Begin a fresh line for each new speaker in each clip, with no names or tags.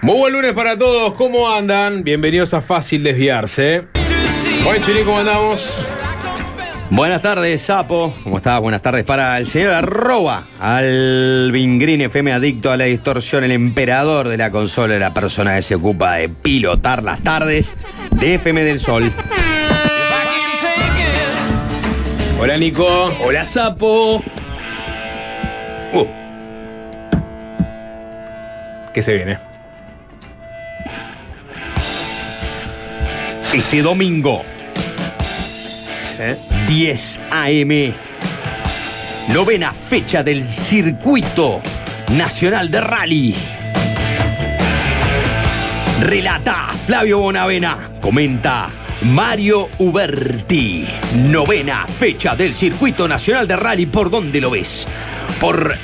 Muy buen lunes para todos, ¿cómo andan? Bienvenidos a Fácil Desviarse. Buen Chile, ¿cómo andamos?
Buenas tardes, Sapo. ¿Cómo estás? Buenas tardes para el señor Arroba, al Green FM adicto a la distorsión, el emperador de la consola, la persona que se ocupa de pilotar las tardes de FM del Sol.
Hola Nico.
Hola, sapo.
Uh,
¿Qué se viene?
este domingo, 10 AM, novena fecha del Circuito Nacional de Rally. Relata Flavio Bonavena. Comenta Mario Uberti. Novena fecha del Circuito Nacional de Rally. ¿Por dónde lo ves? Por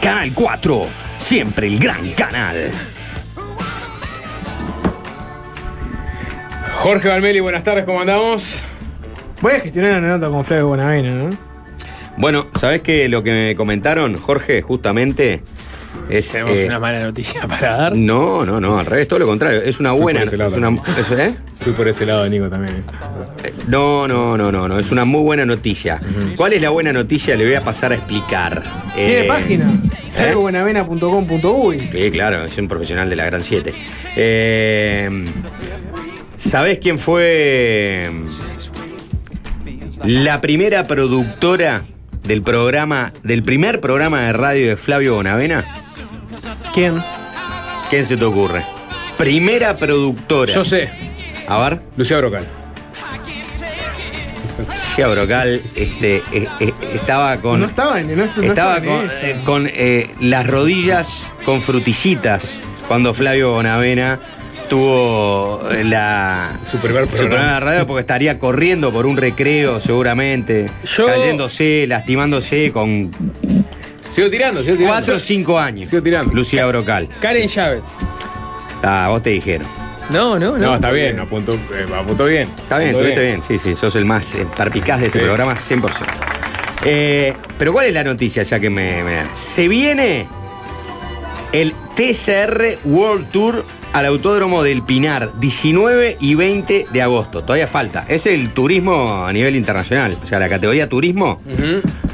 Canal 4. Siempre el gran canal.
Jorge Valmeli, buenas tardes, ¿cómo andamos?
Voy a gestionar una nota con Flavio Bonavena, ¿no?
Bueno, ¿sabés que lo que me comentaron, Jorge, justamente es...
Tenemos
eh,
una mala noticia para dar.
No, no, no, al revés, todo lo contrario. Es una
Fui
buena...
por ese lado
es una- es- ¿eh?
Fui por ese lado de Nico también.
Eh, No, no, no, no, no, es una muy buena noticia. ¿Cuál es la buena noticia? Le voy a pasar a explicar.
Tiene
Eh,
página.
¿eh?
FlavioBonavena.com.uy.
Sí, claro, es un profesional de la Gran 7. Eh, ¿Sabés quién fue la primera productora del programa, del primer programa de radio de Flavio Bonavena?
¿Quién?
¿Quién se te ocurre? Primera productora.
Yo sé,
A ver,
Lucía Brocal.
Gia Brocal este, eh, eh, estaba con.
No estaba en no, no
estaba
en
con,
esa.
eh, con, eh, las rodillas con frutillitas cuando Flavio Bonavena tuvo eh, la.
Su primer
Su programa de
programa.
radio porque estaría corriendo por un recreo seguramente,
Yo-
cayéndose, lastimándose con
Sigo tirando, sigo tirando.
4 o 5 años.
Sigo tirando.
Lucía Brocal.
Karen Chávez.
Ah, vos te dijeron.
No, no, no.
No, está bien, apuntó, eh, apuntó bien.
Está bien,
Apuntó
estuviste bien. Sí, sí, sos el más eh, tarpicaz de este
Sí.
programa, 100%. Eh, pero ¿cuál es la noticia ya que me, me da? Se viene el TCR World Tour al Autódromo del Pinar, 19 y 20 de agosto. Todavía falta. Es el turismo a nivel internacional. O sea, la categoría turismo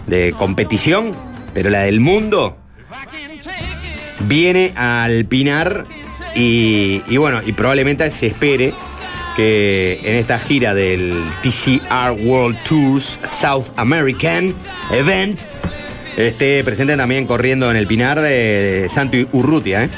de competición, pero la del mundo viene al Pinar y, y bueno, y probablemente se espere que en esta gira del TCR World Tours South American Event esté presente también corriendo en el Pinar de Santo Urrutia, ¿eh?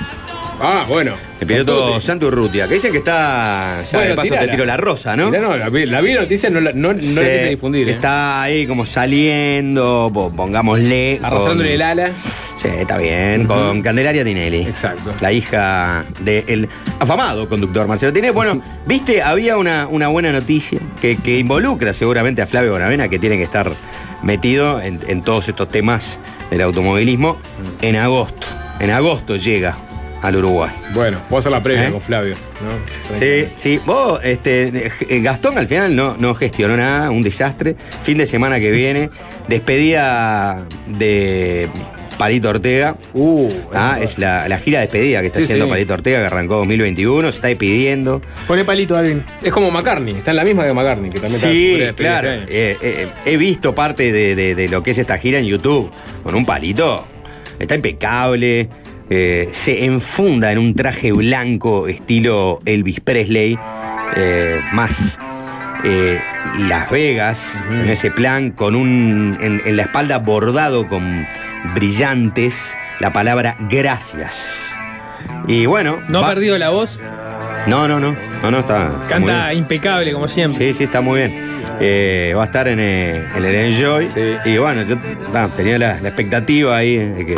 Ah, bueno.
El piloto Santo Urrutia, que dicen que está, ya de paso te tiro la rosa, ¿no?
Mirá, no, la, vi- la vi noticia, no la, no, no la
Se-
quise difundir. eh.
Está ahí como saliendo, po- pongámosle. con-
Arrastrándole el ala.
Sí, está bien. Con Candelaria Tinelli.
Exacto.
La hija del afamado conductor Marcelo Tinelli. Bueno, viste, había una, una buena noticia que, que involucra seguramente a Flavio Bonavena, que tiene que estar metido en, en todos estos temas del automovilismo. En agosto. En agosto llega al Uruguay.
Bueno, puedo hacer la previa
¿Eh?
con Flavio. ¿no?
Sí, sí. Vos, este, eh, Gastón al final no, no gestionó nada, un desastre. Fin de semana que viene, despedida de Palito Ortega.
Uh,
Ah, es la, la gira de despedida que está
Sí,
haciendo
sí.
Palito Ortega, que arrancó 2021, se está despidiendo.
Poné palito, Alvin.
Es como McCartney, está en la misma que McCartney, que también
Sí,
está fuera de
claro.
despedida este
Eh, eh, he visto parte de, de- de lo que es esta gira en YouTube. Con un palito. Está impecable. eh, se enfunda en un traje blanco estilo Elvis Presley. eh, más eh, Las Vegas, en ese plan, con un. En, en la espalda bordado con brillantes. La palabra gracias. Y bueno.
No ha
va-
perdido la voz.
No, no, no. No, no, está. está muy bien.
Canta impecable, como siempre.
Sí, sí, está muy bien. Eh, va a estar en, eh, en el Enjoy.
Sí.
Y bueno, yo ta, tenía la, la expectativa ahí de que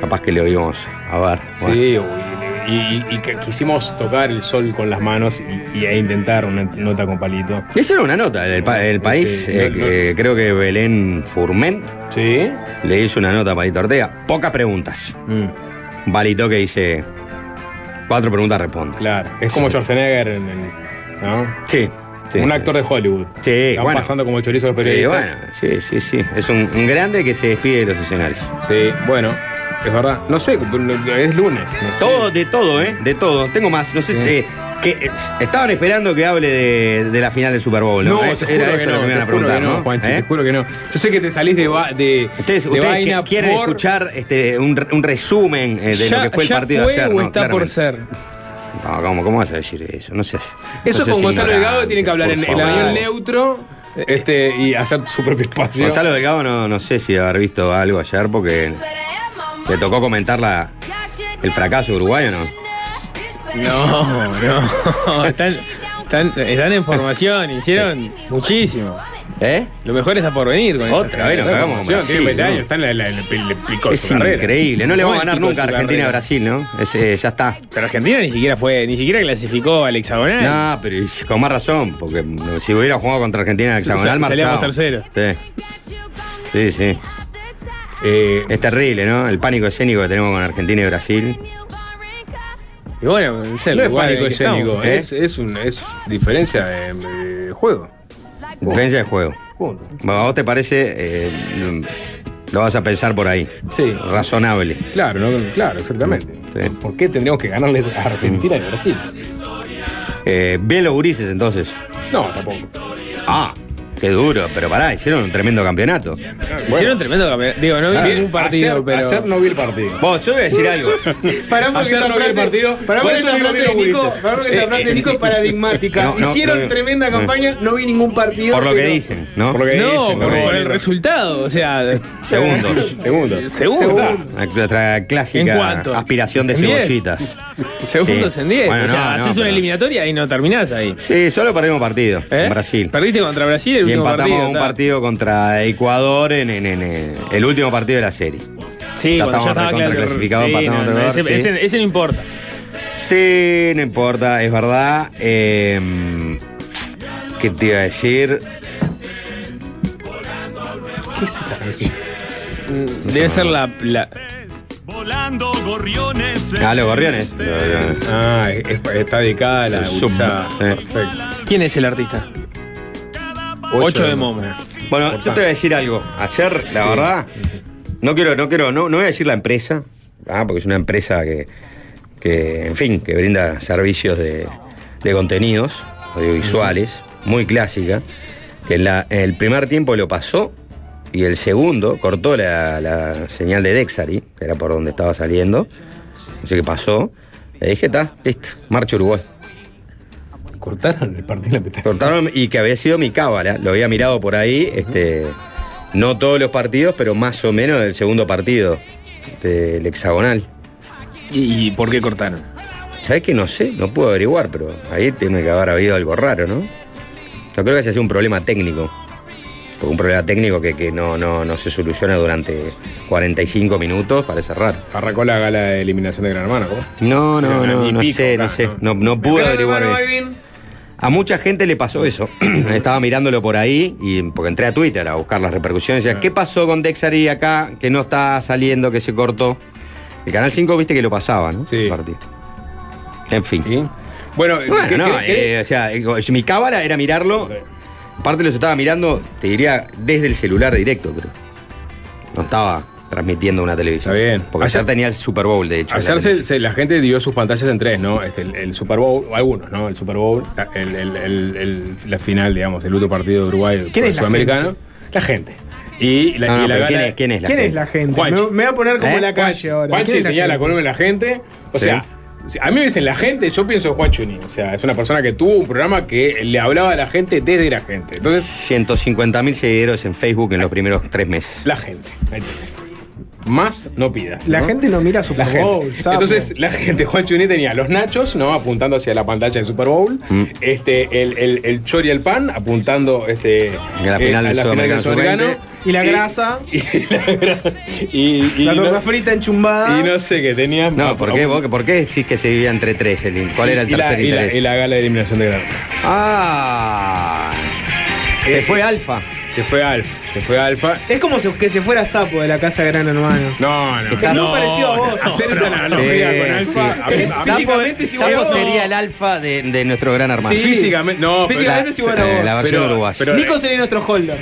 capaz que lo íbamos a ver. Bueno,
Sí, uy, y, y- y que quisimos tocar el sol con las manos y, y ahí intentar una nota con palito.
Esa era una nota. El, pa- el país,
Este,
eh,
no, no.
eh, creo que Belén Furment
Sí.
le hizo una nota a Palito Ortega. Pocas preguntas.
Mm,
Palito que dice. Cuatro preguntas responde.
claro. Es como Schwarzenegger, en- en- ¿no?
Sí. sí.
Un actor de Hollywood.
Sí,
Están
bueno.
pasando como el chorizo de los
Sí,
periodistas.
bueno, sí, sí, sí. Es un, un grande que se despide de los escenarios.
Sí, bueno. Es verdad. No sé, es lunes. no sé.
Todo, de todo, ¿eh? De todo. Tengo más. No sé, eh, que eh, estaban esperando que hable de, de la final del Super Bowl. No, Eso-
te
era
juro
eso lo que me iban a
te juro
preguntar,
que
¿no?
Juanchi,
¿Eh?
te juro que no. Yo sé que te salís de, va- de,
Ustedes,
de
ustedes
vaina
que- quieren
por-
escuchar este, un, re- un resumen eh, de
Ya-
lo que fue el
ya
partido de ayer.
o
No,
está por
claramente.
ser.
No, ¿cómo, cómo vas a decir eso? No seas.
Eso
no seas
con Gonzalo
ignorante,
Delgado tiene que hablar en
por favor.
español neutro este, y hacer su propio espacio.
Gonzalo Delgado no, no sé si haber visto algo ayer porque le tocó comentar la, el fracaso uruguayo, ¿no?
No, no. Están, están, están en formación, hicieron muchísimo.
¿Eh?
Lo mejor está por venir con esa
Otra vez
gente.
nos cagamos con
Tiene
Brasil.
20 años,
¿no?
está en la- la- la- el pico de
Es
su carrera.
increíble. No le vamos a ganar
Pico de
nunca a
su
Argentina a
carrera.
Brasil, ¿no? Es, eh, ya está.
Pero Argentina ni siquiera fue, ni siquiera clasificó al hexagonal.
No, pero y con más razón, porque no, si hubiera jugado contra Argentina en el hexagonal,
Sal- salíamos
marchaba.
tercero.
Sí. Sí, sí.
Eh,
Es terrible, ¿no? El pánico escénico que tenemos con Argentina y Brasil.
Y bueno, es el
no es
lugar en
pánico
el que estamos.
escénico,
¿eh?
es, es, un, es diferencia de, de juego.
Diferencia de juego.
Punto.
Bueno, ¿A vos te parece? eh, lo vas a pensar por ahí.
Sí.
Razonable.
Claro, no, claro, exactamente.
Sí.
¿Por qué tendríamos que ganarles a Argentina y Brasil?
Eh, bien los gurises, entonces.
No, tampoco.
Ah, qué duro, pero pará, hicieron un tremendo campeonato.
Hicieron tremendo campeonato. Digo, no vi
Claro.
ningún partido,
ayer,
pero.
ayer no vi el partido.
Vos, yo voy a decir algo.
Pará
Ayer no vi el partido,
Pará
por
porque
eso
esa
digo bien
frase
los Eh,
de Nico,
gurises.
pará porque esa frase de Nico es paradigmática.
No, no,
Hicieron
no.
tremenda campaña, no vi ningún partido.
Por lo que
pero-
dicen, ¿no?
Por lo que
No,
dicen,
por,
lo que
por el
dicen.
resultado. O sea,
Segundos.
Segundos.
Segundos.
Segundos.
Nuestra
¿En
clásica
cuántos?
aspiración de
¿En diez?
cebollitas.
segundos
Sí.
en 10.
Bueno,
o sea,
no, no,
haces
pero-
una eliminatoria y no terminás ahí.
Sí, solo perdimos partido
¿Eh?
con Brasil.
Perdiste contra Brasil el
Y
último
empatamos
partido.
un
ta.
partido contra Ecuador en, en- en- en el último partido de la serie.
Sí,
Ya
cuando
estábamos
ya estaba claro. que-
recontraclasificados,
sí,
empatamos
no,
contra
no,
Ecuador,
ese,
sí.
ese- ese no importa.
Sí, no importa, es verdad. Eh, ¿Qué te iba a decir?
¿Qué es esta canción?
Debe ser la. la-
Volando gorriones.
Ah, los gorriones. Los- los-
Ah, es- está dedicada a la
Sub-
gurizada.
eh.
Perfecto.
¿Quién es el artista? Ocho de Moma.
Bueno, yo te voy a decir algo. Ayer, la verdad, no quiero, no quiero, no, no voy a decir la empresa, ah, porque es una empresa que, que, en fin, que brinda servicios de, de contenidos audiovisuales, muy clásica, que en, la- en el primer tiempo lo pasó y el segundo cortó la, la señal de Dexari, que era por donde estaba saliendo, no sé qué pasó, le dije, está, listo, marcha Uruguay.
Cortaron el partido en la mitad.
Cortaron y que había sido mi cábala, lo había mirado por ahí, este, no todos los partidos, pero más o menos el segundo partido del hexagonal.
¿Y, y por qué cortaron?
¿Sabes que no sé? No puedo averiguar, pero ahí tiene que haber habido algo raro, ¿no? No creo que haya sido un problema técnico. Porque un problema técnico que, que no, no, no se soluciona durante 45 minutos parece raro.
Arrancó la gala de eliminación de Gran Hermano, ¿cómo?
No, no,
Ni
no, no
pico,
sé, no
claro,
sé.
no.
No, no pude
Gran
averiguar.
Hermano,
bien.
Alvin.
A mucha gente le pasó eso. Estaba mirándolo por ahí, y porque entré a Twitter a buscar las repercusiones. Decía, ¿qué pasó con Dexary acá? Que no está saliendo, que se cortó. El Canal 5 viste que lo pasaba, ¿no?
Sí.
El partido. En fin.
¿Sí? Bueno, ¿qué-
Bueno, no,
qué- qué-
eh, o sea, eh, mi cábala era mirarlo. Aparte los estaba mirando, te diría, desde el celular directo, creo. No estaba transmitiendo una televisión.
Está bien.
Porque ayer,
Ayer-
tenía el Super Bowl, de hecho.
Ayer
la
se-
televisión.
se- la gente dividió sus pantallas en tres, ¿no? Este, el, el Super Bowl, o algunos, ¿no? El Super Bowl, la- el- el- el- el- la final, digamos, el último partido de Uruguay por
¿Quién es la
sudamericano. La gente. Y la,
No, no,
y la
Ah, pero
gala-
¿quién, es, quién es la
¿Quién es
gente?
la gente? Me,
Juanchi.
me voy a poner como
¿Eh?
la calle ahora.
Juanchi
¿Quién es la
tenía la
gente?
columna de la gente. O
Sí.
sea, si a mí me dicen la gente, yo pienso en Juan Chuni. O sea, es una persona que tuvo un programa que le hablaba a la gente desde la gente. Entonces,
150.000 seguidores en Facebook en los primeros tres meses.
la gente. Ahí tenés. Más no pidas.
La
¿no?
gente no mira Super
La gente.
Bowl, sapo.
Entonces, la gente, Juan Chuní tenía los nachos, ¿no? Apuntando hacia la pantalla de Super Bowl.
Mm.
Este, el, el, el chori al pan, apuntando este,
A la final del
a
Sudamericano
Sudamericano.
Y la grasa,
Y, la gra- y- y
la torta
no,
frita enchumbada.
y no sé qué tenía.
No, ¿por qué, vos- ¿por qué decís que se vivía entre tres? el- ¿Cuál era el
Y la-
tercer
y la-
interés?
y la gala de eliminación de Gran
¡Ah! Se
Eh,
fue Alfa.
Se fue Alfa. Se fue Alfa.
Es como si, que se fuera sapo de la casa de gran hermano.
No, no.
Está
no,
muy parecido a vos.
Hacer esa analogía
Sí,
con Alfa.
sí.
a mí- a mí-
Sapo-
físicamente sí voy a
Sapo
vos.
sería el Alfa de, de nuestro gran hermano.
Sí,
Físicamente. No, pero-
Físicamente es igual a
Eh,
vos.
la versión
Pero-
uruguaya.
pero-
Nico sería nuestro holder.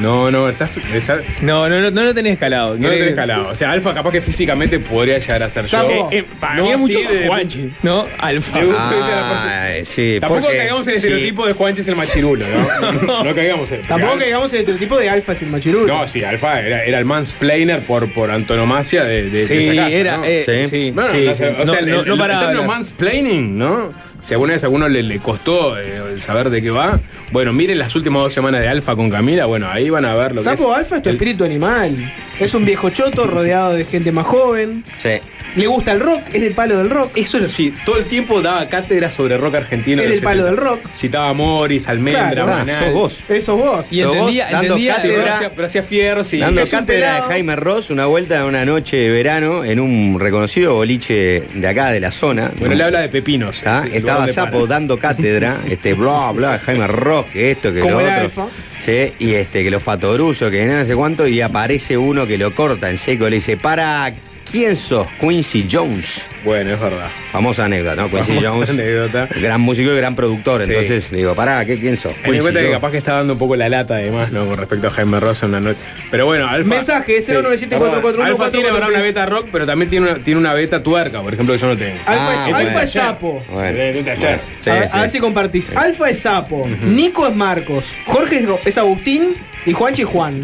No, no, estás. estás-
No, no, no, no lo tenés escalado.
no lo tenés calado. O sea, Alfa capaz que físicamente podría llegar a ser yo.
Eh, eh, para mí es
así
mucho
de-
Juanchi, ¿no? Alfa.
de un-
Ah, sí,
Tampoco
porque-
caigamos en el
sí.
estereotipo de Juanches el machirulo, ¿no? No, caigamos en
Tampoco que digamos el estereotipo de alfa sin machirulo.
No, sí, Alfa era, era el mansplainer por, por antonomasia de, de- de
Sí,
esa casa,
era.
¿no?
eh,
Sí.
sí,
Bueno,
sí,
o
sí.
sea, o
No,
sea, el,
no,
el-
no
el
paraba de
término
hablar.
mansplaining, ¿no? Si alguna vez a alguno le, le costó eh, saber de qué va, bueno, miren las últimas dos semanas de Alfa con Camila, bueno, ahí van a ver lo que
Sapo
es
alfa es tu
el-
espíritu animal. Es un viejo choto rodeado de gente más joven.
Sí.
Le gusta el rock, es del palo del rock.
Eso lo sí, todo el tiempo daba cátedra sobre rock argentino.
Es
de los
del palo
70.
del rock.
Citaba a Morris, Almendra,
Claro,
Ah,
Manal.
sos vos.
Eso es vos.
Y
Sos
entendía,
vos dando
entendía.
Pero
cátedra.
hacía- Pero hacía fierros y.
Dando
es un
cátedra de
pelado.
Jaime Ross, una vuelta una noche de verano en un reconocido boliche de acá, de la zona.
Bueno,
¿no?
le habla de pepinos.
Ah,
ese lugar
Estaba
donde
Sapo
para.
dando cátedra, este, bla, bla, Jaime Ross, que esto, que
Como
lo
el
otro.
Alfa.
Sí, y este, que lo fatoruso, que no sé cuánto, y aparece uno que lo corta en seco, le dice, para, ¿quién sos? Quincy Jones.
Bueno, es verdad.
Famosa anécdota, ¿no? Quincy
Famosa
Jones.
anécdota.
Gran músico y gran productor.
Sí.
Entonces le digo, pará, ¿qué, ¿quién sos?
Ten en
Quincy
cuenta que
Jones".
capaz que está dando un poco la lata además, ¿no? Con respecto a Jaime Ross en una noche. Pero bueno, Alfa.
Mensaje, 097441443.
Alfa tiene ahora una beta rock, pero también tiene una, tiene una beta tuerca, por ejemplo, que yo no tengo. Ah,
Alfa es- Alfa
bueno.
es sapo.
Bueno,
Eh, de ayer.
bueno, sí,
a, ver,
sí.
a ver si compartís. Alfa es Sapo, Nico es Marcos, Jorge es Ro- es Agustín y Juanchi es Juan.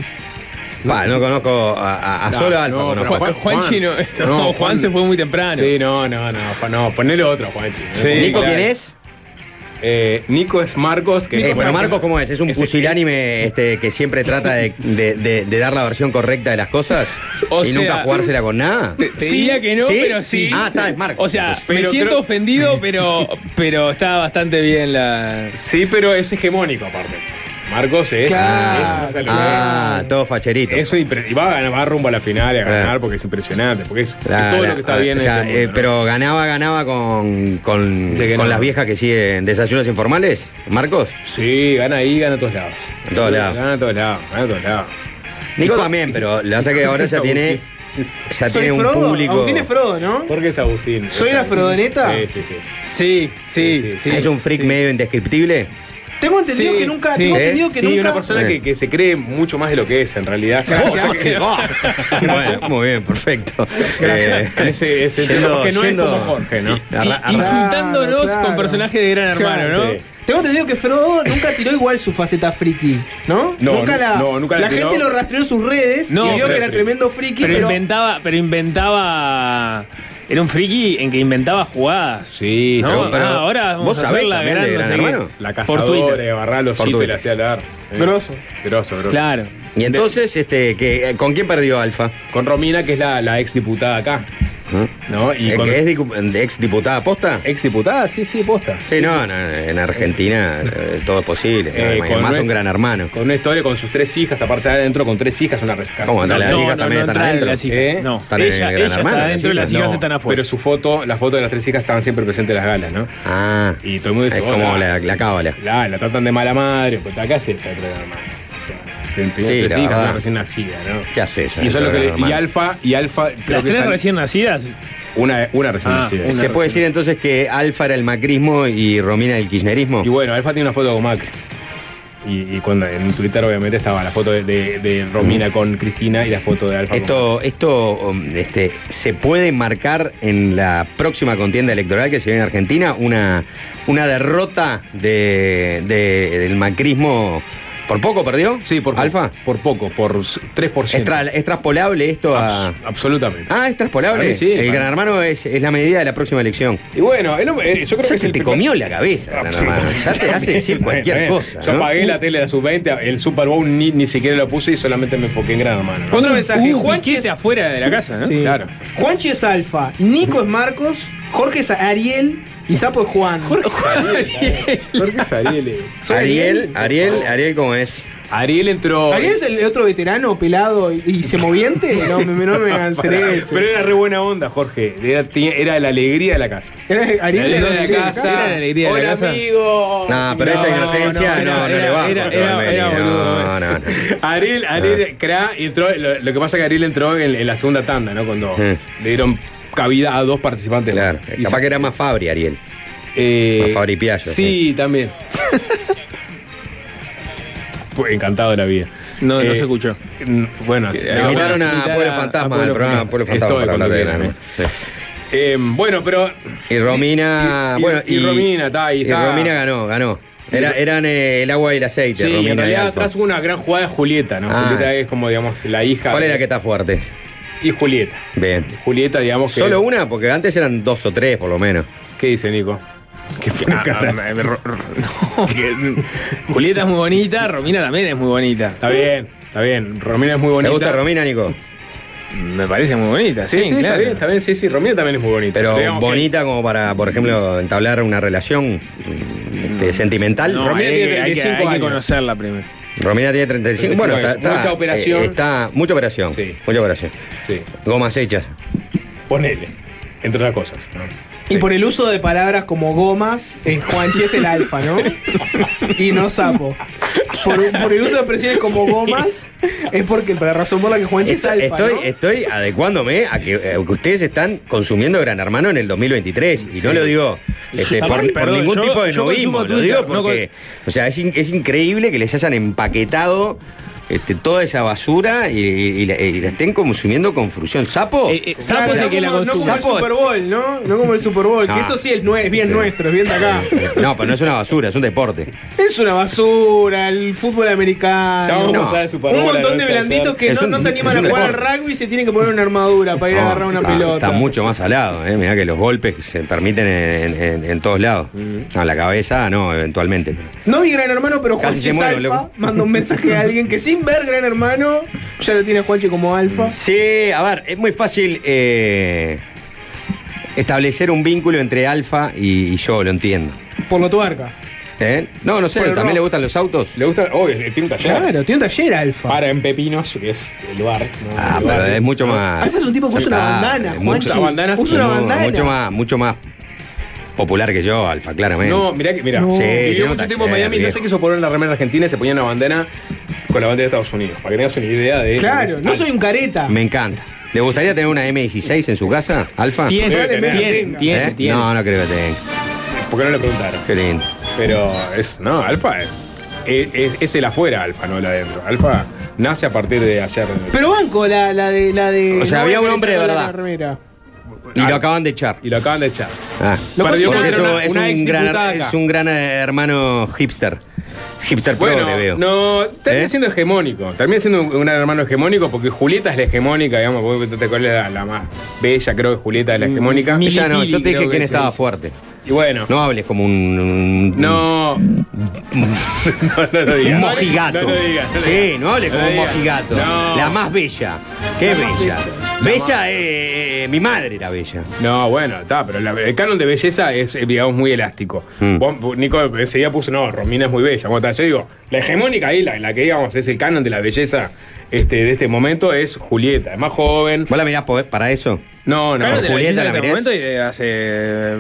Pa, no conozco a, a- a
No,
solo Alfa.
no, pero
conozco.
Juan,
Juan-
Juanchi no, no,
no,
Juan,
Juan-
se fue muy temprano.
Sí, no, no, no, Juan, no, ponele otro, Juanchi.
Sí.
¿Nico
claro.
quién es?
Eh, Nico es Marcos, que
Eh, pero
bueno,
Marcos, ¿cómo es? ¿Es un
Ese-
pusilánime este, que siempre trata de, de- de- de dar la versión correcta de las cosas
O
y
sea,
nunca jugársela con nada?
Te, te diría que no,
¿Sí?
pero sí.
Ah, está, es Marcos,
O sea,
entonces.
me
Pero
siento
creo-
ofendido, pero, pero está bastante bien la.
Sí, pero es hegemónico aparte. Marcos es.
Claro.
es- o sea, lo
Ah, todo facherito.
que es- es un impre- y va a, ganar, va rumbo a la final y a
Claro.
ganar porque es impresionante, porque es, es
La-
todo
la-
lo que está bien
o
en
sea,
este mundo,
eh,
¿no?
Pero ganaba, ganaba con, con,
Dice que
con
no.
las viejas que siguen desayunos informales, Marcos.
Sí, gana ahí, gana a todos lados.
En todos lados.
Gana a todos lados, gana a todos lados.
Nico también, pero la verdad que ahora ya tiene, ya
Soy
Ah, tiene un
Frodo,
público.
Agustín es Frodo, ¿no?
Porque es Agustín.
¿Soy la Frodoneta?
Sí, sí, sí.
Sí, sí, sí.
Es un freak medio indescriptible.
Tengo entendido
Sí,
que nunca.
sí.
tengo
¿Eh?
entendido que
sí,
nunca.
una persona que, que se cree mucho más de lo que es en realidad. O
Oh,
sea que-
bueno, muy bien, perfecto. Eh,
en ese, ese
Yendo-
que no
yendo-
es como Jorge, ¿no?
Y-
Arra- arra-
insultándonos
Claro, claro.
con personajes de gran hermano,
Claro,
¿no?
sí.
Tengo entendido que Frodo nunca tiró igual su faceta friki, ¿no?
No,
nunca
nu-
la,
no, nunca la
la
tiró.
gente lo rastreó en sus redes
No,
y vio
pero
que era
friki.
tremendo friki,
Pero,
pero,
inventaba, pero inventaba. Era un friki en que inventaba jugadas.
Sí,
No,
seguro.
pero- ah, ahora vamos
vos
a hacer
sabés
la
también
gran
de
no
Gran
sé qué.
Hermano.
La
Por
cazadora
Twitter.
de barrar los
Por
sitios
Twitter.
la hacía hablar.
Grosso.
Grosso, grosso.
Claro.
Y entonces, este, que, eh, ¿con quién perdió Alfa?
Con Romina, que es la, la ex diputada acá. ¿No? ¿Mm? Y
¿Es
con.
que es dicu- ex diputada posta?
¿Ex diputada? Sí, sí, posta.
Sí, no, no, en Argentina eh, todo es posible. ¿no?
Eh, con
Además,
nuestro-
un gran hermano.
Con una historia con sus tres hijas, aparte de adentro, con tres hijas, una rescate.
¿Cómo andale? Las
no,
hijas
no,
también
no
están
entraron
adentro.
las hijas.
¿Eh?
No,
Están en el
ella,
Gran
ella
Hermano,
está adentro y
las
las hijas están afuera.
Pero su foto, la foto de las tres hijas estaban siempre presentes en las galas, ¿no?
Ah,
Y todo el mundo dice,
es
"Oh,
como la, la cábala.
La, la tratan de mala madre, pues acá sí está el programa. O sea, Se entiende
Sí,
que
la
sí,
verdad.
una recién nacida, ¿no?
¿Qué haces?
Y eso es lo que le- y
hermano?
Alfa, y Alfa, creo
Las
que
tres
sal-
recién nacidas.
una, una recién
Ah,
nacida.
una
Se puede decir entonces que Alfa era el macrismo y Romina el kirchnerismo.
Y bueno, Alfa tiene una foto con Macri. Y, y cuando en Twitter obviamente estaba la foto de, de- de Romina con Cristina y la foto de Alfa con
Esto, esto um, este, se puede marcar en la próxima contienda electoral que se viene en Argentina una, una derrota de, de- del macrismo. ¿Por poco perdió?
Sí, por poco.
¿Alfa?
Por poco, por s- 3%.
¿Es, tra- es traspolable esto a.?
Abs- absolutamente.
Ah, es traspolable.
Para mí sí,
el
para-
Gran Hermano es, es la medida de la próxima elección.
Y bueno, el hombre- eh, yo creo que
Ya se
es el
te
primer-
comió la cabeza, Gran Hermano. Ya te hace decir cualquier
Está bien.
cosa.
Yo
¿no?
apagué la tele de la sub-20, el Super Bowl ni, ni siquiera lo puse y solamente me enfoqué en Gran Hermano. ¿no?
Otro mensaje.
Uh,
Juanchi, es,
piquete afuera de la casa, ¿no?
Sí.
Claro.
Juanchi es Alfa, Nico es Marcos, Jorge es Ariel y Sapo es Juan.
¿Por qué Ariel?
¿Soy
Ariel, Ariel, Ariel, ¿cómo es?
Ariel entró.
¿Ariel es el otro veterano pelado y, y se moviente? No, me- no me cancelé. ese.
Pero era re buena onda, Jorge. Era, tenía- era la alegría de la casa.
Era Ariel
La
era
alegría
de la casa.
Era la alegría de la
Hola,
casa.
amigos.
No, pero esa
No,
inocencia
no,
no, no,
era-
le va.
era- era- era
no,
boludo. eh.
no, no.
Ariel,
Ah.
Ariel, cra, entró. Lo, lo que pasa es que Ariel entró en, en la segunda tanda, ¿no? Cuando
Mm.
le dieron cabida a dos participantes.
Claro,
Y
capaz
se-
que era más Fabri, Ariel.
eh,
más Fabri Piazza,
Sí, también. Pues, Encantado de la vida.
No, no
Eh,
se escuchó.
mm, Bueno, sí,
Se
no,
invitaron
bueno,
bueno,
a
invitar
Pueblo
a- a
Fantasma,
Pueblo
el programa Pueblo
Fantasma.
Fantasma
Es todo
para
el
hablar de
contenido,
Dynamo. Sí.
eh, bueno, pero.
Y Romina.
y- y-
bueno,
y Romina, está, y
y
está.
Romina ganó, ganó. Era- eran eh, el agua y el aceite,
Sí,
Romina.
en realidad
y
atrás
Alfa.
hubo una gran jugada de Julieta, ¿no?
Ah.
Julieta es como, digamos, la hija.
¿Cuál es la
de-
que está fuerte?
Y Julieta.
Bien.
Julieta, digamos que.
¿Solo una? Porque antes eran dos o tres, por lo menos.
¿Qué dice Nico? ¿Qué pone
Ah,
cara
ah, me-
así?
me- ro- ro- no, que- Julieta es muy bonita, Romina también es muy bonita.
Está bien, está bien. Romina es muy
¿Te
bonita.
gusta Romina, Nico?
Me parece muy bonita.
Sí, sí, está
claro.
bien, está bien. Sí, sí, Romina también es muy bonita.
Pero
Digamos que-
bonita como para, por ejemplo, entablar una relación mm, este, sentimental.
No,
Romina
hay,
tiene
que- hay que,
35
hay que
años.
conocerla primero.
Romina tiene 35. Bueno, está, está-
eh. Mucha operación.
eh, está- mucha operación.
Sí.
Mucha operación.
Sí,
Gomas hechas.
ponele. Entre otras cosas.
Y por el uso de palabras como gomas, eh, Juanchi es el alfa, ¿no? Y no sapo. Por, por el uso de expresiones como gomas, es porque para la razón por la que Juanchi es
Está-
alfa.
estoy,
¿no?
estoy adecuándome a que, eh, que ustedes están consumiendo Gran Hermano en el 2023. Y no lo digo este, por,
Aparte,
por
perdón,
ningún
yo-
tipo de
yo
novismo.
consumo
Lo digo
Twitter, no
porque. O sea, es, in- es increíble que les hayan empaquetado. este, toda esa basura y, y la, y la estén consumiendo con frucción. ¿Sapo?
Eh, eh,
Claro,
sapo es
no
el que la
como- no
consume.
como el
Sapo-
Super Bowl, ¿no? No como el Super Bowl,
No.
que eso sí es, nue- es bien
Sí.
nuestro, es bien de acá.
No, pero no es una basura, es un deporte.
Es una basura, el fútbol
Ya
americano.
vamos
no.
a hablar de Super
Un
Bowl,
montón de
¿no?
blanditos que
Es
no,
un-
no se animan
es
a
un
jugar
deporte.
al rugby y se tienen que poner una armadura para ir a
No,
agarrar una
está,
pelota.
Está mucho más salado, ¿eh? mirá que los golpes que se permiten en, en- en todos lados. A la cabeza, no, eventualmente. pero-
No vi Gran Hermano, pero
Casi
Juanchi
se
es
muero,
alfa.
loco.
Manda un mensaje a alguien que sin ver Gran Hermano ya lo tiene a Juanchi como alfa.
Sí, a ver, es muy fácil eh, establecer un vínculo entre Alfa y, y yo, lo entiendo.
Por lo tuerca.
¿Eh? No, no sé,
Por el
¿también
rock.
le gustan los autos?
Le gusta. Oh, tiene un taller.
Claro, tiene un taller alfa.
Para en Pepinos, que es el bar. ¿no?
Ah,
El
pero
bar.
es mucho más.
Ah, ese es un tipo que usa una
Ah,
bandana,
es
Juanchi.
mucho- bandana,
Usa una
no,
bandana.
Mucho más, mucho más popular que yo, Alfa, claramente.
No, mirá que, mirá.
No. Sí,
Vivió
tiene un
mucho
taller,
tiempo en Miami, no
viejo.
se quiso poner la remera argentina y se ponía una bandana con la bandera de Estados Unidos. Para que tengas una idea de.
Claro, no soy un careta.
Me encanta. ¿Le gustaría tener una M16 en su casa, Alfa?
Tiene,
Debe
tiene,
tener.
tiene,
¿Eh?
tiene,
Ah, ¿Eh? No, no creo que tenga.
Porque no le preguntaron.
Qué lindo.
Pero es. No, Alfa es, es, es el afuera, Alfa, no el adentro. Alfa nace a partir de ayer.
Pero banco la, la de la de.
O sea, había un hombre de
la
verdad.
remera.
Y lo acaban de echar.
Y lo acaban de echar.
Ah.
Lo
Perdió contra
Porque eso
una-
es,
una
un
exdiputada
gran,
acá.
es un gran eh, hermano hipster. Hipster
Bueno,
progre, veo.
no, termina
¿Eh?
siendo hegemónico. Termina siendo un, un gran hermano hegemónico porque Julieta es la hegemónica, digamos. Vos te cuál es la, la más bella, creo que Julieta es la hegemónica.
mi-
Ella no,
Milipili
yo te
creo
dije
que
quién
se
estaba
dice.
fuerte.
Y bueno.
No hables como un. un-
No. no, no lo
un
digas.
mojigato.
No lo digas. no lo
sí,
digas.
no hables
No lo
como un
digas.
mojigato.
No.
La más bella. Qué
La más
bella.
bella.
Bella, eh, mi madre era bella.
No, bueno, está, pero la- el canon de belleza es, eh, digamos, muy elástico.
Mm.
Vos, vos, Nico ese día puso, no, Romina es muy bella. Bueno, está, yo digo, la hegemónica ahí, la, la que digamos es el canon de la belleza este, de este momento es Julieta, es más joven.
¿Vos la mirás po- para eso?
No, no,
Claro, de la
Julieta,
Julieta
¿la
en este
mirás?
momento y de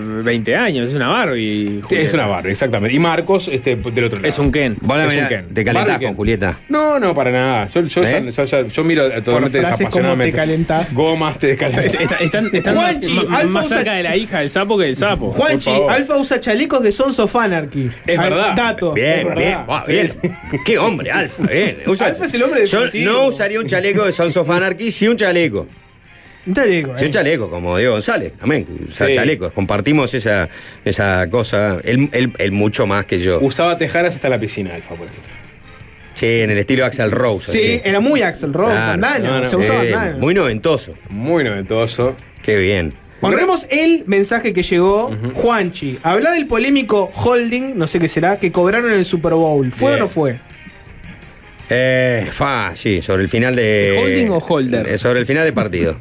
hace 20 años. Es una Barbie.
Sí,
Julieta.
es una barba, exactamente. Y Marcos, este, del otro lado.
Es un Ken.
¿Vos la
Es un
mirás?
Ken.
Te calentás
Barbie Ken.
con Julieta.
No, no, para nada. Yo, yo,
¿Eh?
yo- yo- yo miro totalmente
frases como
desapasionadamente.
te calentás.
Gomas te
Est-
calentás.
est- Están, están
Juanchi,
más- más,
Alfa
más
usa-
cerca de la hija del sapo que del sapo.
Juanchi,
favor.
Alfa usa chalecos de Sons of Anarchy.
Es
A ver,
verdad.
Dato.
Es
Bien,
verdad.
bien, wow,
Sí,
bien.
sí.
Qué hombre, Alfa, bien.
Alfa es el hombre
Yo
definitivo.
no usaría un chaleco de Sons of Anarchy, sí un chaleco.
Un chaleco,
Sí,
eh.
un chaleco, como Diego González también. que Usa
Sí.
chalecos. Compartimos esa, esa cosa. Él, él- él mucho más que yo.
Usaba tejanas hasta la piscina, Alfa, por ejemplo.
Sí, en el estilo Axel Rose.
Sí,
así.
era muy Axel Rose,
Claro,
bandana.
no, no.
Se usaba
Sí,
bandana.
Muy noventoso.
Muy noventoso.
Qué bien.
Honremos el mensaje que llegó Juanchi. Habla del polémico holding, no sé qué será, que cobraron en el Super Bowl. ¿Fue
Bien.
o no fue?
Eh, fa, sí, sobre el final de.
¿Holding o holder?
Eh, Sobre el final de partido.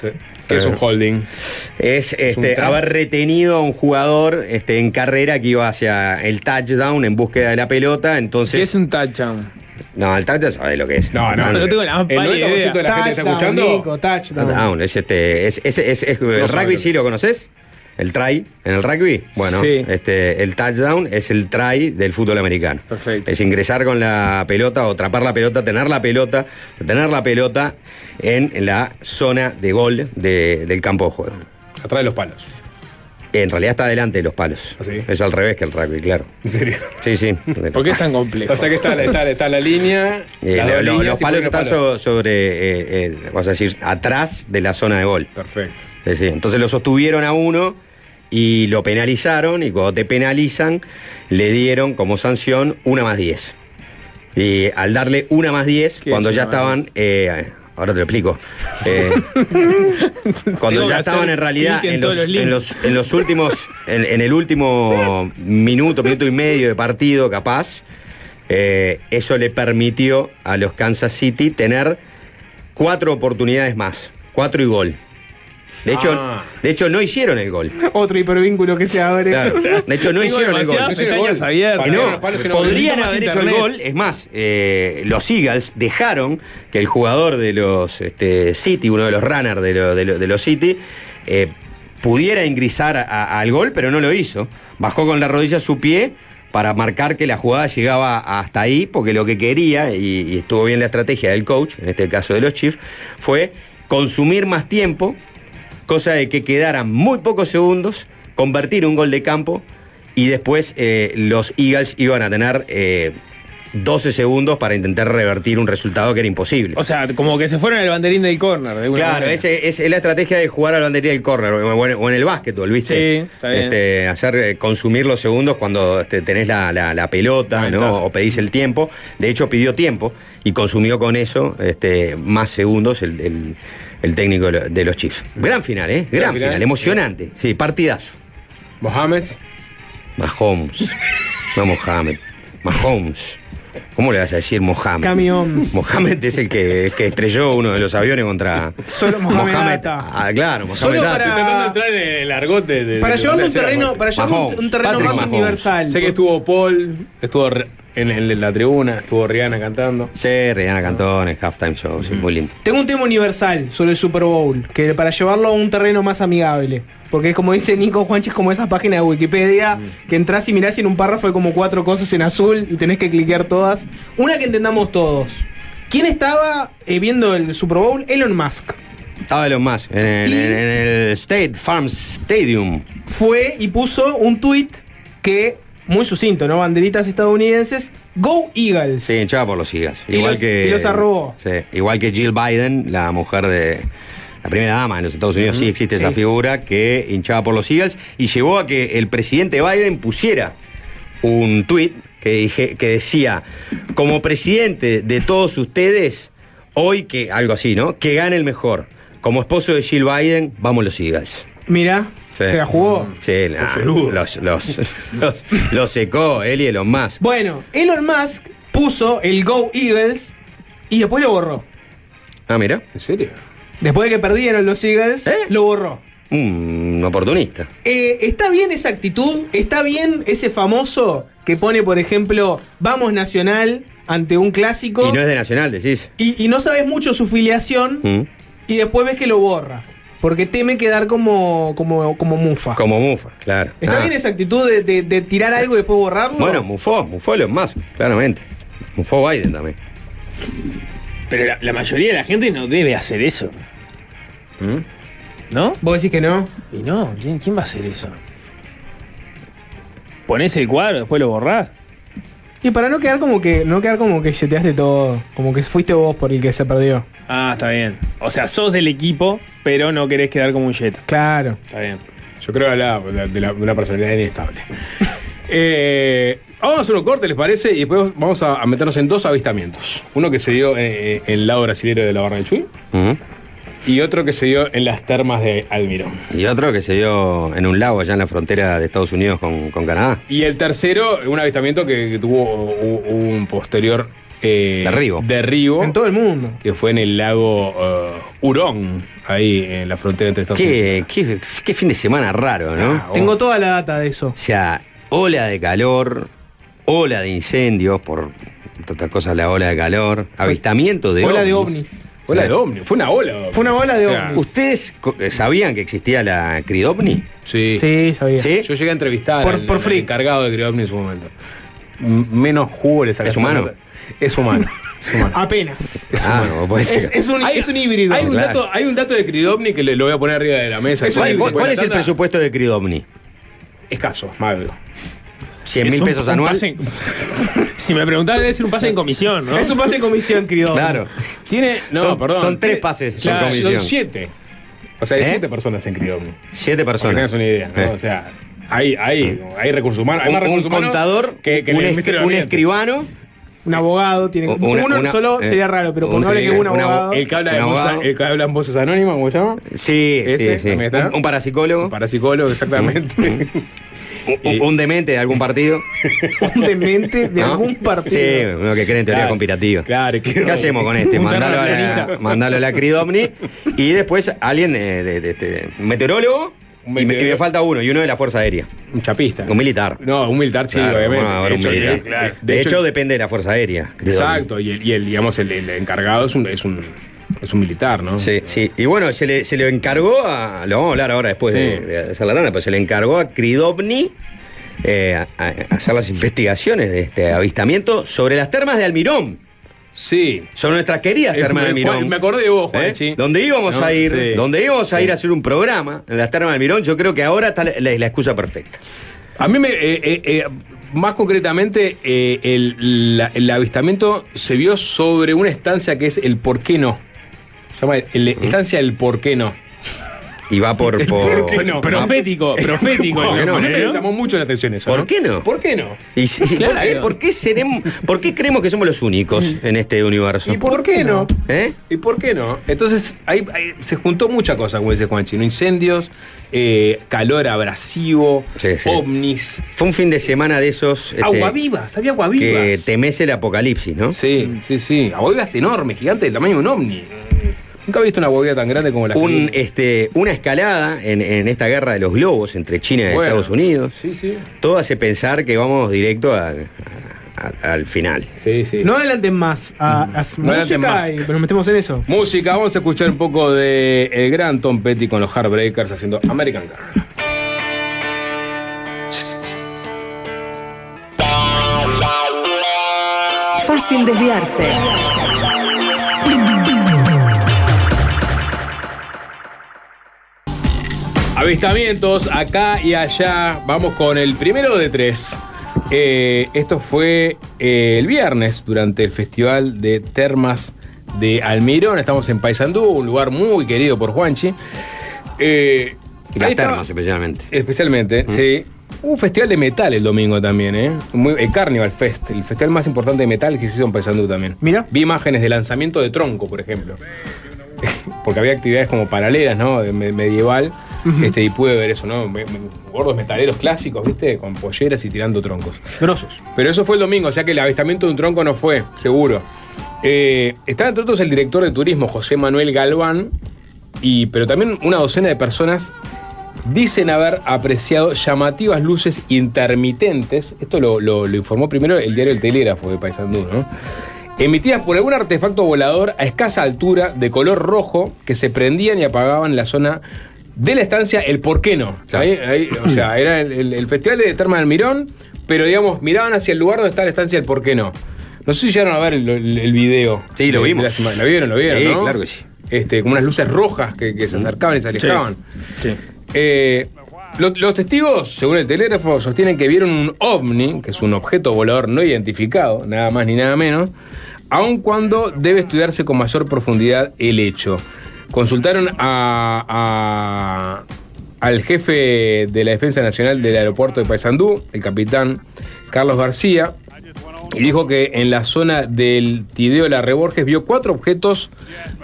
Sí. Que
Eh.
es un holding.
Es este,
trust.
haber retenido a un jugador este, en carrera que iba hacia el touchdown en búsqueda de la pelota.
¿Qué
Entonces.
es un touchdown?
No, el touchdown sabes lo que es.
No, no,
No, no tengo la más
El
pálida
90% de la gente que está escuchando.
Nico, touchdown.
Touchdown, Ah, es este. Es, es- es- es- el
sabe
rugby
lo
sí
que-
lo conoces. El try en el rugby. Bueno,
Sí.
este, el touchdown es el try del fútbol americano.
Perfecto.
Es ingresar con la pelota o atrapar la pelota, tener la pelota, tener la pelota en la zona de gol de- del campo de juego.
Atrás de los palos.
En realidad está delante de los palos.
¿Ah, sí?
Es al revés que el rugby, claro.
En serio.
Sí, sí.
¿Por qué es tan complejo?
O sea que está, la- está, la- está la línea.
Eh,
las
lo-
dos
lo-
líneas
los
y
palos
pone
están so- sobre, eh, el- vas a decir, atrás de la zona de gol.
Perfecto.
Sí, sí. Entonces lo sostuvieron a uno y lo penalizaron y cuando te penalizan le dieron como sanción una más diez. Y al darle una más diez,
¿Qué
cuando
es
ya
una más
estaban... eh, ahora te lo explico. Eh, cuando
Tengo que
ya estaban
hacer
en realidad
clic en
en
todos
los,
los links.
en los- en los últimos, en, en el último minuto, minuto y medio de partido capaz, eh, eso le permitió a los Kansas City tener cuatro oportunidades más, cuatro y gol. De hecho,
Ah.
de hecho no hicieron el gol.
Otro hipervínculo que se abre.
Claro. De hecho, no
Tengo
hicieron el gol.
demasiadas
No hicieron el
pestañas
gol.
abiertas.
Y
Para
no,
los palos, sino-
podrían
Necesito más
haber hecho el
internet.
gol. Es más, eh, los Eagles dejaron que el jugador de los este, City, uno de los runners de, lo- de lo- de los City, eh, pudiera ingresar a- al gol, pero no lo hizo. Bajó con la rodilla su pie para marcar que la jugada llegaba hasta ahí, porque lo que quería, y, y estuvo bien la estrategia del coach, en este caso de los Chiefs, fue consumir más tiempo cosa de que quedaran muy pocos segundos, convertir un gol de campo y después eh, los Eagles iban a tener eh, 12 segundos para intentar revertir un resultado que era imposible.
O sea, como que se fueron al banderín del corner. de alguna
Claro,
manera.
ese- ese es la estrategia de jugar a la bandería del córner o en, o en el básquetbol, ¿viste?
Sí, está bien.
Este, hacer eh, consumir los segundos cuando este, tenés la, la- la pelota ¿no?
ventaja.
o pedís el tiempo. De hecho, pidió tiempo y consumió con eso este, más segundos el, el- el técnico de lo- de los Chiefs. Gran final, ¿eh? Gran,
Gran
final,
final.
emocionante. Sí, partidazo.
Mohamed.
Mahomes. No Mohamed. Mahomes. ¿Cómo le vas a decir Mohamed?
Camión.
Mohamed es el que, que estrelló uno de los aviones contra.
Solo Mohamed Atta.
Ah, claro, Mohamed
Solo
Atta.
para-
Intentando entrar en el argot de. de-
Para
de-
llevarlo a un
de-
terreno, para llevarlo a un-
Mahomes,
un terreno
Patrick
más
Mahomes.
universal.
Sé que estuvo Paul, estuvo re- en, el- en la tribuna, estuvo Rihanna cantando.
Sí, Rihanna Cantón, el halftime show, sí,
Mm.
muy lindo.
Tengo un tema universal sobre el Super Bowl, que para llevarlo a un terreno más amigable. Porque es como dice Nico Juanches, como esa página de Wikipedia,
Mm.
que entras y mirás y en un párrafo hay como cuatro cosas en azul y tenés que cliquear todas. Una que entendamos todos. ¿Quién estaba eh, viendo el Super Bowl? Elon Musk.
Estaba Elon Musk en el, en- en el State Farm Stadium.
Fue y puso un tweet que, muy sucinto, ¿no? Banderitas estadounidenses. Go Eagles.
Sí, hinchada por los higas.
Y
Igual
los-
que.
y los arrobó.
Sí, igual que Jill Biden, la mujer de. La primera dama en los Estados Unidos sí existe esa
Sí.
figura que hinchaba por los Eagles y llevó a que el presidente Biden pusiera un tuit que, dije, que decía, como presidente de todos ustedes, hoy que, algo así, ¿no? Que gane el mejor. Como esposo de Jill Biden, vamos los Eagles.
Mira,
Sí. Mm.
se la jugó.
Sí, nah, los, los, los, los secó él y Elon Musk.
Bueno, Elon Musk puso el Go Eagles y después lo borró.
Ah, mira,
¿En serio?
Después de que perdieron los Eagles,
¿Eh?
lo borró.
un Mm, oportunista.
Eh, ¿Está bien esa actitud? ¿Está bien ese famoso que pone, por ejemplo, vamos Nacional ante un clásico
Y no es de Nacional, decís.
y- y no sabes mucho su filiación
Mm.
y después ves que lo borra? Porque teme quedar como, como, como mufa.
Como Mufa, claro.
¿Está
Ah.
bien esa actitud de, de- de tirar algo y después borrarlo?
Bueno, Mufó, Mufó Elon Musk, claramente. Mufó Biden también.
Pero la, la mayoría de la gente no debe hacer eso. ¿No?
¿Vos decís que no?
Y no, ¿quién, quién va a hacer eso? Ponés el cuadro, después lo borrás.
Y para no quedar como que no quedar como que yeteaste todo, como que fuiste vos por el que se perdió.
Ah, está bien. O sea, sos del equipo, pero no querés quedar como un jet.
Claro.
Está bien.
Yo creo que hablaba de, la- de la- de una personalidad inestable. Eh, vamos a hacer un corte, ¿les parece? Y después vamos a, a meternos en dos avistamientos. Uno que se dio eh, en el lado brasilero de la Barra del Chuy
Ujú.
y otro que se dio en las termas de Almirón.
Y otro que se dio en un lago allá en la frontera de Estados Unidos con, con Canadá.
Y el tercero, un avistamiento que, que tuvo u- u- un posterior eh,
Derribo. Oh.
derribo,
En todo el mundo.
que fue en el lago eh, Hurón, ahí en la frontera entre Estados Unidos.
Qué, qué, qué fin de semana raro, ¿no?
Ah,
Tengo toda la data de eso.
O sea, ola de calor, ola de incendios, por otra cosa la ola de calor, avistamiento de
Ola de
ovnis.
ovnis.
Ola de ovni, fue una ola. de ovni.
Fue una ola de
O sea,
ovnis.
¿Ustedes co- eh, sabían que existía la Cridovni?
Sí.
Sí, sabía.
Sí.
Yo llegué a entrevistar
Por-
al,
por
al
freak.
encargado de Griovni en su momento. M- menos jugo le sacás
¿Es humano?
a- Es humano. Es humano.
Apenas.
Ah, no, puede
Es,
ser.
es un,
Hay-
es un híbrido.
Hay un,
Claro.
dato, hay un dato de Cridovni que le, lo voy a poner arriba de la mesa.
Es
Después
¿Cuál,
de-
cuál-
después
cuál
de
es
la
el
tanda,
presupuesto de Cridovni?
escaso, magro.
100 mil pesos anuales.
si me preguntás, debe ser un pase en comisión, ¿no?
Es un pase de comisión, querido.
Claro.
Tiene. No,
Son-
perdón.
son tres
tiene-
pases, son
Claro,
comisión.
Son siete. O sea, hay
¿Eh?
siete personas en Criomni.
Siete
Para que
personas.
tengas una idea, ¿no?
Eh.
O sea, hay, hay, hay recursos humanos. Hay
Un,
más
un
recursos humanos
contador,
que, que en
un,
el
escri-
Ministerio de
un
Ambiente.
escribano.
Un abogado tiene
o- una-
Uno
una-
solo
eh,
sería raro, pero
un-
con
sí,
que
un
un
abo-
abogado.
El que habla de
Un
voces-
abogado.
el que habla en voces anónimas, ¿cómo se llama?
Sí,
Ese
sí, sí.
también está.
Un, un parapsicólogo,
Parapsicólogo, exactamente.
un, un demente de algún partido.
un demente de
¿no?
algún
Sí,
partido.
uno que cree en teoría
Claro,
conspirativa.
claro, que-
¿Qué hacemos con este?
Un
Mandalo a, la,
terraplanista.
mandalo a la Cridomni y después alguien eh, de, de- este, un meteorólogo.
Un
y, me, y me
meteorólogo.
falta uno, y uno de la Fuerza Aérea.
Un chapista.
Un militar.
No, un militar, sí,
Claro,
obviamente.
bueno, ahora un
Eso,
militar.
eh,
De, hecho, depende de la Fuerza Aérea. Cridomni.
Exacto, y el, y el, digamos, el, el encargado es un, es, un, es un militar, ¿no?
Sí, sí. Y bueno, se le, se le encargó a. Lo vamos a hablar ahora después
Sí.
de, de hacer la rana, pero se le encargó a Cridovni eh, a, a hacer las investigaciones de este avistamiento sobre las termas de Almirón.
Sí.
Son nuestras queridas
Es-
termas de Almirón. ¿Eh?
Juan- me acordé de vos, Juanchi.
Donde íbamos
No,
a ir,
sí.
donde íbamos a
Sí.
ir a hacer un programa en las termas de Almirón, yo creo que ahora está la, la- la excusa perfecta.
A mí me. eh, eh, eh, más concretamente, eh, el, la- el avistamiento se vio sobre una estancia que es el por qué no. Se llama el- estancia del por qué no.
Y va por.
¿Por
por,
qué no? Ah.
va-
Profético, profético. ¿eh?
¿Por qué no?
A mí me
¿no?
llamó mucho la atención eso.
¿Por qué no?
¿Por qué no?
y sí, sí, ¿por, qué,
Claro.
por qué seremos, ¿Por qué creemos que somos los únicos en este universo?
¿Y por qué no?
¿Eh?
¿Y por qué no? Entonces, ahí, ahí se juntó mucha cosa, como dice Juanchi, ¿no? Incendios, eh, calor abrasivo,
Sí, sí.
ovnis,
Fue un fin de semana de esos. este,
aguavivas, había aguavivas.
que temes el apocalipsis, ¿no?
Sí, sí, sí. Aguavivas enormes, gigantes del tamaño de un ovni. Eh, Nunca he visto una aguaviva tan grande como la
Un,
que-
este, una escalada en, en esta guerra de los globos entre China y
Bueno.
Estados Unidos.
Sí, sí.
Todo hace pensar que vamos directo al- al- al final.
Sí, sí.
No adelanten más a, a música
adelanten más.
y nos metemos en eso.
Música, vamos a escuchar un poco de el gran Tom Petty con los Heartbreakers haciendo American Girl.
Fácil desviarse.
Avistamientos acá y allá. Vamos con el primero de tres. Eh, esto fue eh, el viernes durante el Festival de Termas de Almirón. Estamos en Paysandú, un lugar muy querido por Juanchi. Eh,
Y Las
ahí estaba-
termas, especialmente.
Especialmente, sí. Hubo un festival de metal el domingo también, ¿eh? Muy- el Carnival Fest, el festival más importante de metal que se hizo en Paysandú también.
Mirá.
Vi imágenes de lanzamiento de tronco, por ejemplo. Porque había actividades como paralelas, ¿no? De me- medieval. este, y pude ver eso, ¿no? Me- me- gordos metaleros clásicos, ¿viste? Con polleras y tirando troncos.
Grosos.
Pero eso fue el domingo, o sea que el avistamiento de un tronco no fue, seguro. Eh, estaba entre otros el director de turismo, José Manuel Galván, y, pero también una docena de personas dicen haber apreciado llamativas luces intermitentes. Esto lo, lo- lo informó primero el diario El Telégrafo de Paysandú, ¿no? Emitidas por algún artefacto volador a escasa altura de color rojo que se prendían y apagaban en la zona de la estancia El Por qué no.
Claro.
Ahí- ahí, o sea, era el, el- el festival de Termas del Mirón, pero digamos, miraban hacia el lugar donde está la estancia El Por qué no. No sé si llegaron a ver el, el- el video.
Sí, lo
de- de
vimos.
las imágenes. Lo vieron, lo vieron.
Sí,
¿no?
claro que sí.
Este, como unas luces rojas que, que se acercaban y se alejaban.
Sí.
Eh, lo- los testigos, según el telégrafo, sostienen que vieron un ovni, que es un objeto volador no identificado, nada más ni nada menos, aun cuando debe estudiarse con mayor profundidad el hecho. Consultaron a- a- al jefe de la Defensa Nacional del aeropuerto de Paysandú, el capitán Carlos García, y dijo que en la zona del Tideo La Reborges vio cuatro objetos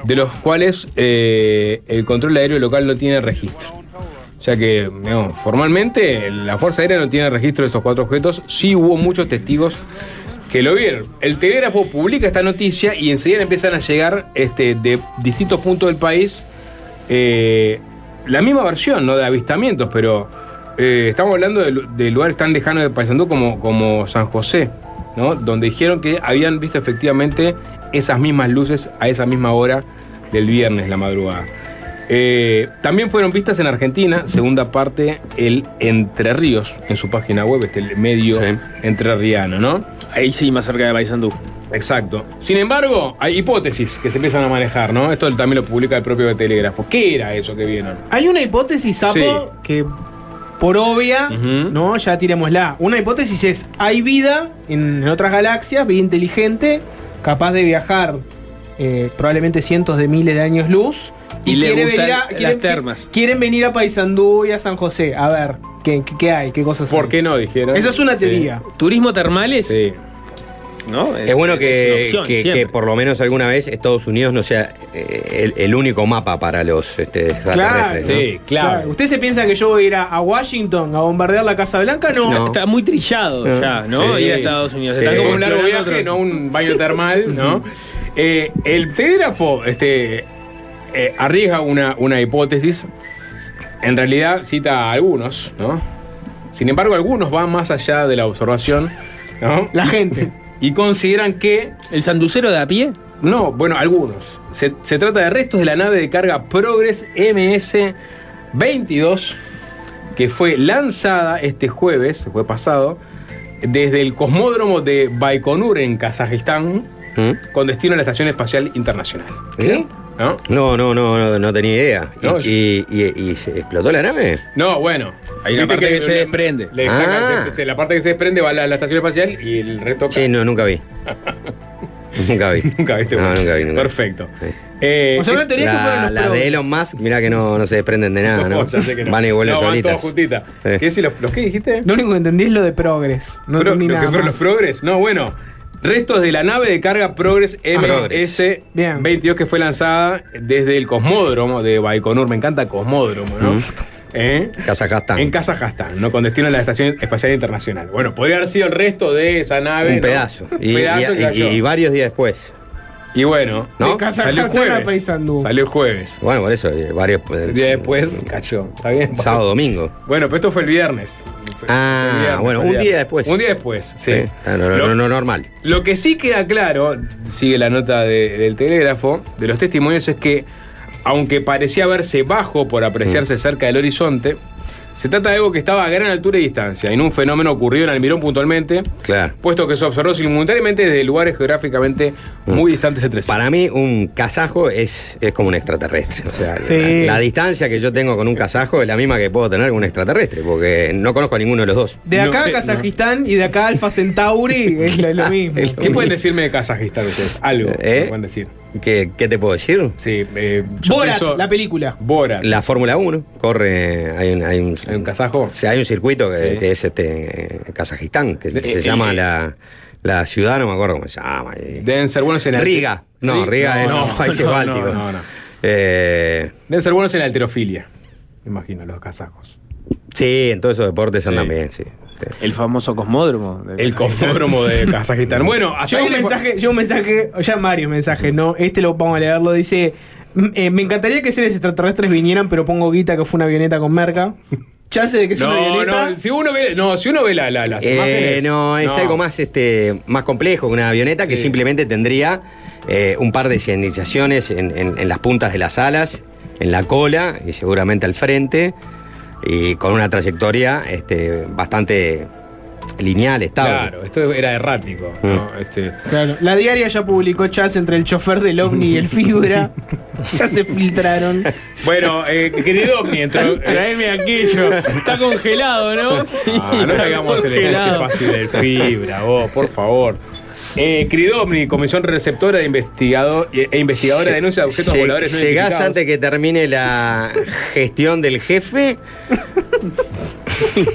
de los cuales eh, el control aéreo local no tiene registro. O sea que, digamos, formalmente, la Fuerza Aérea no tiene registro de esos cuatro objetos. Sí hubo muchos testigos que lo vieron. El telégrafo publica esta noticia y enseguida empiezan a llegar este, de distintos puntos del país eh, la misma versión, ¿no? De avistamientos, pero eh, estamos hablando de, lu- de lugares tan lejanos de Paysandú como, como San José, ¿no? Donde dijeron que habían visto efectivamente esas mismas luces a esa misma hora del viernes, la madrugada. Eh, también fueron vistas en Argentina, segunda parte, el Entre Ríos, en su página web, este el medio
Sí.
entrerriano, ¿no?
Ahí sí, más cerca de Paysandú.
Exacto. Sin embargo, hay hipótesis que se empiezan a manejar, ¿no? Esto también lo publica el propio Telégrafo. ¿Qué era eso que vieron?
Hay una hipótesis, sapo,
Sí.
que por obvia,
Ujú.
¿no? Ya tirémosla. Una hipótesis es, hay vida en, en otras galaxias, vida inteligente, capaz de viajar eh, probablemente cientos de miles de años luz.
Y le gustan las
quieren-
termas.
Quieren venir a Paysandú y a San José. A ver, ¿qué, qué- qué hay? ¿Qué cosas
¿Por
hay?
qué no? Dijeron.
Esa es una
Sí.
teoría.
Turismo termales,
Sí.
¿no? Este,
Es bueno
es una
que,
opción,
que-
siempre.
que por lo menos alguna vez Estados Unidos no sea eh, el, el único mapa para los este, extraterrestres.
Claro,
¿no?
sí. claro.
¿Usted se piensa que yo voy a ir a, a Washington a bombardear la Casa Blanca? No.
No.
Está muy trillado
Eh,
ya, ¿no?
sí,
Ir a Estados Unidos.
sí.
Está
Como
como
un largo
explorando
viaje,
otro-
no un baño termal, ¿no? Eh, el telégrafo este, eh, arriesga una, una hipótesis. En realidad cita a algunos, ¿no? Sin embargo, algunos van más allá de la observación, ¿no?
La gente.
Y consideran que
¿El sanducero de a pie?
no, bueno, algunos. Se, se trata de restos de la nave de carga Progress MS-22, que fue lanzada este jueves, el jueves pasado, desde el cosmódromo de Baikonur en Kazajistán,
¿Mm?
con destino a la Estación Espacial Internacional.
¿Eh?
¿No?
No, no, no, no, no tenía idea. ¿Y,
No, yo-
y- y- y se explotó la nave?
No, bueno.
Hay una
Viste
parte que se desprende.
le sacan-
Ah.
se- se- la parte que se desprende va a la, la Estación Espacial y el resto...
Sí, no, nunca vi. nunca vi.
Nunca viste.
No,
bueno.
nunca vi. nunca vi.
Perfecto.
Sí.
Eh,
O sea, una teoría que fueron
La,
los
la
progres.
de Elon Musk, mirá que no, no se desprenden de nada, Ah, ¿no?
ya sé que no.
Van y vuelven
No, van
solitas.
todas juntitas.
Sí.
¿Qué decís? ¿Los, los qué dijiste?
Lo único que entendí es lo de Progress. No
Pro-
entendí
lo
nada.
que fueron los
más.
progres. No, bueno. Restos de la nave de carga Progress
Progress.
Bien.
MS-22 que fue lanzada desde el cosmódromo de Baikonur. Me encanta cosmódromo, ¿no?
Mm.
¿Eh?
Kazajstán.
En Kazajstán, ¿no? Con destino a la Estación Espacial Internacional. Bueno, podría haber sido el resto de esa nave.
Un
¿no?
pedazo.
Un
Y,
pedazo
y-
que
y-
cayó.
y varios días después.
Y bueno,
¿No?
De Kazajstán
salió el
a
jueves.
Paysandú.
Salió el jueves.
Bueno, por eso, eh, varios.
El día después cayó. ¿Está bien?
Sábado, domingo.
Bueno, pero esto fue el viernes. Fue-
Ah,
fue el
bueno,
fue el
un día después.
Un día después, sí.
Sí. Ah, No, no,
Lo-
no, no, normal.
Lo que sí queda claro, sigue la nota de- del telégrafo, de los testimonios es que, aunque parecía verse bajo por apreciarse
Mm.
cerca del horizonte, se trata de algo que estaba a gran altura y distancia, y no un fenómeno ocurrido en Almirón puntualmente,
Claro.
puesto que se observó simultáneamente desde lugares geográficamente muy distantes entre sí.
Mm. Para mí, un casajo es, es como un extraterrestre. O sea,
Sí.
la, la distancia que yo tengo con un casajo es la misma que puedo tener con un extraterrestre, porque no conozco a ninguno de los dos.
De acá
No,
a
eh,
Kazajistán y de acá a Alfa Centauri es lo, es lo mismo.
Es lo
¿Qué pueden decirme de Kazajistán ustedes? Algo
¿Eh?
me pueden decir.
¿Qué, qué te puedo decir?
Sí, eh, yo
Borat,
pienso-
la película.
Borat.
La Fórmula 1 corre. Hay un, hay un,
¿Hay un kazajo?
Sí, hay un circuito que,
Sí.
que es este eh, Kazajistán, que
De-
se
eh,
llama
eh,
la, la ciudad, no me acuerdo cómo se llama. y-
Deben ser buenos en alter-
Riga. No,
Ri-
Riga es
no,
los países
no, no,
bálticos.
no, no.
Eh,
Deben ser buenos en alterofilia. Me imagino, los kazajos.
sí, en todos esos deportes andan
Sí.
bien, sí. sí.
El famoso cosmódromo.
El cosmódromo de Kazajistán. Bueno, hasta
Yo
ahí
un
la info-
mensaje, yo un mensaje, ya varios mensajes, ¿no? Este lo vamos a leerlo, dice. "Mm, eh, me encantaría que seres extraterrestres vinieran, pero pongo guita que fue una avioneta con merca. Chance de que sea una
No,
avioneta.
no, si uno ve, no, si uno ve la, la- las
Eh,
imágenes.
no, es algo más, este, más complejo que una avioneta que
Sí.
simplemente tendría eh, un par de señalizaciones en, en- en las puntas de las alas, en la cola y seguramente al frente, y con una trayectoria este, bastante lineal, estable. Mm.
Claro, esto era errático. ¿no? Este,
Claro, La diaria ya publicó chats entre el chofer del ovni y el fibra. ya se filtraron.
bueno, eh, querido Omni, entró- eh,
Traeme aquello. Está congelado, ¿no? Sí,
ah, no
está
pegamos el
congelado.
choque fácil del fibra, vos, por favor. Eh, querido Omni, Comisión Receptora de Investigado, e e Investigadora de Denuncia de Objetos
Lle-
Voladores No
Llegás
identificados.
antes que termine la gestión del jefe.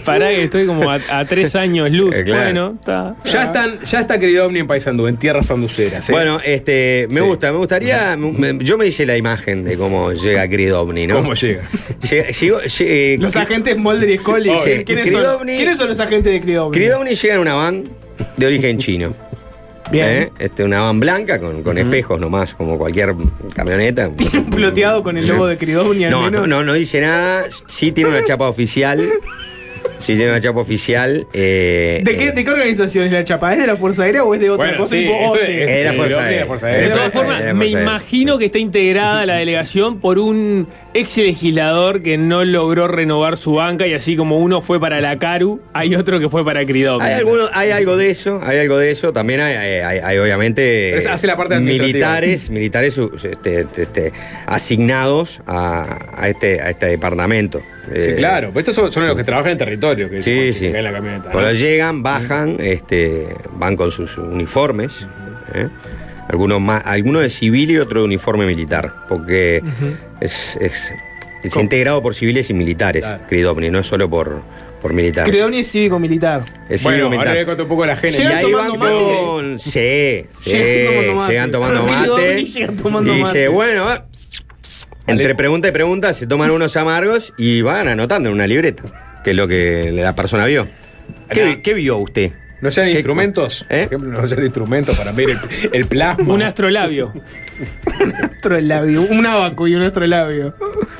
Pará que estoy como a, a tres años luz.
Eh, claro.
Bueno, está.
Ya, están, ya está querido Omni en Paysandú, en tierras sanduceras. ¿eh?
Bueno, este, me
Sí.
gusta, me gustaría. me- me- yo me hice la imagen de cómo llega Gridovni, ¿no?
¿cómo llega?
Llega- llegó- lle- eh,
Los
Cri-
agentes Mulder y Scully.
Oh, sí.
¿Quiénes, son?
Cridovni-
¿Quiénes son los agentes de Cridovni?
Gridovni llega en una van de origen chino.
Bien.
¿eh? Este, una van blanca con, con espejos nomás, como cualquier camioneta.
Tiene un ploteado con el logo de Cridovni al
No,
menos.
no, no, no dice nada. Sí tiene una chapa oficial. Sí, tiene una chapa oficial. eh,
¿De qué,
eh,
¿De qué organización es la chapa? ¿Es de la Fuerza Aérea o es de otra
Bueno,
cosa?
sí,
tipo
esto
OCE?
es-
Es de la
Sí, lo
Fuerza
de la
Aérea.
Fuerza
Es
Aérea.
De
la
todas
Fuerza
formas,
eh,
Aérea, es la
me
pues,
Fuerza Aérea.
imagino que está integrada la delegación por un ex legislador que no logró renovar su banca y así como uno fue para la CARU, hay otro que fue para Cridoc.
Hay, algunos, hay algo de eso, hay algo de eso. También hay, hay- hay- hay, obviamente
Pero esa hace la parte administrativa.
militares, militares su- su- este, este, este, asignados a, a este, a este departamento.
Sí,
Eh,
claro. Pero estos son, son los que trabajan en territorio. Que
Sí,
que
sí.
caen en la camioneta. ¿no?
Cuando llegan, bajan, este, van con sus uniformes. ¿eh? Algunos, más, algunos de civil y otro de uniforme militar. Porque es, es, es integrado por civiles y militares,
Claro.
Cridopni, no es solo por, por militares.
Creoni es cívico-militar.
Es
Bueno,
civil militar.
ahora le cuento un poco la
Y
génesis.
Llegan
ahí van
tomando mate.
con. Sí, sí,
Llegan tomando mate.
llegan tomando
Arriba,
mate.
y llegan tomando
y dice,
mate.
bueno, va. entre pregunta y pregunta se toman unos amargos y van anotando en una libreta, que es lo que la persona vio. ¿Qué, vi- qué vio usted?
¿No sean
¿Qué-
instrumentos?
¿Eh?
Por ejemplo, no sean instrumentos para ver el, el plasma.
Un astrolabio.
Astrolabio, un abaco y un astrolabio.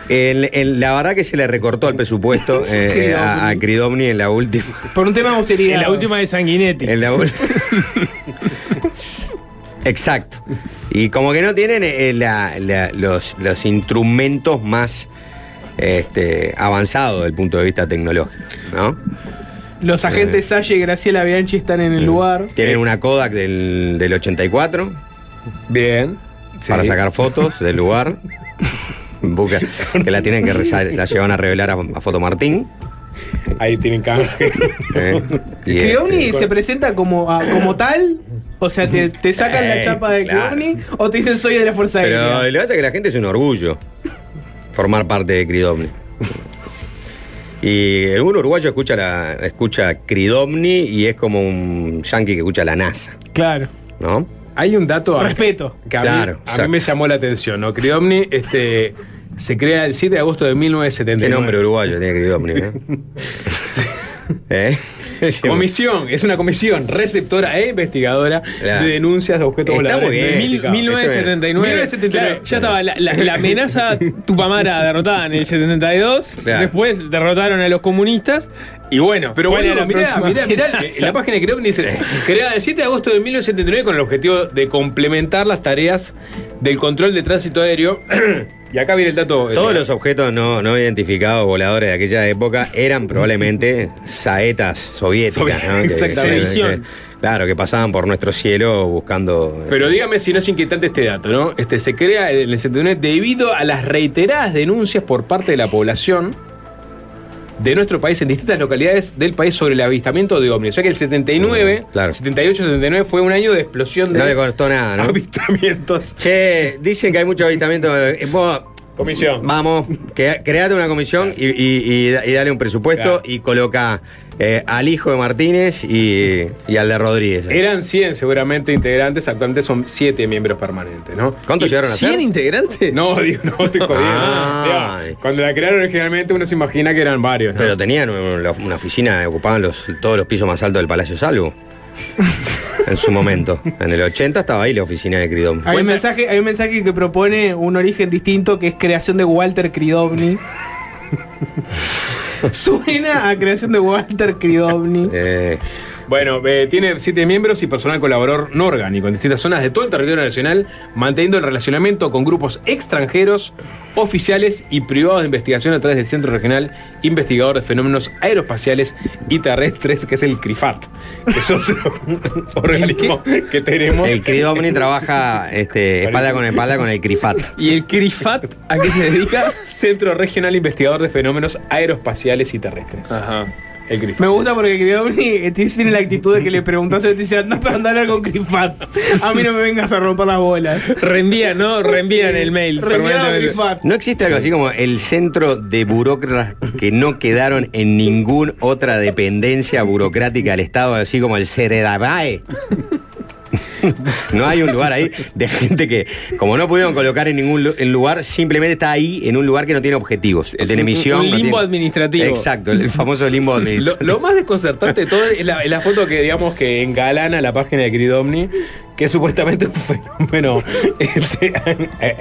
El- el- la verdad que se le recortó el presupuesto eh, eh, a, a Cridomni en la última.
Por un tema de austeridad.
En la última de Sanguinetti.
En la ul- Exacto. Y como que no tienen eh, la- la- los, los instrumentos más este, avanzados desde el punto de vista tecnológico, ¿no?
Los agentes Salle y Graciela Bianchi están en el lugar.
Tienen una Kodak del, del 84
Bien. Sí.
para sacar fotos del lugar. Busca- que la tienen que resa- la llevan a revelar a, a Foto Martín.
Ahí tienen canje.
¿eh? Y,
Creoni
este,
se presenta como, a- como tal. O sea, te, te sacan
Eh,
la chapa de
claro.
Creoni o te dicen soy de la Fuerza
Pero
Aérea.
lo que pasa es que la gente es un orgullo formar parte de Cridomni. Y algún uruguayo escucha la escucha Cridomni y es como un yankee que escucha la NASA,
Claro.
¿no?
Hay un dato. a-
Respeto.
Que a,
Claro,
mí, a mí
exacto.
me llamó la atención, ¿no? Criomni este, se crea el 7 de agosto de
Qué
1979.
nombre uruguayo tiene Cridomni, ¿eh? ¿Eh?
Comisión, es una comisión receptora e investigadora
Claro.
de denuncias de objetos
Está
voladores.
muy bien.
no
Mil-
identificados.
1979.
1979.
Claro, ya estaba la, la- la amenaza Tupamara derrotada en el 72.
Claro.
Después derrotaron a los comunistas. Y bueno,
Pero
¿cuál
bueno,
era la
mirá,
próxima
mirá, mirá,
amenaza?
en la página de Creopni dice, creada el 7 de agosto de 1979 con el objetivo de complementar las tareas del control de tránsito aéreo. y acá viene el dato. eh,
Todos los objetos no, no identificados voladores de aquella época eran probablemente saetas soviéticas,
Sovi-
¿no? Que-
Exactamente.
que- claro, que pasaban por nuestro cielo buscando.
Pero dígame si no es inquietante este dato, ¿no? Este, se crea en el 79 debido a las reiteradas denuncias por parte de la población de nuestro país en distintas localidades del país sobre el avistamiento de ovnis. O sea que el 79,
Mm, claro.
78, 79 fue un año de explosión de
no le costó nada, ¿no?
avistamientos.
Che, dicen que hay mucho avistamiento. eh, vos,
Comisión.
vamos, que, create una comisión y, y- y da- y dale un
Claro.
presupuesto y coloca eh, al hijo de Martínez y, y al de Rodríguez.
Eran 100 seguramente integrantes, actualmente son 7 miembros permanentes, ¿no?
¿Cuántos llegaron a ser?
¿Cien integrantes?
No, digo, no, te jodiendo.
Ah.
Digo, cuando la crearon originalmente uno se imagina que eran varios, ¿no?
Pero tenían una una oficina, ocupaban los, todos los pisos más altos del Palacio Salvo. en su momento. En el 80 estaba ahí la oficina de Cridom.
Hay un, mensaje, hay un mensaje que propone un origen distinto que es creación de Walter Cridovni. Suena a creación de Walter Cridovni.
Eh,
Bueno, eh, tiene siete miembros y personal colaborador no orgánico en distintas zonas de todo el territorio nacional, manteniendo el relacionamiento con grupos extranjeros, oficiales y privados de investigación a través del Centro Regional Investigador de Fenómenos Aeroespaciales y Terrestres, que es el CRIFAT, que es otro organismo que tenemos.
el Cridovni trabaja este, espalda con espalda con el Crifat.
¿Y el Crifat a qué se dedica?
Centro Regional Investigador de Fenómenos Aeroespaciales y Terrestres. El CRIFAT.
Me gusta porque Cridovni eh, tiene la actitud de que le preguntas y te dice, anda anda a hablar con Crifat. A mí no me vengas a romper las bolas.
Reenvían, ¿no? Reenvían el mail.
Reenviado a
permanentemente.
Crifat.
¿No existe algo así como el centro de burócratas que no quedaron en ninguna otra dependencia burocrática del Estado, así como el Ceredabae? No hay un lugar ahí de gente que, como no pudieron colocar en ningún lu- en lugar, simplemente está ahí en un lugar que no tiene objetivos, no tiene misión.
un
no
limbo
tiene-
administrativo.
Exacto, el famoso limbo
Lo,
administrativo.
lo más desconcertante de todo es la, es la foto que, digamos, que engalana la página de Cridomni, que es supuestamente un fenómeno este, eh,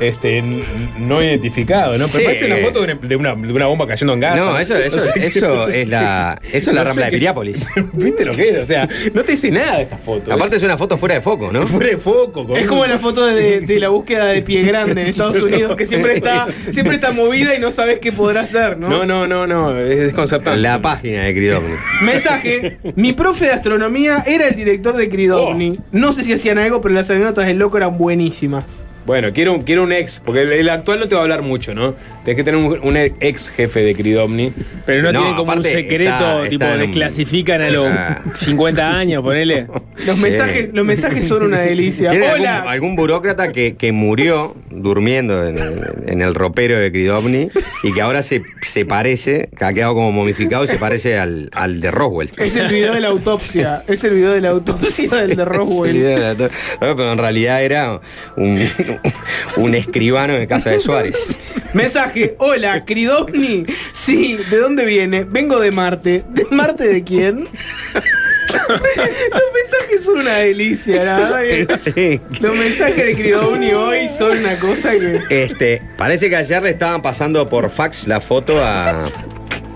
este, n- no identificado, ¿no? Pero
Sí.
parece una foto de una, de una- de una bomba cayendo en Gaza.
No, eso, eso,
No sé
eso
qué-
es la, eso es la
No sé
rambla de
qué-
Piriápolis.
¿Viste lo que es? O sea, no te dice nada esta foto.
Aparte es una foto fuera de foco, ¿no?
Es fuera de foco. con
Es
un-
como la foto de, de la búsqueda de pie grande en Estados Unidos, que siempre está, siempre está movida y no sabes qué podrá hacer, ¿no?
No, no, no, no, es desconcertante.
La página de Cridovni.
Mensaje. Mi profe de astronomía era el director de Cridovni. No sé si hacían algo, pero las anécdotas del loco eran buenísimas.
Bueno, quiero un, quiero un ex, porque el, el actual no te va a hablar mucho, ¿no? Tienes que tener un, un ex jefe de Cridovni.
Pero no,
No,
tiene como un
aparte
secreto,
está- está
tipo,
en un-
desclasifican a los
Ah.
50 años, ponele.
Los,
Sí.
mensajes, los mensajes son una delicia.
¿Tiene algún,
Hola.
algún burócrata que, que murió durmiendo en el, en el ropero de Cridovni y que ahora se, se parece, que ha quedado como momificado y se parece al, al de Roswell?
Es el video de la autopsia. Es el video de la autopsia del
Sí,
de Roswell.
era todo- No, pero en realidad era un, un escribano de casa de Suárez.
Mensaje. Hola, Cridovni. Sí, ¿de dónde viene? Vengo de Marte. ¿De Marte de quién? Los mensajes son una delicia, la verdad. que-
Sí.
Los mensajes de Cridovni hoy son una cosa que.
Este, parece que ayer le estaban pasando por fax la foto a-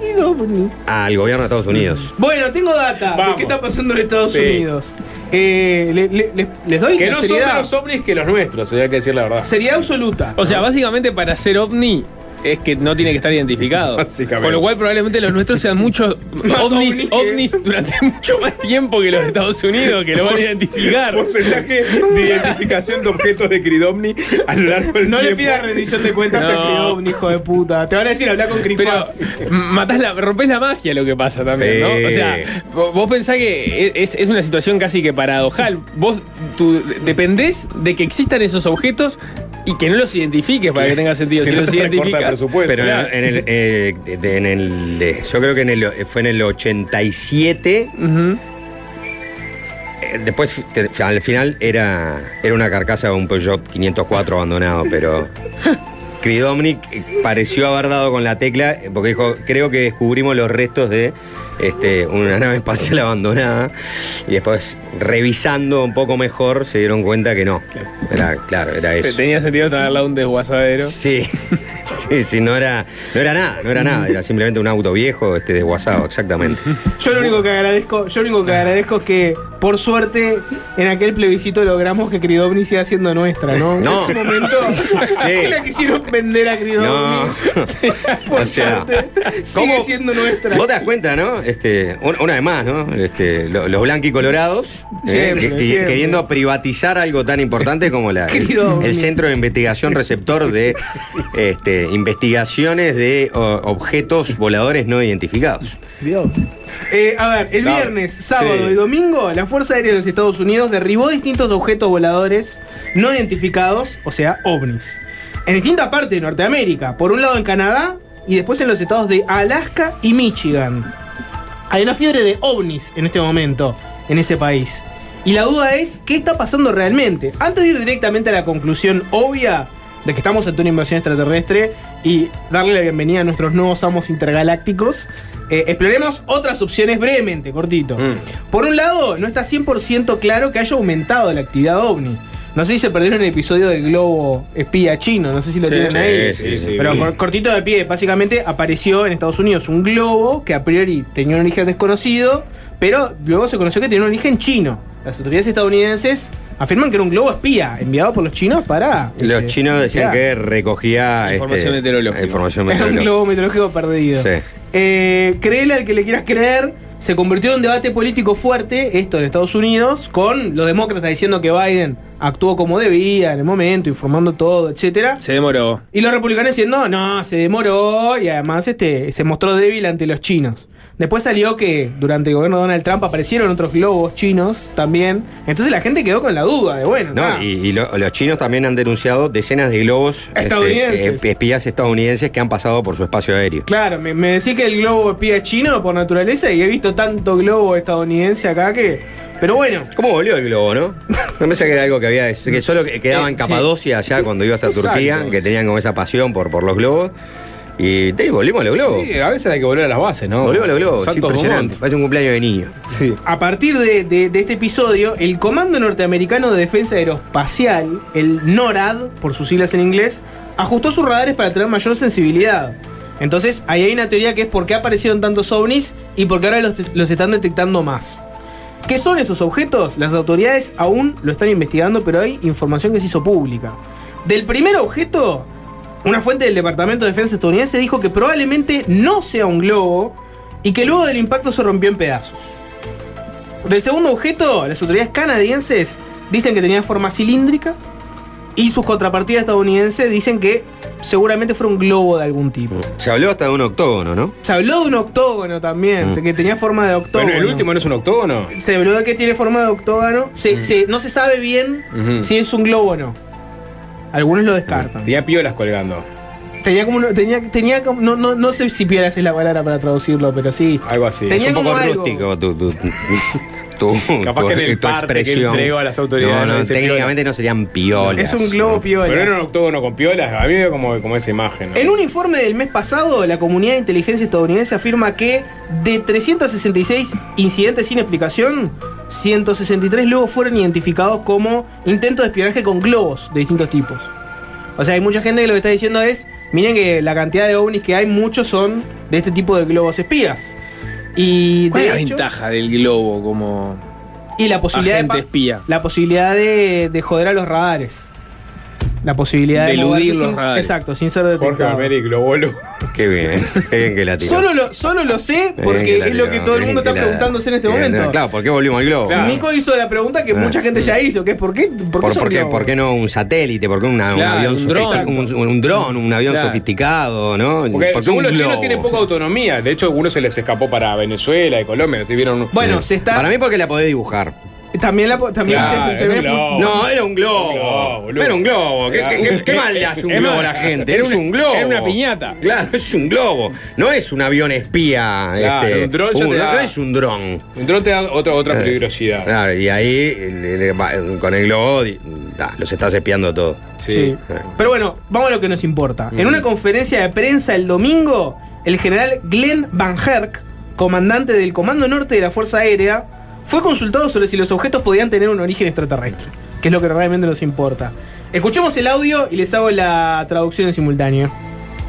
Cridovni.
al gobierno de Estados Unidos.
Bueno, tengo data de
Vamos.
qué está pasando en Estados
Sí.
Unidos. Eh, le- le- le- les doy
Que
la
no son
seriedad.
menos ovnis que los nuestros, hay que decir la verdad.
seriedad absoluta.
O sea, básicamente para ser ovni es que no tiene que estar identificado.
Básicamente.
Con lo cual probablemente los nuestros sean muchos
Más
ovnis,
ovnis que-
ovnis durante mucho más tiempo que los de Estados Unidos, que lo van a identificar.
Porcentaje de identificación de objetos de Cridovni a lo largo del
No le
tiempo.
pidas rendición de cuentas
No.
a Cridovni, hijo de puta. Te van a decir hablar con
Pero
Crifá.
matás la, rompés la magia lo que pasa también, ¿no? O
Sí.
sea, vo- vos pensás que e-, es, es una situación casi que paradojal. Vos tú, dependés de que existan esos objetos y que no los identifiques para que tenga sentido. Si,
no
los
te recorta el
identificas.
presupuesto.
Pero en el, eh, de- de- en el, eh, yo creo que en el, fue en el 87. Eh, Después, te- al final, era, era una carcasa de un Peugeot 504 abandonado, pero Cridomnik pareció haber dado con la tecla, eh, porque dijo, creo que descubrimos los restos de este, una nave espacial abandonada, y después, revisando un poco mejor, se dieron cuenta que no. Era, claro, era eso.
Tenía sentido tenerla un desguazadero.
Sí, sí, sí, no era, no era nada, no era nada, era simplemente un auto viejo, este desguazado, exactamente.
Yo lo único que agradezco, yo lo único que agradezco es que, por suerte, en aquel plebiscito logramos que Cridovni siga siendo nuestra, ¿no?
No.
En ese momento
Sí.
la quisieron vender a Cridovni.
No.
Por
O sea,
suerte, sigue
¿cómo?
siendo nuestra.
Vos te das cuenta, ¿no? Este, un- una vez más, ¿no? Este, lo- los blanquicolorados eh,
Siempre,
que- que-
siempre.
queriendo privatizar algo tan importante como la, el,
Querido.
el centro de investigación receptor de este, investigaciones de o- objetos voladores no identificados.
Eh, a ver, el
No.
viernes, sábado
Sí.
y domingo, la Fuerza Aérea de los Estados Unidos derribó distintos objetos voladores no identificados, o sea, ovnis, en distintas partes de Norteamérica. Por un lado en Canadá y después en los estados de Alaska y Michigan. Hay una fiebre de ovnis en este momento, en ese país. Y la duda es, ¿qué está pasando realmente? Antes de ir directamente a la conclusión obvia de que estamos ante una invasión extraterrestre y darle la bienvenida a nuestros nuevos amos intergalácticos, eh, exploremos otras opciones brevemente, cortito.
Mm.
Por un lado, no está 100% claro que haya aumentado la actividad ovni. No sé si se perdieron el episodio del globo espía chino, no sé si lo tienen ahí.
sí, sí,
Pero
vi.
cor- cortito de pie, básicamente apareció en Estados Unidos un globo que a priori tenía un origen desconocido, pero luego se conoció que tenía un origen chino. Las autoridades estadounidenses afirman que era un globo espía enviado por los chinos para.
Los
este,
chinos decían
espiar.
que recogía
Información
este,
meteorológica.
información
Era un
meteorológica.
globo meteorológico perdido.
Sí.
Eh, créele al que le quieras creer. Se convirtió en un debate político fuerte, esto en Estados Unidos, con los demócratas diciendo que Biden actuó como debía en el momento, informando todo, etcétera.
Se demoró.
Y los republicanos diciendo, no, se demoró y además este, se mostró débil ante los chinos. Después salió que durante el gobierno de Donald Trump aparecieron otros globos chinos también. Entonces la gente quedó con la duda de, bueno,
Ah.
No,
nada.
y, y lo- los chinos también han denunciado decenas de globos este,
Estadounidenses.
eh, espías estadounidenses que han pasado por su espacio aéreo.
Claro, me, me decís que el globo espía chino por naturaleza y he visto tanto globo estadounidense acá que... Pero bueno,
¿Cómo volvió el globo, no? No pensé que era algo que había. que
Eh,
solo que- quedaba en Capadocia allá cuando ibas a Turquía, que tenían como esa pasión por, por los globos. Y te- volvemos a los globos.
Sí, a veces hay que volver a las bases, ¿no?
Volvemos a los globos. es
Santos
impresionante.
Dumont.
Parece un cumpleaños de niño.
Sí.
A partir de, de- de este episodio, el Comando Norteamericano de Defensa Aeroespacial, el NORAD, por sus siglas en inglés, ajustó sus radares para tener mayor sensibilidad. Entonces, ahí hay una teoría que es por qué aparecieron tantos ovnis y por qué ahora los, te- los están detectando más. ¿Qué son esos objetos? Las autoridades aún lo están investigando, pero hay información que se hizo pública. Del primer objeto, una fuente del Departamento de Defensa estadounidense dijo que probablemente no sea un globo y que luego del impacto se rompió en pedazos. Del segundo objeto, las autoridades canadienses dicen que tenía forma cilíndrica y sus contrapartidas estadounidenses dicen que seguramente fue un globo de algún tipo.
Se habló hasta de un octógono, ¿no?
Se habló de un octógono también,
Mm.
o sea, que tenía forma de octógono.
Bueno, el último no es un octógono.
Se habló de que tiene forma de octógono. Se- se- no se sabe bien
Ujú.
si es un globo o no. Algunos lo descartan.
Tenía piolas colgando.
Tenía como. uno- Tenía, tenía como no, no, no sé si piolas es la palabra para traducirlo, pero sí.
Algo así.
Tenía
es un poco
como algo.
rústico tu, tu, tu- tu-
Capaz que en el
tu
parte que
expresión.
entregó a las autoridades,
No,
no
no,
dice
técnicamente no serían piolas.
Es un globo piola.
Pero era un octógono con piolas. A mí me veo como, como esa imagen. ¿no?
En un informe del mes pasado, la comunidad de inteligencia estadounidense afirma que de 366 incidentes sin explicación, 163 luego fueron identificados como intentos de espionaje con globos de distintos tipos. O sea, hay mucha gente que lo que está diciendo es, miren que la cantidad de ovnis que hay, muchos son de este tipo de globos espías. Y
¿Cuál
de
es la
hecho-
ventaja del globo como
y la posibilidad de
agente
pa-
espía?
la posibilidad de, de joder a los radares. La posibilidad de,
De eludir
moverse
los
sin-
radares.
Exacto, sin ser
Jorge
detectado.
Américo Globolo.
Qué bien, qué bien que la tiró.
Solo lo, solo lo sé
Qué bien
porque
la
es lo
tiró,
que todo el
bien
mundo
que
está
la-
preguntándose en este
bien,
momento.
Claro, ¿por qué volvimos al globo?
Claro.
Nico hizo la pregunta que
Ah.
mucha gente ya hizo, que es ¿por qué, por qué
¿Por,
son
por qué,
globos?
por qué no un satélite? ¿Por qué una-
Claro,
un avión
un
sofisticado?
dron.
Un, un dron, un avión
Claro.
sofisticado, ¿no?
Porque
¿Por qué
según
un
los chinos
globo?
tienen poca autonomía. De hecho, algunos se les escapó para Venezuela y Colombia. ¿sí? vieron?
Bueno,
Sí.
se está.
Para mí porque la podés dibujar.
también la po- también este
Claro,
te-
es un
te-
globo.
No, era un globo.
Un globo, boludo.
era un globo. ¿Qué,
Claro.
qué- qué mal le hace un
Es
globo a
más,
la gente?
era
es
una-
un globo.
era una piñata.
Claro, es un globo. No es un avión espía.
Claro,
este,
un dron ya te da-
No es un dron.
Un dron te da otra, otra
Claro.
peligrosidad.
Claro, y ahí le- le- va- con el globo di- da, los estás espiando todo.
Sí. Pero bueno, vamos a lo que nos importa. En una conferencia de prensa el domingo, el general Glenn Van Herk, comandante del Comando Norte de la Fuerza Aérea, fue consultado sobre si los objetos podían tener un origen extraterrestre, que es lo que realmente nos importa. Escuchemos el audio y les hago la traducción en simultáneo.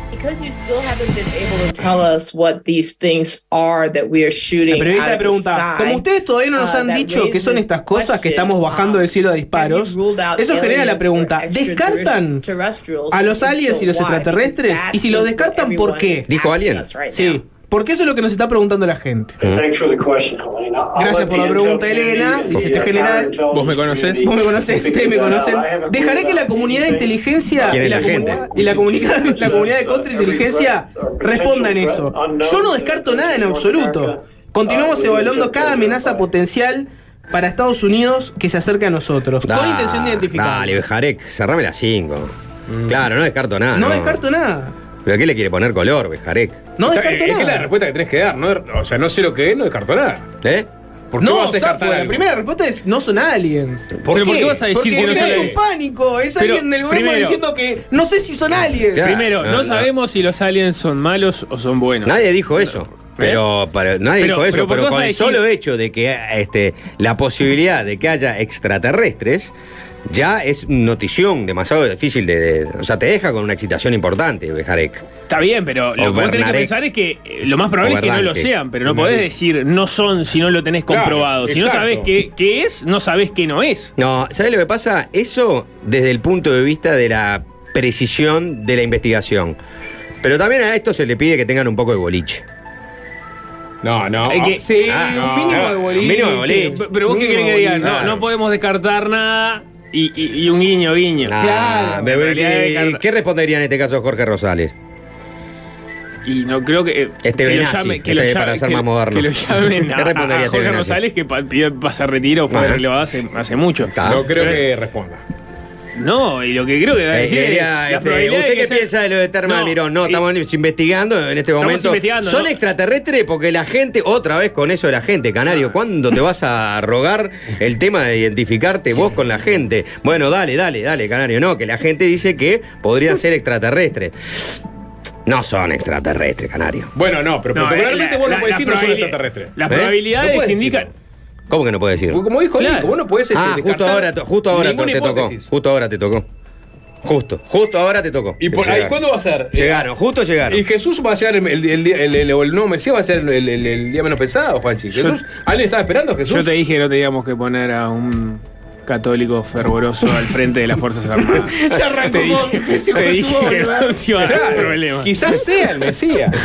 Because you still haven't been able to tell us what these things are that we are
La
shooting.
periodista
out of
le
the
pregunta,
sky,
como ustedes todavía no nos
uh,
han
that
dicho que son
raises
estas cosas
question,
que estamos bajando
uh,
del cielo de
have you
disparos,
ruled out
eso genera la
aliens
pregunta,
or
¿descartan
extraterrestrials?
a los
If so,
aliens y los
why? Because
extraterrestres?
that
Y si lo
is what
descartan, ¿por
everyone
qué?
is asking
Dijo alguien.
us right
Sí,
now.
porque eso es lo que nos está preguntando la gente.
Thanks for the question, Helena. I'll
Gracias
let
por la
the
pregunta,
intel
Elena.
community,
Dice, este
the
general,
counterintelligence
¿vos me conocés?
community
Vos me conocés, ustedes me
figure that
conocen.
out. I haven't
Dejaré que la
figured out
comunidad de
anything.
inteligencia
¿Quién
y
es
la,
la gente?
comunidad- y la comunidad, la comunidad de contrainteligencia respondan eso. Yo no descarto nada en absoluto. Continuamos evaluando cada amenaza potencial para Estados Unidos que se acerca a nosotros, con
Da-
intención de identificar. Mm.
Dale, Bejarek, cerrame las 5. Claro, no descarto nada.
No descarto nada.
¿Pero qué le quiere poner color, Bejarek?
No
Está- eh, es
descarto
que es la
nada.
respuesta que tenés que dar. ¿no? O sea, no sé lo que es, no descarto nada.
¿Eh?
¿Por qué
No,
vas a descartar
Sapo, la
algo?
primera respuesta es no son aliens.
¿Por
¿Pero por qué vas a decir
Porque
que no son
es un
aliens?
pánico, es
Pero,
alguien del gobierno
primero-
diciendo que no sé si son aliens.
Ya.
Primero,
No,
no,
no.
sabemos si los aliens son malos o son buenos.
Nadie dijo eso.
¿Eh?
Pero, pero- nadie
Pero-
dijo eso, pero,
pero ¿por qué vas
con
a
el
decir?
solo hecho de que este, la posibilidad de que haya extraterrestres ya es notición demasiado difícil de, de- O sea, te deja con una excitación importante, Bejarek.
Está bien, pero lo
O
que vos tenés que
Bernarek.
pensar es que eh, lo más probable
O
es que no lo
Bernanke.
sean, pero no podés decir no son si no lo tenés
Claro,
comprobado. si no
exacto.
sabés qué, qué es, no sabés qué no es.
No, ¿sabes lo que pasa? Eso desde el punto de vista de la precisión de la investigación. Pero también a esto se le pide que tengan un poco de boliche.
No, no.
Es que-
Sí,
Ah,
un mínimo
no,
de
un
boliche.
mínimo de boliche.
P- Pero vos qué
Mínimo
querés que digan, no,
claro.
no podemos descartar nada y, y- y un guiño, guiño.
Ah, me voy-
En realidad,
¿qué, qué respondería en este caso Jorge Rosales?
Y no creo que. eh,
Este
que
Benassi, este para ser
que-
más moderno.
Que lo llamen a,
¿Qué respondería
a
este
Jorge
Benassi?
Rosales, que pa- pidió pasar retiro, fue
Ah.
relevado hace, hace mucho.
Está.
no
Eh,
creo que responda.
No, y lo que creo que va a
Eh,
decir es.
diría,
la
este,
probabilidad de
¿Usted
que
qué
sea-
piensa de lo de Terma
No,
de Mirón? No,
y-
estamos investigando en este
Estamos
momento.
investigando,
¿Son
¿no?
extraterrestres? Porque la gente, otra vez con eso de la gente,
Ah.
Canario, ¿cuándo te vas a rogar el tema de identificarte vos con la gente? Bueno, dale, dale, dale, Canario. No, que la gente dice que podrían ser extraterrestres. No son extraterrestres, canario.
Bueno, no, pero
No,
particularmente
la-
vos no
la-
podés
las
decir no son
probabili-
extraterrestres.
Las
¿Eh?
No
probabilidades
puedes
indican.
¿Cómo que no puedes decir?
Porque como dijo
Claro.
Nico, vos no podés este,
ah, justo
descartar
ahora, to- justo ahora to-
ninguna
te tocó.
hipótesis.
Justo ahora te tocó. Justo, justo ahora te tocó.
¿Y por ahí cuándo va a ser?
Llegaron, justo llegaron.
Y Jesús va a ser el, el, el, el- el- o el nuevo Mesías, va a ser el, el- el- el día menos pensado, Juanchi. Jesús, ¿alguien estaba esperando a Jesús?
Yo te dije que no teníamos que poner a un católico fervoroso al frente de las Fuerzas Armadas.
Ya arrancó
te
con
dije,
Jesús
te
con
dije
su
que
obra.
no se iba a dar
Claro,
problema.
Quizás sea el Mesías.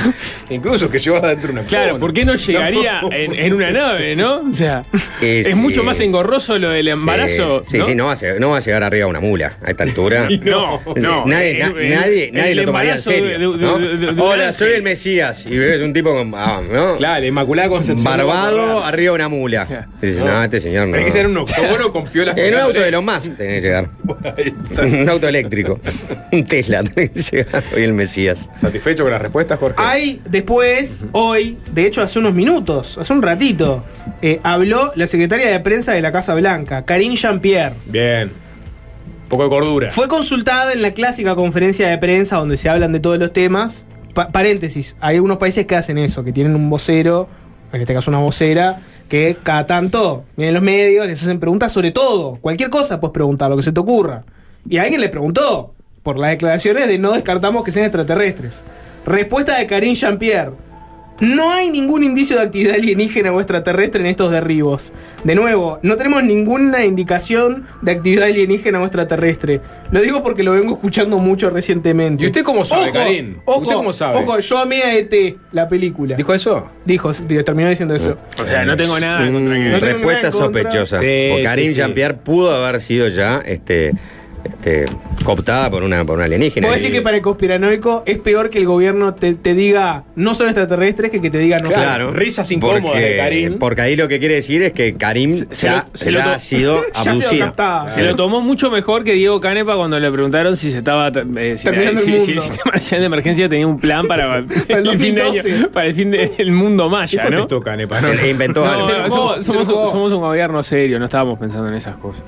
Incluso que llevaba dentro una
Claro,
fona.
¿por qué no llegaría en, en una nave, no? O sea,
Eh,
es
sí.
mucho más engorroso lo del embarazo.
Eh, Sí, sí, sí, no va, a llegar, no va a llegar arriba una mula a esta altura.
No, no.
Nadie,
El-
na-
el-
nadie,
el
nadie lo tomaría en
embarazo de-
serio.
de- de-
¿no?
de- de- de-
Hola,
de-
soy el Mesías. Y ves un tipo con. ah, ¿no?
Claro, la Inmaculada Concepción.
Barbado, arriba una mula. Dices, no, este señor no.
Hay que ser un octógono con piolas.
En un auto de los más tenés que llegar. un auto eléctrico. Un Tesla tenés que llegar. Hoy el Mesías.
¿Satisfecho con las respuestas, Jorge?
Hay después, hoy, de hecho hace unos minutos, hace un ratito, eh, habló la secretaria de prensa de la Casa Blanca, Karine Jean-Pierre.
Bien. Poco de cordura.
Fue consultada en la clásica conferencia de prensa donde se hablan de todos los temas. Pa- paréntesis, hay algunos países que hacen eso, que tienen un vocero, en este caso una vocera, que cada tanto vienen los medios, les hacen preguntas sobre todo, cualquier cosa puedes preguntar, lo que se te ocurra. Y alguien le preguntó por las declaraciones de no descartamos que sean extraterrestres. Respuesta de Karine Jean-Pierre. No hay ningún indicio de actividad alienígena o extraterrestre en estos derribos. De nuevo, no tenemos ninguna indicación de actividad alienígena o extraterrestre. Lo digo porque lo vengo escuchando mucho recientemente.
¿Y usted cómo sabe, Karim?
Ojo,
¿Usted cómo sabe?
Ojo, yo amé a ET, la película. Dijo,
¿Dijo eso?
sí, terminó diciendo eso.
O sea, no tengo nada
Ah,
en contra
Mm,
que.
No tengo nada
respuesta
en contra.
sospechosa.
Sí,
Porque
sí,
Karim
sí.
Jean-Pierre pudo haber sido ya este, este, cooptada por una, por una alienígena.
Puedo decir
Y-
que para el conspiranoico es peor que el gobierno te, te diga no son extraterrestres que que te diga no son.
Claro.
Risas incómodas
porque,
de Karim.
Porque ahí lo que quiere decir es que Karim
se
ya,
lo- se lo
ya
to-
ha sido
Ya se lo
abducido.
captaba.
Se lo tomó mucho mejor que Diego Canepa cuando le preguntaron si se estaba eh, si,
Terminando el
si-
mundo.
si el sistema nacional de emergencia tenía un plan para,
el
el fin de año,
2012.
para el fin del mundo
¿Qué
maya, ¿no?
contestó Canepa? No, no.
Se inventó
No,
algo.
se enojó,
somos,
se
somos-
enojó.
somos un gobierno serio, no estábamos pensando en esas cosas.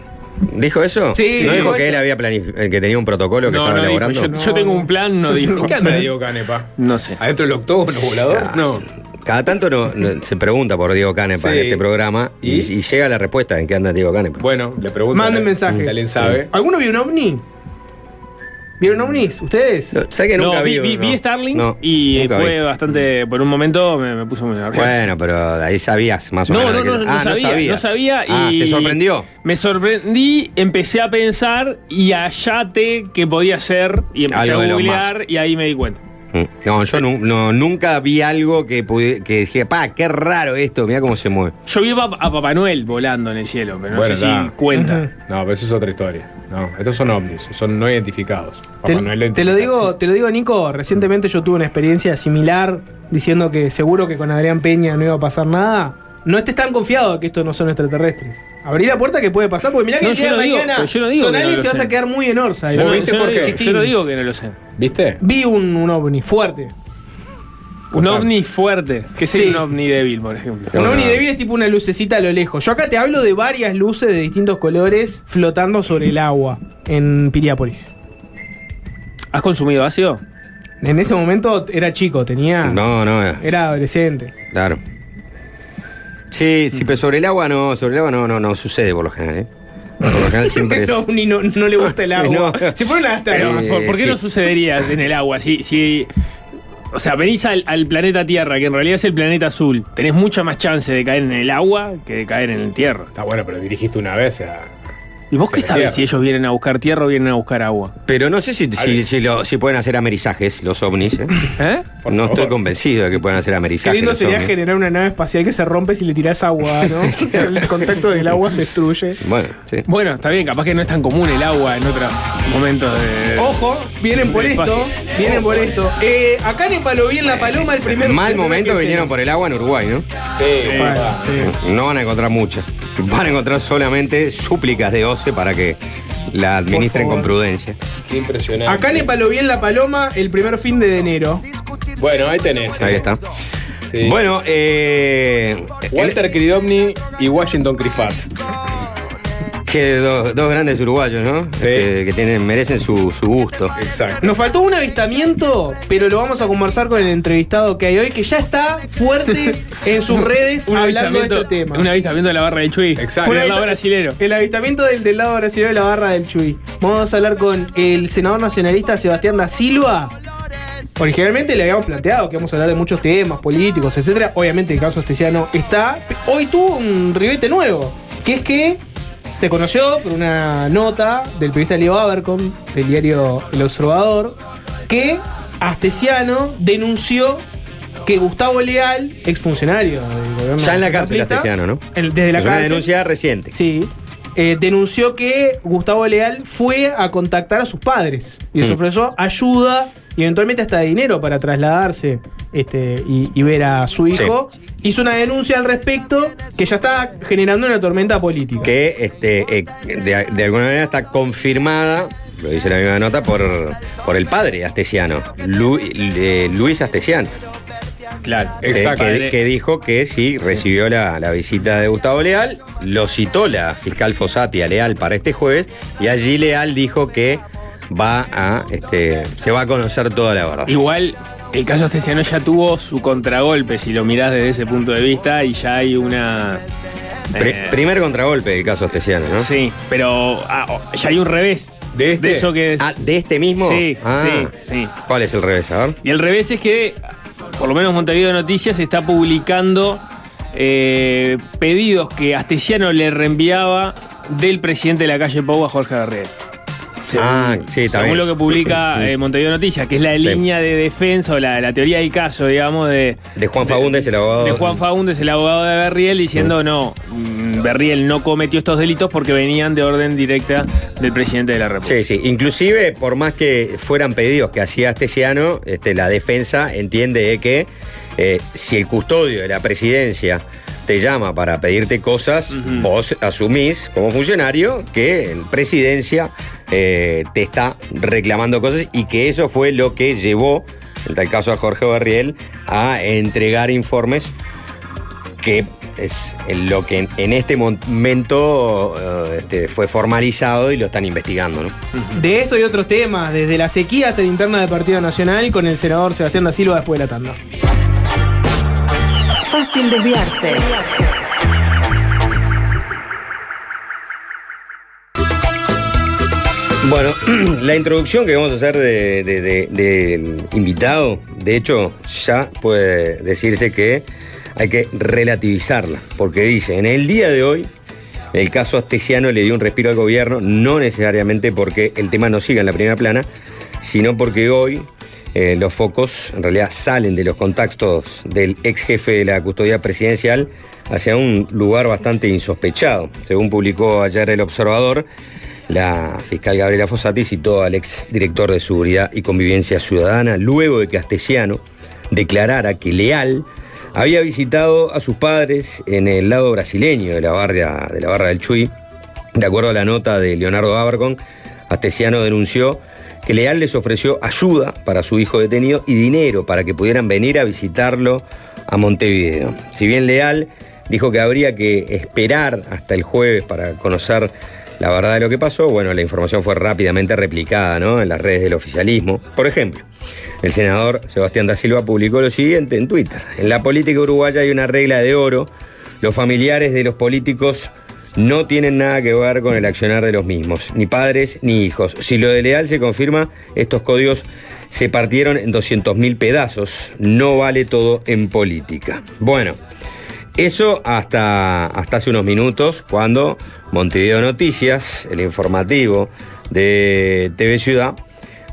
¿Dijo eso?
Sí,
¿No
dijo
dijo que
eso.
él había planificado, que tenía un protocolo que
No,
estaba
no dijo,
elaborando?
yo, yo tengo un plan, no dijo.
¿En qué anda Diego Canepa?
No sé.
¿Adentro del octógono volador? No.
Cada tanto no- no- se pregunta por Diego Canepa
Sí.
en este programa y,
¿Y?
y llega la respuesta en qué anda Diego Canepa.
Bueno, le pregunto.
Manden
a-
mensaje.
Si alguien sabe.
¿Alguno vio un ovni? ¿Vieron ovnis? ¿Ustedes?
No, ¿Sabes que
No,
nunca
vi,
vi,
vi-
uno?
vi Starlink
No,
y
nunca
fue
vi.
bastante. Por un momento me, me puso muy nervioso.
Bueno, pero ahí sabías más o
No,
menos.
no,
de
no,
qué-
no,
Ah,
sabía, no
sabías.
sabía y
Ah, ¿te sorprendió?
Me sorprendí, empecé a pensar y hallate que podía ser y empecé
Algo de
a
Elon
googlear y ahí me di cuenta.
Mm. No, yo nu- no, nunca vi algo que, pudi- que dije, pa, qué raro esto, mira cómo se mueve.
Yo vi a, Pap- a Papá Noel volando en el cielo, pero no
Bueno,
sé
está.
si cuenta.
No, pero eso es otra historia. No, estos son ovnis, son no identificados. Papá
Te,
Noel
te lo
identifica.
digo, te lo digo, Nico. Recientemente yo tuve una experiencia similar diciendo que seguro que con Adrián Peña no iba a pasar nada. No estés tan confiado de que estos no son extraterrestres. Abrí la puerta que puede pasar, porque mirá que
No,
el
yo
día de
no digo,
mañana
pero yo no digo
son
que no
aliens
lo
y vas
sé.
a quedar muy en orsa.
Yo, no,
viste,
yo no
Jorge?
digo, yo no digo que no lo sé.
¿Viste?
Vi un, un ovni fuerte.
Un
Total.
ovni fuerte, que es
Sí.
un ovni débil, por ejemplo.
No,
un ovni
no.
débil es tipo una lucecita a lo lejos. Yo acá te hablo de varias luces de distintos colores flotando sobre el agua en Piriápolis.
¿Has consumido ácido?
En ese momento era chico, tenía.
No, no, eh,
Ah. Era adolescente.
claro. Sí, sí, pero sobre el agua no, sobre el agua no, no, no sucede por lo general, ¿eh? Por lo general siempre es.
No, ni no, no le gusta el
Sí,
agua.
no.
Se fueron hasta
Pero,
Eh,
Ah, ¿por, por qué
sí.
no sucedería en el agua? Si, si, o sea, venís al, al planeta Tierra, que en realidad es el planeta azul, tenés mucha más chance de caer en el agua que de caer en el tierra.
Está bueno, pero dirigiste una vez a.
¿Y vos qué
Sí,
sabés
tierra.
si ellos vienen a buscar tierra o vienen a buscar agua?
Pero no sé si, si, si lo- si pueden hacer amerizajes los ovnis. ¿eh?
¿Eh?
Por
no
favor.
estoy convencido de que puedan hacer
Qué
amerizajes.
lindo
los
sería
ovnis.
generar una nave espacial que se rompe si le tirás agua, ¿no? el contacto del agua se destruye.
Bueno, sí.
Bueno, está bien, capaz que no es tan común el agua en otros momentos de.
Ojo, vienen por esto, vienen por esto. Eh, acá en lo vi en La Paloma el primer
Mal
el primer
momento
que
vinieron
se-
por el agua en Uruguay, ¿no?
Sí,
Ah, sí.
No van a encontrar muchas. Van a encontrar solamente súplicas de OCE para que la administren
favor.
con prudencia.
qué impresionante.
Acá en lo vi en La Paloma el primer fin de enero.
Bueno, ahí tenés.
Ahí está.
Sí.
Bueno, eh, el-
Walter Cridomni y Washington Crifat.
Que dos, dos grandes uruguayos, ¿no? Este, que tienen, merecen su, su gusto.
Exacto.
Nos faltó un avistamiento, pero lo vamos a conversar con el entrevistado que hay hoy, que ya está fuerte en sus redes hablando de este tema.
Un avistamiento de la barra de Chuy.
Exacto.
Fue el
Fue
lado
el-
brasilero.
El avistamiento del, del lado brasileño de la barra del Chuy. Vamos a hablar con el senador nacionalista Sebastián da Silva. Originalmente le habíamos planteado que vamos a hablar de muchos temas políticos, etcétera. Obviamente el caso Astesiano está. Hoy tuvo un ribete nuevo, que es que se conoció por una nota del periodista Leo Abercom, del diario El Observador, que Astesiano denunció que Gustavo Leal, exfuncionario del gobierno.
Ya en la cárcel,
capitalista,
Castellano, ¿no?
el- Desde la
es una
cárcel.
denuncia reciente.
Sí. Eh, denunció que Gustavo Leal fue a contactar a sus padres y les
Mm.
ofreció ayuda y eventualmente hasta dinero para trasladarse este, y, y ver a su hijo. Hizo una denuncia al respecto que ya está generando una tormenta política.
que este, eh, de, de alguna manera está confirmada, lo dice la misma nota, por, por el padre astesiano, Lu- eh, Luis Astesiano,
Claro.
Eh, que-
Exacto.
que, que dijo que sí recibió la, la visita de Gustavo Leal, lo citó la fiscal Fossati a Leal para este jueves, y allí Leal dijo que va a este, se va a conocer toda la verdad.
Igual, el caso Astesiano ya tuvo su contragolpe, si lo mirás desde ese punto de vista, y ya hay una.
Pri-
eh,
primer contragolpe del caso Astesiano, ¿no?
Sí, pero ah, oh, ya hay un revés.
¿De este?
eso que es.
Ah, ¿De este mismo?
Sí,
Ah,
sí, sí.
¿Cuál es el revés? A ver.
Y el revés es que, por lo menos Montevideo Noticias está publicando eh, pedidos que Astesiano le reenviaba del presidente de la calle Pau a Jorge Barriel.
Ah, sí, está
según
bien.
lo que publica eh, Montevideo Noticias, que es la
Sí.
línea de defensa o la, la teoría del caso, digamos, de,
De Juan Faúndez, el abogado.
de Juan Faúndez, el abogado de Berriel, diciendo no, mm, Berriel no cometió estos delitos porque venían de orden directa del presidente de la República.
Sí, sí. Inclusive, por más que fueran pedidos que hacía Astesiano, este, la defensa entiende de que eh, si el custodio de la presidencia te llama para pedirte cosas, vos asumís como funcionario que en presidencia eh, te está reclamando cosas y que eso fue lo que llevó, en tal caso a Jorge Barriel, a entregar informes que es en lo que en, en este momento eh, este, fue formalizado y lo están investigando, ¿no?
De esto y otros temas, desde la sequía hasta la interna del Partido Nacional, con el senador Sebastián da Silva después de la tanda.
Fácil desviarse.
Bueno, la introducción que vamos a hacer de- de- de- del invitado, de hecho, ya puede decirse que hay que relativizarla, porque dice, en el día de hoy, el caso Astesiano le dio un respiro al gobierno, no necesariamente porque el tema no siga en la primera plana, sino porque hoy eh, los focos en realidad salen de los contactos del ex jefe de la custodia presidencial hacia un lugar bastante insospechado. Según publicó ayer el observador, la fiscal Gabriela Fossati citó al ex director de Seguridad y Convivencia Ciudadana luego de que Astesiano declarara que Leal había visitado a sus padres en el lado brasileño de la barra, de la barra del Chuy. De acuerdo a la nota de Leonardo Abercon, Astesiano denunció que Leal les ofreció ayuda para su hijo detenido y dinero para que pudieran venir a visitarlo a Montevideo. Si bien Leal dijo que habría que esperar hasta el jueves para conocer la verdad de lo que pasó, bueno, la información fue rápidamente replicada ¿no? en las redes del oficialismo. Por ejemplo, el senador Sebastián da Silva publicó lo siguiente en Twitter. En la política uruguaya hay una regla de oro. Los familiares de los políticos no tienen nada que ver con el accionar de los mismos, ni padres ni hijos. Si lo de Leal se confirma, estos códigos se partieron en 200.000 pedazos. No vale todo en política. Bueno, eso hasta, hasta hace unos minutos, cuando Montevideo Noticias, el informativo de TV Ciudad,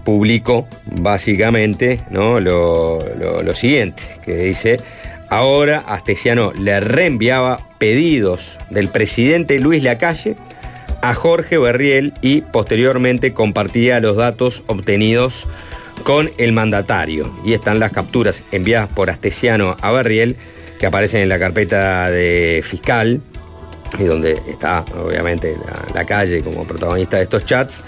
publicó básicamente ¿no? lo, lo- lo siguiente, que dice, ahora Astesiano le reenviaba pedidos del presidente Luis Lacalle a Jorge Berriel y posteriormente compartía los datos obtenidos con el mandatario. Y están las capturas enviadas por Astesiano a Berriel que aparecen en la carpeta de fiscal y donde está obviamente la, la calle como protagonista de estos chats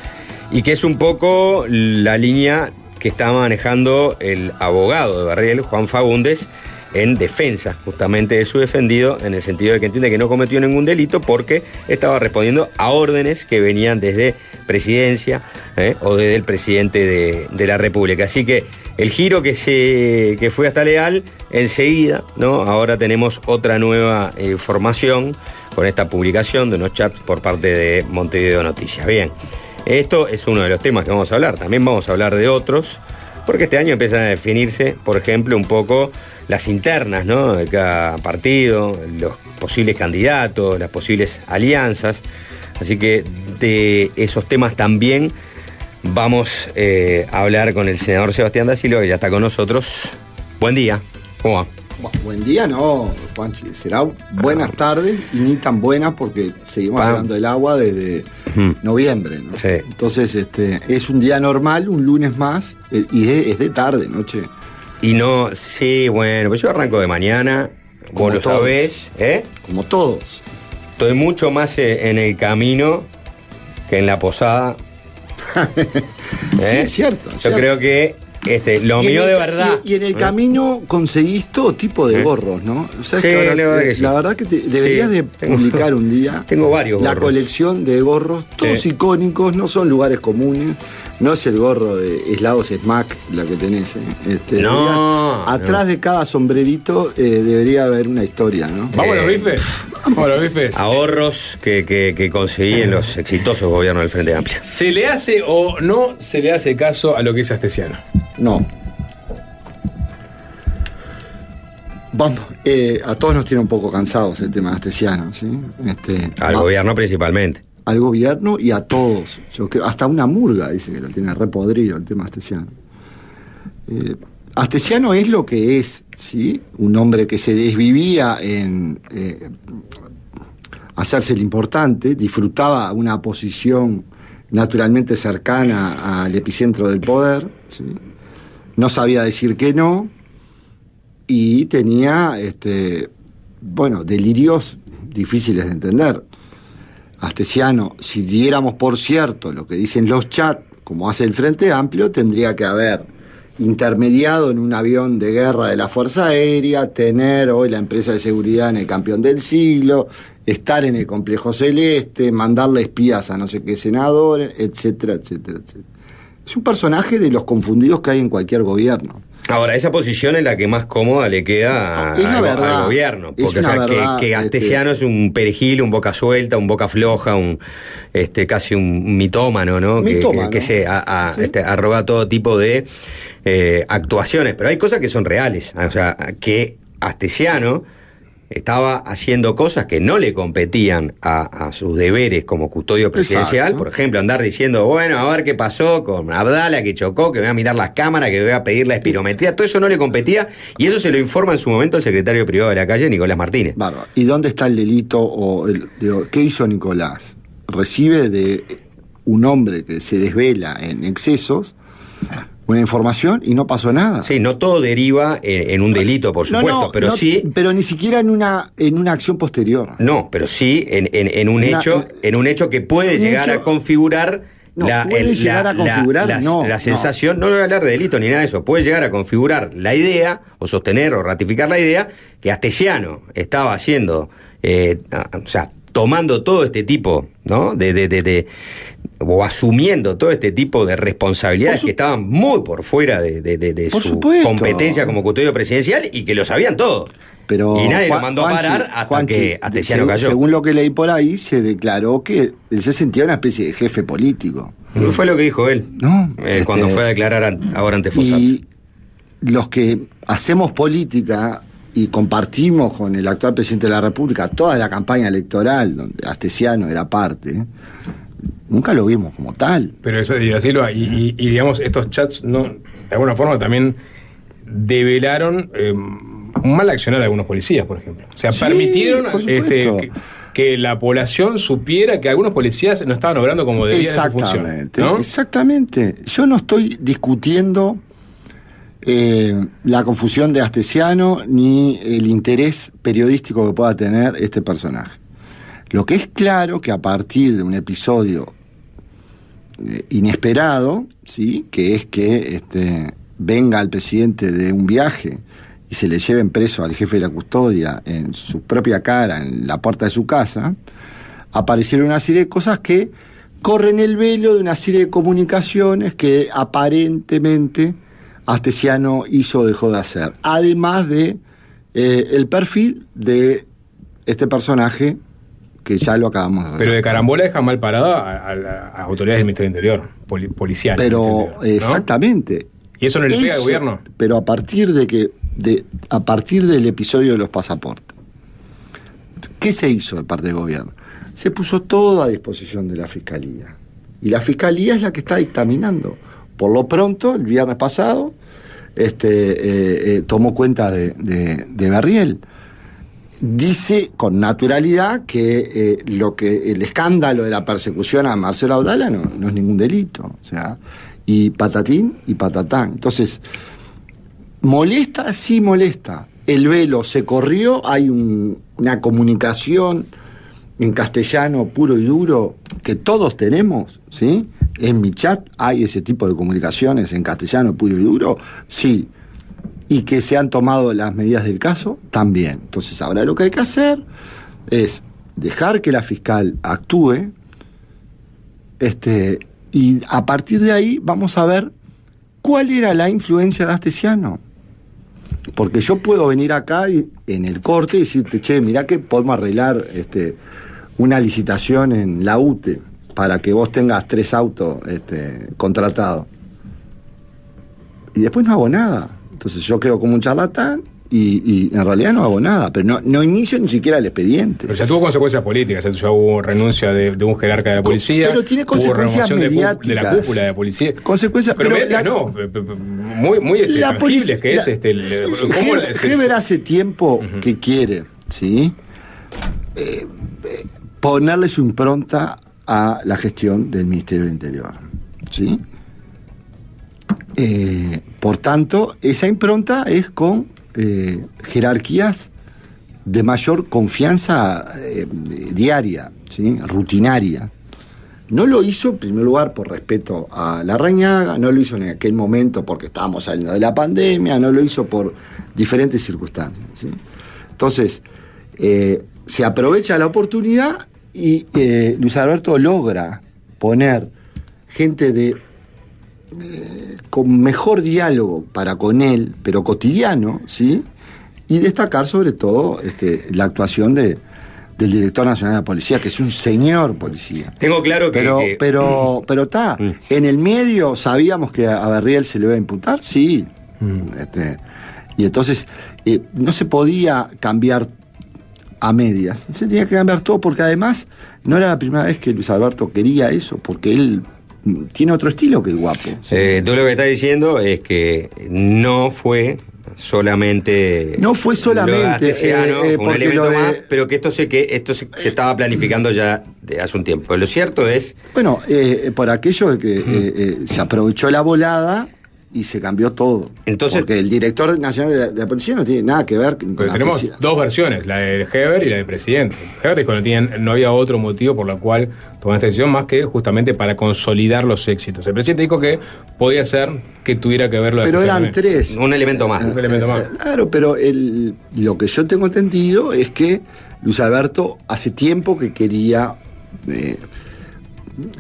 y que es un poco la línea que está manejando el abogado de Berriel, Juan Fagundes, en defensa justamente de su defendido, en el sentido de que entiende que no cometió ningún delito porque estaba respondiendo a órdenes que venían desde presidencia ¿eh? o desde el presidente de, de la República. Así que el giro que, se, que fue hasta Leal, enseguida, ¿no? Ahora tenemos otra nueva eh, formación con esta publicación de unos chats por parte de Montevideo Noticias. Bien, esto es uno de los temas que vamos a hablar. También vamos a hablar de otros, porque este año empiezan a definirse, por ejemplo, un poco las internas, ¿no? De cada partido, los posibles candidatos, las posibles alianzas. Así que de esos temas también vamos eh, a hablar con el senador Sebastián da Silva, que ya está con nosotros. Buen día, ¿cómo va?
Buen día, no, Juanchi. Será buenas tardes y ni tan buenas porque seguimos
Pam.
hablando del agua desde noviembre. ¿no?
Sí.
Entonces, este, es un día normal, un lunes más, eh, y es, es de tarde, noche.
Y no, sí, bueno, pues yo arranco de mañana, vos lo sabés, ¿eh?
Como todos.
Estoy mucho más eh, en el camino que en la posada. ¿Eh?
Sí, es cierto, es
Yo
cierto.
creo que este, lo
Y en
mío
el
de
ca-
verdad.
Y, y en el
¿Eh?
camino conseguís todo tipo de
¿Eh?
gorros, ¿no? ¿Sabes
Sí,
que ahora-
la verdad que sí.
la verdad que te-
Sí,
deberías de
tengo-
publicar un día
Tengo varios
la
gorros.
colección de gorros, todos
Sí.
icónicos, no son lugares comunes. No es el gorro de Eslados Smack la que tenés. ¿eh? Este,
No,
debería- atrás
no.
de cada sombrerito eh, debería haber una historia, ¿no?
¿Vamos a los
Eh,
bifes? Vamos a los bifes.
Ahorros que, que- que conseguí en los exitosos gobiernos del Frente Amplio.
¿Se le hace o no se le hace caso a lo que es Astesiano?
No. Vamos, eh, a todos nos tiene un poco cansados el tema de Astesiano, ¿sí? Este,
Al
va-
gobierno principalmente.
al gobierno y a todos. Yo creo- hasta una murga dice que lo tiene repodrido el tema Astesiano. Eh, Astesiano es lo que es, ¿sí? Un hombre que se desvivía en eh, hacerse el importante, disfrutaba una posición naturalmente cercana al epicentro del poder, ¿sí? no sabía decir que no y tenía, este, bueno, delirios difíciles de entender. Astesiano, si diéramos por cierto lo que dicen los chats, como hace el Frente Amplio, tendría que haber intermediado en un avión de guerra de la Fuerza Aérea, tener hoy la empresa de seguridad en el campeón del siglo, estar en el complejo celeste, mandarle espías a no sé qué senadores, etcétera, etcétera, etcétera. Es un personaje de los confundidos que hay en cualquier gobierno.
Ahora, esa posición es la que más cómoda le queda a-
Ah, Es la
al,
verdad.
al gobierno.
Es
Porque, o
una
sea, que-
verdad,
que,
este-
Gastesiano es un perejil, un boca suelta, un boca floja, un este casi un mitómano, ¿no? Que-
Mitómano.
Que, que se a- a-
Sí.
este, arroga todo tipo de eh, actuaciones. Pero hay cosas que son reales. Ah, O sea, que Astesiano estaba haciendo cosas que no le competían a, a sus deberes como custodio presidencial.
Exacto.
Por ejemplo, andar diciendo, bueno, a ver qué pasó con Abdala, que chocó, que voy a mirar las cámaras, que voy a pedir la espirometría. Todo eso no le competía y eso se lo informa en su momento el secretario privado de la calle, Nicolás Martínez.
Bárbaro. ¿Y dónde está el delito o el- digo, qué hizo Nicolás? Recibe de un hombre que se desvela en excesos una información y no pasó nada.
Sí, no todo deriva en, en un delito, por
No,
supuesto,
no,
pero
no,
sí...
Pero ni siquiera en una, en una acción posterior.
No, pero sí en, en- en un
Una-
hecho, en un hecho que puede
un
llegar
hecho-
a configurar
No, puede llegar a configurar,
la-
no,
la
no.
sensación, no, no voy a hablar de delito ni nada de eso, puede llegar a configurar la idea, o sostener, o ratificar la idea, que Astesiano estaba haciendo, eh, ah, o sea, tomando todo este tipo, ¿no? De, de- de- de- o asumiendo todo este tipo de responsabilidades
Por su-
que estaban muy por fuera de, de- de- de
Por
su
supuesto.
competencia como custodio presidencial y que lo sabían todos.
Pero
y nadie
Juan-
lo mandó a
Juanchi-
parar hasta
Juanchi,
que Astesiano
según-
cayó.
Según lo que leí por ahí, se declaró que él se sentía una especie de jefe político.
No fue lo que dijo él
No,
eh,
este-
cuando fue a declarar an- ahora ante Fosat.
Y los que hacemos política y compartimos con el actual presidente de la República toda la campaña electoral, donde Astesiano era parte, nunca lo vimos como tal.
Pero eso y así lo- y, y- y, digamos, estos chats no, de alguna forma también develaron eh, un mal accionar a algunos policías, por ejemplo. O sea,
Sí,
permitieron
por
este,
supuesto.
que, que la población supiera que algunos policías no estaban obrando como debían en su función,
Exactamente,
¿no?
exactamente. Yo no estoy discutiendo eh, la confusión de Astesiano ni el interés periodístico que pueda tener este personaje. Lo que es claro que a partir de un episodio eh, inesperado, ¿sí? que es que este, venga el presidente de un viaje y se le lleven preso al jefe de la custodia en su propia cara, en la puerta de su casa, aparecieron una serie de cosas que corren el velo de una serie de comunicaciones que aparentemente Astesiano hizo o dejó de hacer. Además de eh, el perfil de este personaje que ya lo acabamos de ver.
Pero de carambola deja mal parada a, a las autoridades del Ministerio Interior, poli- policial.
Pero exactamente.
¿Y eso no le pega al
Eso-
gobierno?
Pero a partir de que de- a partir del episodio de los pasaportes. ¿Qué se hizo de parte del gobierno? Se puso todo a disposición de la fiscalía. Y la fiscalía es la que está dictaminando. Por lo pronto, el viernes pasado, este, eh, eh, tomó cuenta de, de- de Berriel. Dice con naturalidad que, eh, lo que el escándalo de la persecución a Marcelo Audala no, no es ningún delito. O sea, y patatín y patatán. Entonces, molesta, sí molesta. El velo se corrió, hay un- una comunicación en castellano puro y duro que todos tenemos, ¿sí? En mi chat hay ese tipo de comunicaciones en castellano puro y duro, sí. Y que se han tomado las medidas del caso, también. Entonces, ahora lo que hay que hacer es dejar que la fiscal actúe, este, y a partir de ahí vamos a ver cuál era la influencia de Astesiano. Porque yo puedo venir acá y, en el corte y decirte, che, mirá que podemos arreglar este, una licitación en la UTE para que vos tengas tres autos este, contratados. Y después no hago nada. Entonces yo quedo como un charlatán y, y en realidad no hago nada. Pero no, no inicio ni siquiera el expediente.
Pero ya tuvo consecuencias políticas, ya- ya hubo renuncia de, de un jerarca de la policía.
pero tiene
hubo
consecuencias
remoción de cú- De, la
mediáticas.
cúpula de la policía.
Consecuencias,
Pero,
pero
mediáticas
la-
no, pe- pe- pe- muy, muy este,
La
tangibles
polici-
que es
la-
este, el- ¿cómo
Heber,
se-
Heber hace tiempo que quiere, ¿sí? Eh, eh, ponerle su impronta a la gestión del Ministerio del Interior, ¿sí? Eh, por tanto, esa impronta es con eh, jerarquías de mayor confianza eh, diaria, ¿sí? rutinaria. No lo hizo, en primer lugar, por respeto a la Reñaga, no lo hizo en aquel momento porque estábamos saliendo de la pandemia, no lo hizo por diferentes circunstancias. ¿sí? Entonces, eh, se aprovecha la oportunidad y eh, Luis Alberto logra poner gente de eh, con mejor diálogo para con él, pero cotidiano, ¿sí? Y destacar sobre todo este, la actuación de, del director nacional de la policía, que es un señor policía.
Tengo claro que.
Pero,
que-
pero, pero está.
Mm.
En el medio sabíamos que a Berriel se le iba a imputar, sí.
Mm.
Este, y entonces eh, no se podía cambiar a medias. Se tenía que cambiar todo porque además no era la primera vez que Luis Alberto quería eso, porque él mm, tiene otro estilo que el guapo.
Eh, tú lo que estás diciendo es que no fue solamente.
No fue solamente,
lo de Astesiano,
eh, eh,
fue un
porque
elemento
lo de-
más, pero que esto se, que esto se, se estaba planificando ya de hace un tiempo. Lo cierto es.
Bueno, eh, eh, por aquello de
Mm.
que eh, eh, se aprovechó la volada y se cambió todo.
Entonces-
porque el director nacional de la, de la policía no tiene nada que ver ni con
Pero
la
tenemos
policía.
dos versiones, la del Heber y la del presidente. Heber dijo que no, tenían- no había otro motivo por el cual tomaron esta decisión más que justamente para consolidar los éxitos. El presidente dijo que podía ser que tuviera que ver lo de
Pero eran
Astesiano.
tres. eh,
Un elemento más.
Un elemento más.
Claro, pero el- lo que yo tengo entendido es que Luis Alberto hace tiempo que quería eh,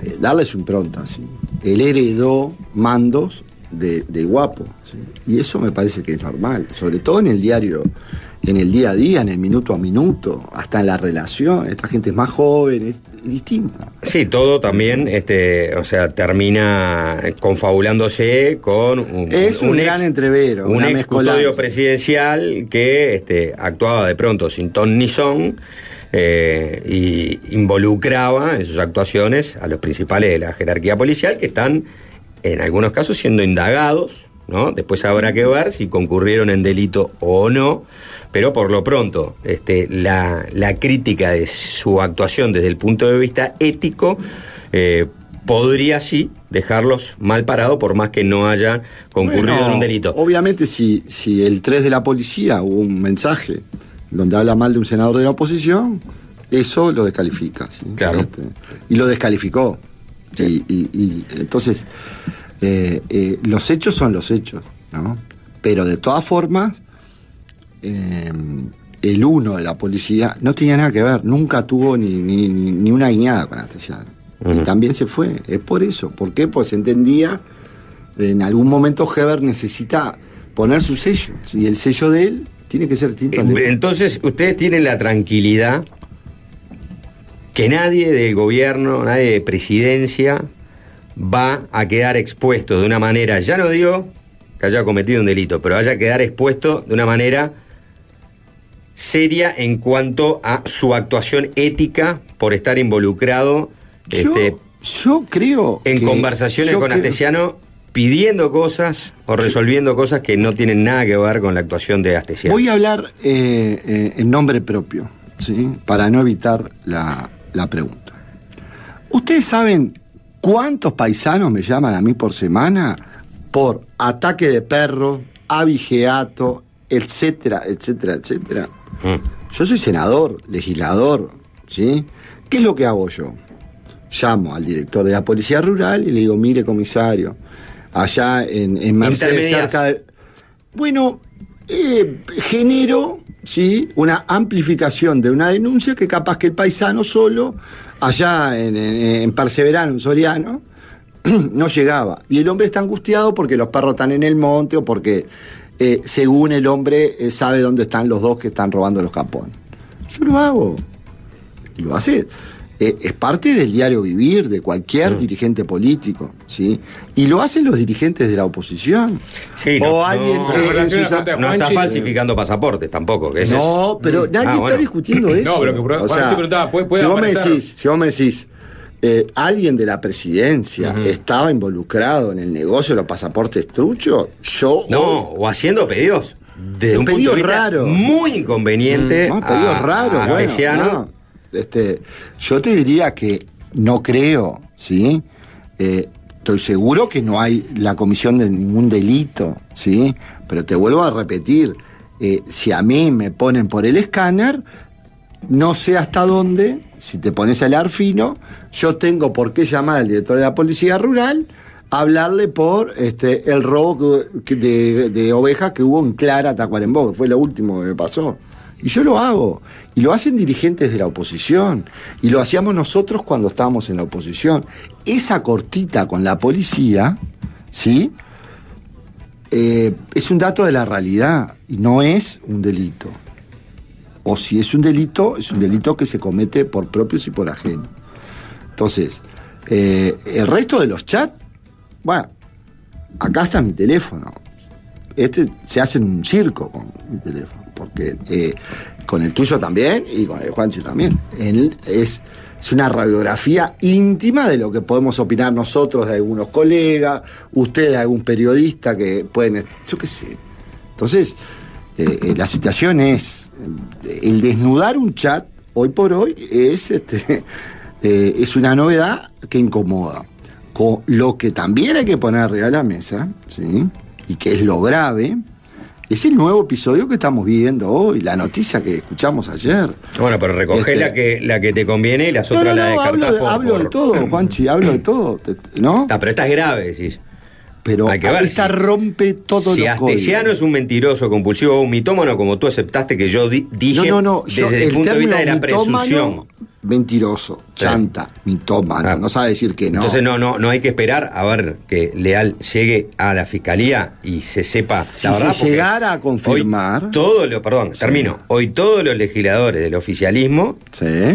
eh, darle su impronta. ¿sí? Él heredó mandos de, de guapo. ¿sí? Y eso me parece que es normal, sobre todo en el diario, en el día a día, en el minuto a minuto, hasta en la relación. Esta gente es más joven, es distinta.
Sí, todo también, este, o sea, termina confabulándose con un,
Es un, gran
ex,
entrevero,
un
una
ex custodio
mezcolanza.
presidencial que este, actuaba de pronto sin ton ni son eh, y involucraba en sus actuaciones a los principales de la jerarquía policial que están, en algunos casos, siendo indagados. ¿no? Después habrá que ver si concurrieron en delito o no, pero por lo pronto este, la, la crítica de su actuación desde el punto de vista ético eh, podría sí dejarlos mal parados por más que no haya concurrido
Bueno,
en un delito.
Obviamente, si, si el 3 de la policía hubo un mensaje donde habla mal de un senador de la oposición, eso lo descalifica. ¿sí?
Claro.
Este, y lo descalificó. Y, y- y entonces, eh, eh, los hechos son los hechos, ¿no? Pero de todas formas, eh, el uno de la policía no tenía nada que ver, nunca tuvo ni, ni, ni- ni una guiñada con Astesiano. Y también se fue, es por eso. ¿Por qué? Pues entendía, en algún momento Heber necesita poner su sello, y el sello de él tiene que ser tinto al de-
Eh, Entonces, ustedes tienen la tranquilidad que nadie del gobierno, nadie de presidencia va a quedar expuesto de una manera, ya no digo que haya cometido un delito, pero vaya a quedar expuesto de una manera seria en cuanto a su actuación ética por estar involucrado este,
Yo creo.
en
que-
conversaciones
yo
con
creo-
Astesiano pidiendo cosas o resolviendo cosas que no tienen nada que ver con la actuación de Astesiano.
Voy a hablar eh, eh, en nombre propio, ¿sí? para no evitar la, la pregunta. ¿Ustedes saben cuántos paisanos me llaman a mí por semana por ataque de perro, abigeato, etcétera, etcétera, etcétera? Yo soy senador, legislador, ¿sí? ¿Qué es lo que hago yo? Llamo al director de la Policía Rural y le digo, mire comisario, allá en, en Mercedes,
Intermedias.
cerca de... Bueno, eh, genero ¿sí? una amplificación de una denuncia que capaz que el paisano solo, allá en, en, en Perseverano, en Soriano, no llegaba. Y el hombre está angustiado porque los perros están en el monte o porque, eh, según el hombre, eh, sabe dónde están los dos que están robando los capones. Yo lo hago. Y lo hace. eh, es parte del diario vivir de cualquier dirigente político. ¿sí? Y lo hacen los dirigentes de la oposición.
Sí,
o alguien que en sus-
no está falsificando pasaportes tampoco. que ese es-
no, pero
Mm.
nadie
Ah,
está
bueno.
discutiendo eso. O sea, si, vos me decís, si vos me decís, eh, alguien de la presidencia estaba involucrado en el negocio de los pasaportes truchos, yo.
No, o haciendo pedidos. Desde un punto
Pedido
de vista
raro.
muy inconveniente.
Mm. No, pedido
a-
raro,
a
bueno,
Veciano.
no. Este, yo te diría que no creo, ¿sí? Eh, estoy seguro que no hay la comisión de ningún delito, ¿sí? Pero te vuelvo a repetir, eh, si a mí me ponen por el escáner, no sé hasta dónde, si te pones a hilar fino, yo tengo por qué llamar al director de la policía rural a hablarle por este, el robo que- que- de, de ovejas que hubo en Clara, Tacuarembó, que fue lo último que me pasó. Y yo lo hago. Y lo hacen dirigentes de la oposición. Y lo hacíamos nosotros cuando estábamos en la oposición. Esa cortita con la policía, ¿sí? Eh, es un dato de la realidad y no es un delito. O si es un delito, es un delito que se comete por propios y por ajeno. Entonces, eh, el resto de los chats, bueno, acá está mi teléfono. Este se hace en un circo con mi teléfono, porque eh, con el tuyo también y con el Juanchi también. Él es, es una radiografía íntima de lo que podemos opinar nosotros de algunos colegas, usted de algún periodista que pueden. Yo qué sé. Entonces, eh, eh, la situación es. eh, El desnudar un chat hoy por hoy es, este, eh, es una novedad que incomoda. Co- lo que también hay que poner arriba de la mesa, ¿sí? y que es lo grave, es el nuevo episodio que estamos viviendo hoy, la noticia que escuchamos ayer.
Bueno, pero recogé
Este-
la, que, la que te conviene y las otras la
hablo,
descartás
de,
por-
hablo de
por-
todo, Juanchi, hablo de todo, te- ¿no?
Ah, pero esta es grave, decís.
Pero
Hay que ver
esta rompe todos
si
los códigos.
Astesiano es un mentiroso compulsivo o un mitómano, como tú aceptaste que yo di- dije
No, no, no,
desde
yo-
el,
el
punto de vista de
término
la
mitómano-
presunción. Ah.
Mentiroso, chanta, mitómano, no sabe decir que no.
Entonces no, no, no hay que esperar a ver que Leal llegue a la fiscalía y se sepa
si
la verdad.
se
porque
llegara a confirmar,
hoy todos los, perdón, termino. Hoy todos los legisladores del oficialismo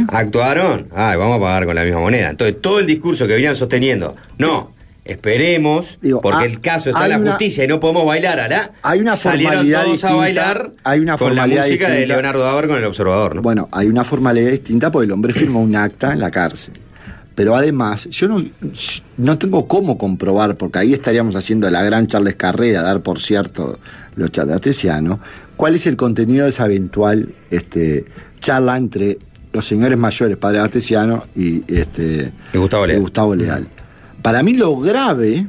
actuaron. Ay, vamos a pagar con la misma moneda. Entonces todo el discurso que venían sosteniendo, no, esperemos, porque
ah,
el caso está en
hay
la
una-
justicia y no podemos bailar, ¿ala?
hay una
Salieron
formalidad
todos
distinta.
a bailar
hay una
con la
formalidad
música de
distinta.
Leonardo Daber con el observador, ¿no?
Bueno, hay una formalidad distinta porque el hombre firmó un acta en la cárcel. Pero además, yo no, no tengo cómo comprobar, porque ahí estaríamos haciendo la gran Charles Carrera, dar por cierto los chatatesianos, cuál es el contenido de esa eventual este, charla entre los señores mayores, padre Atesiano y, este,
Gustavo
Leal. Gustavo Leal. Para mí lo grave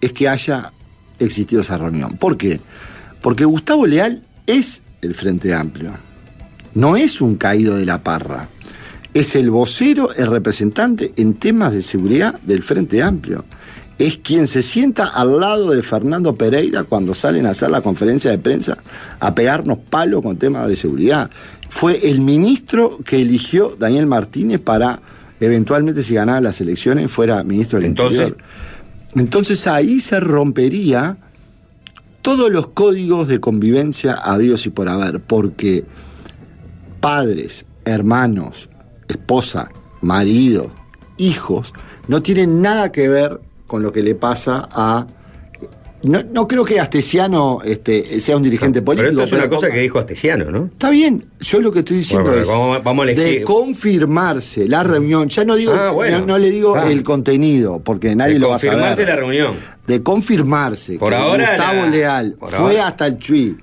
es que haya existido esa reunión. ¿Por qué? Porque Gustavo Leal es el Frente Amplio. No es un caído de la parra. Es el vocero, el representante en temas de seguridad del Frente Amplio. es quien se sienta al lado de Fernando Pereira cuando salen a hacer la conferencia de prensa a pegarnos palo con temas de seguridad. Fue el ministro que eligió Daniel Martínez para eventualmente si ganaba las elecciones fuera ministro del
Entonces-
Interior. Entonces ahí se rompería todos los códigos de convivencia habidos y por haber, porque padres, hermanos, esposa, marido, hijos, no tienen nada que ver con lo que le pasa a... No, no creo que Astesiano este, sea un dirigente político.
Pero esto es una
pero
cosa que dijo Astesiano, ¿no?
Está bien, yo lo que estoy diciendo
Bueno,
es
pero vamos- vamos a elegir.
de confirmarse la reunión. Ya no digo,
Ah, bueno.
no, no le digo
Ah.
el contenido, porque nadie
De
lo va a saber.
confirmarse la reunión.
De confirmarse
Por
que
ahora,
Gustavo
la-
Leal
por
fue
ahora.
hasta el Chuy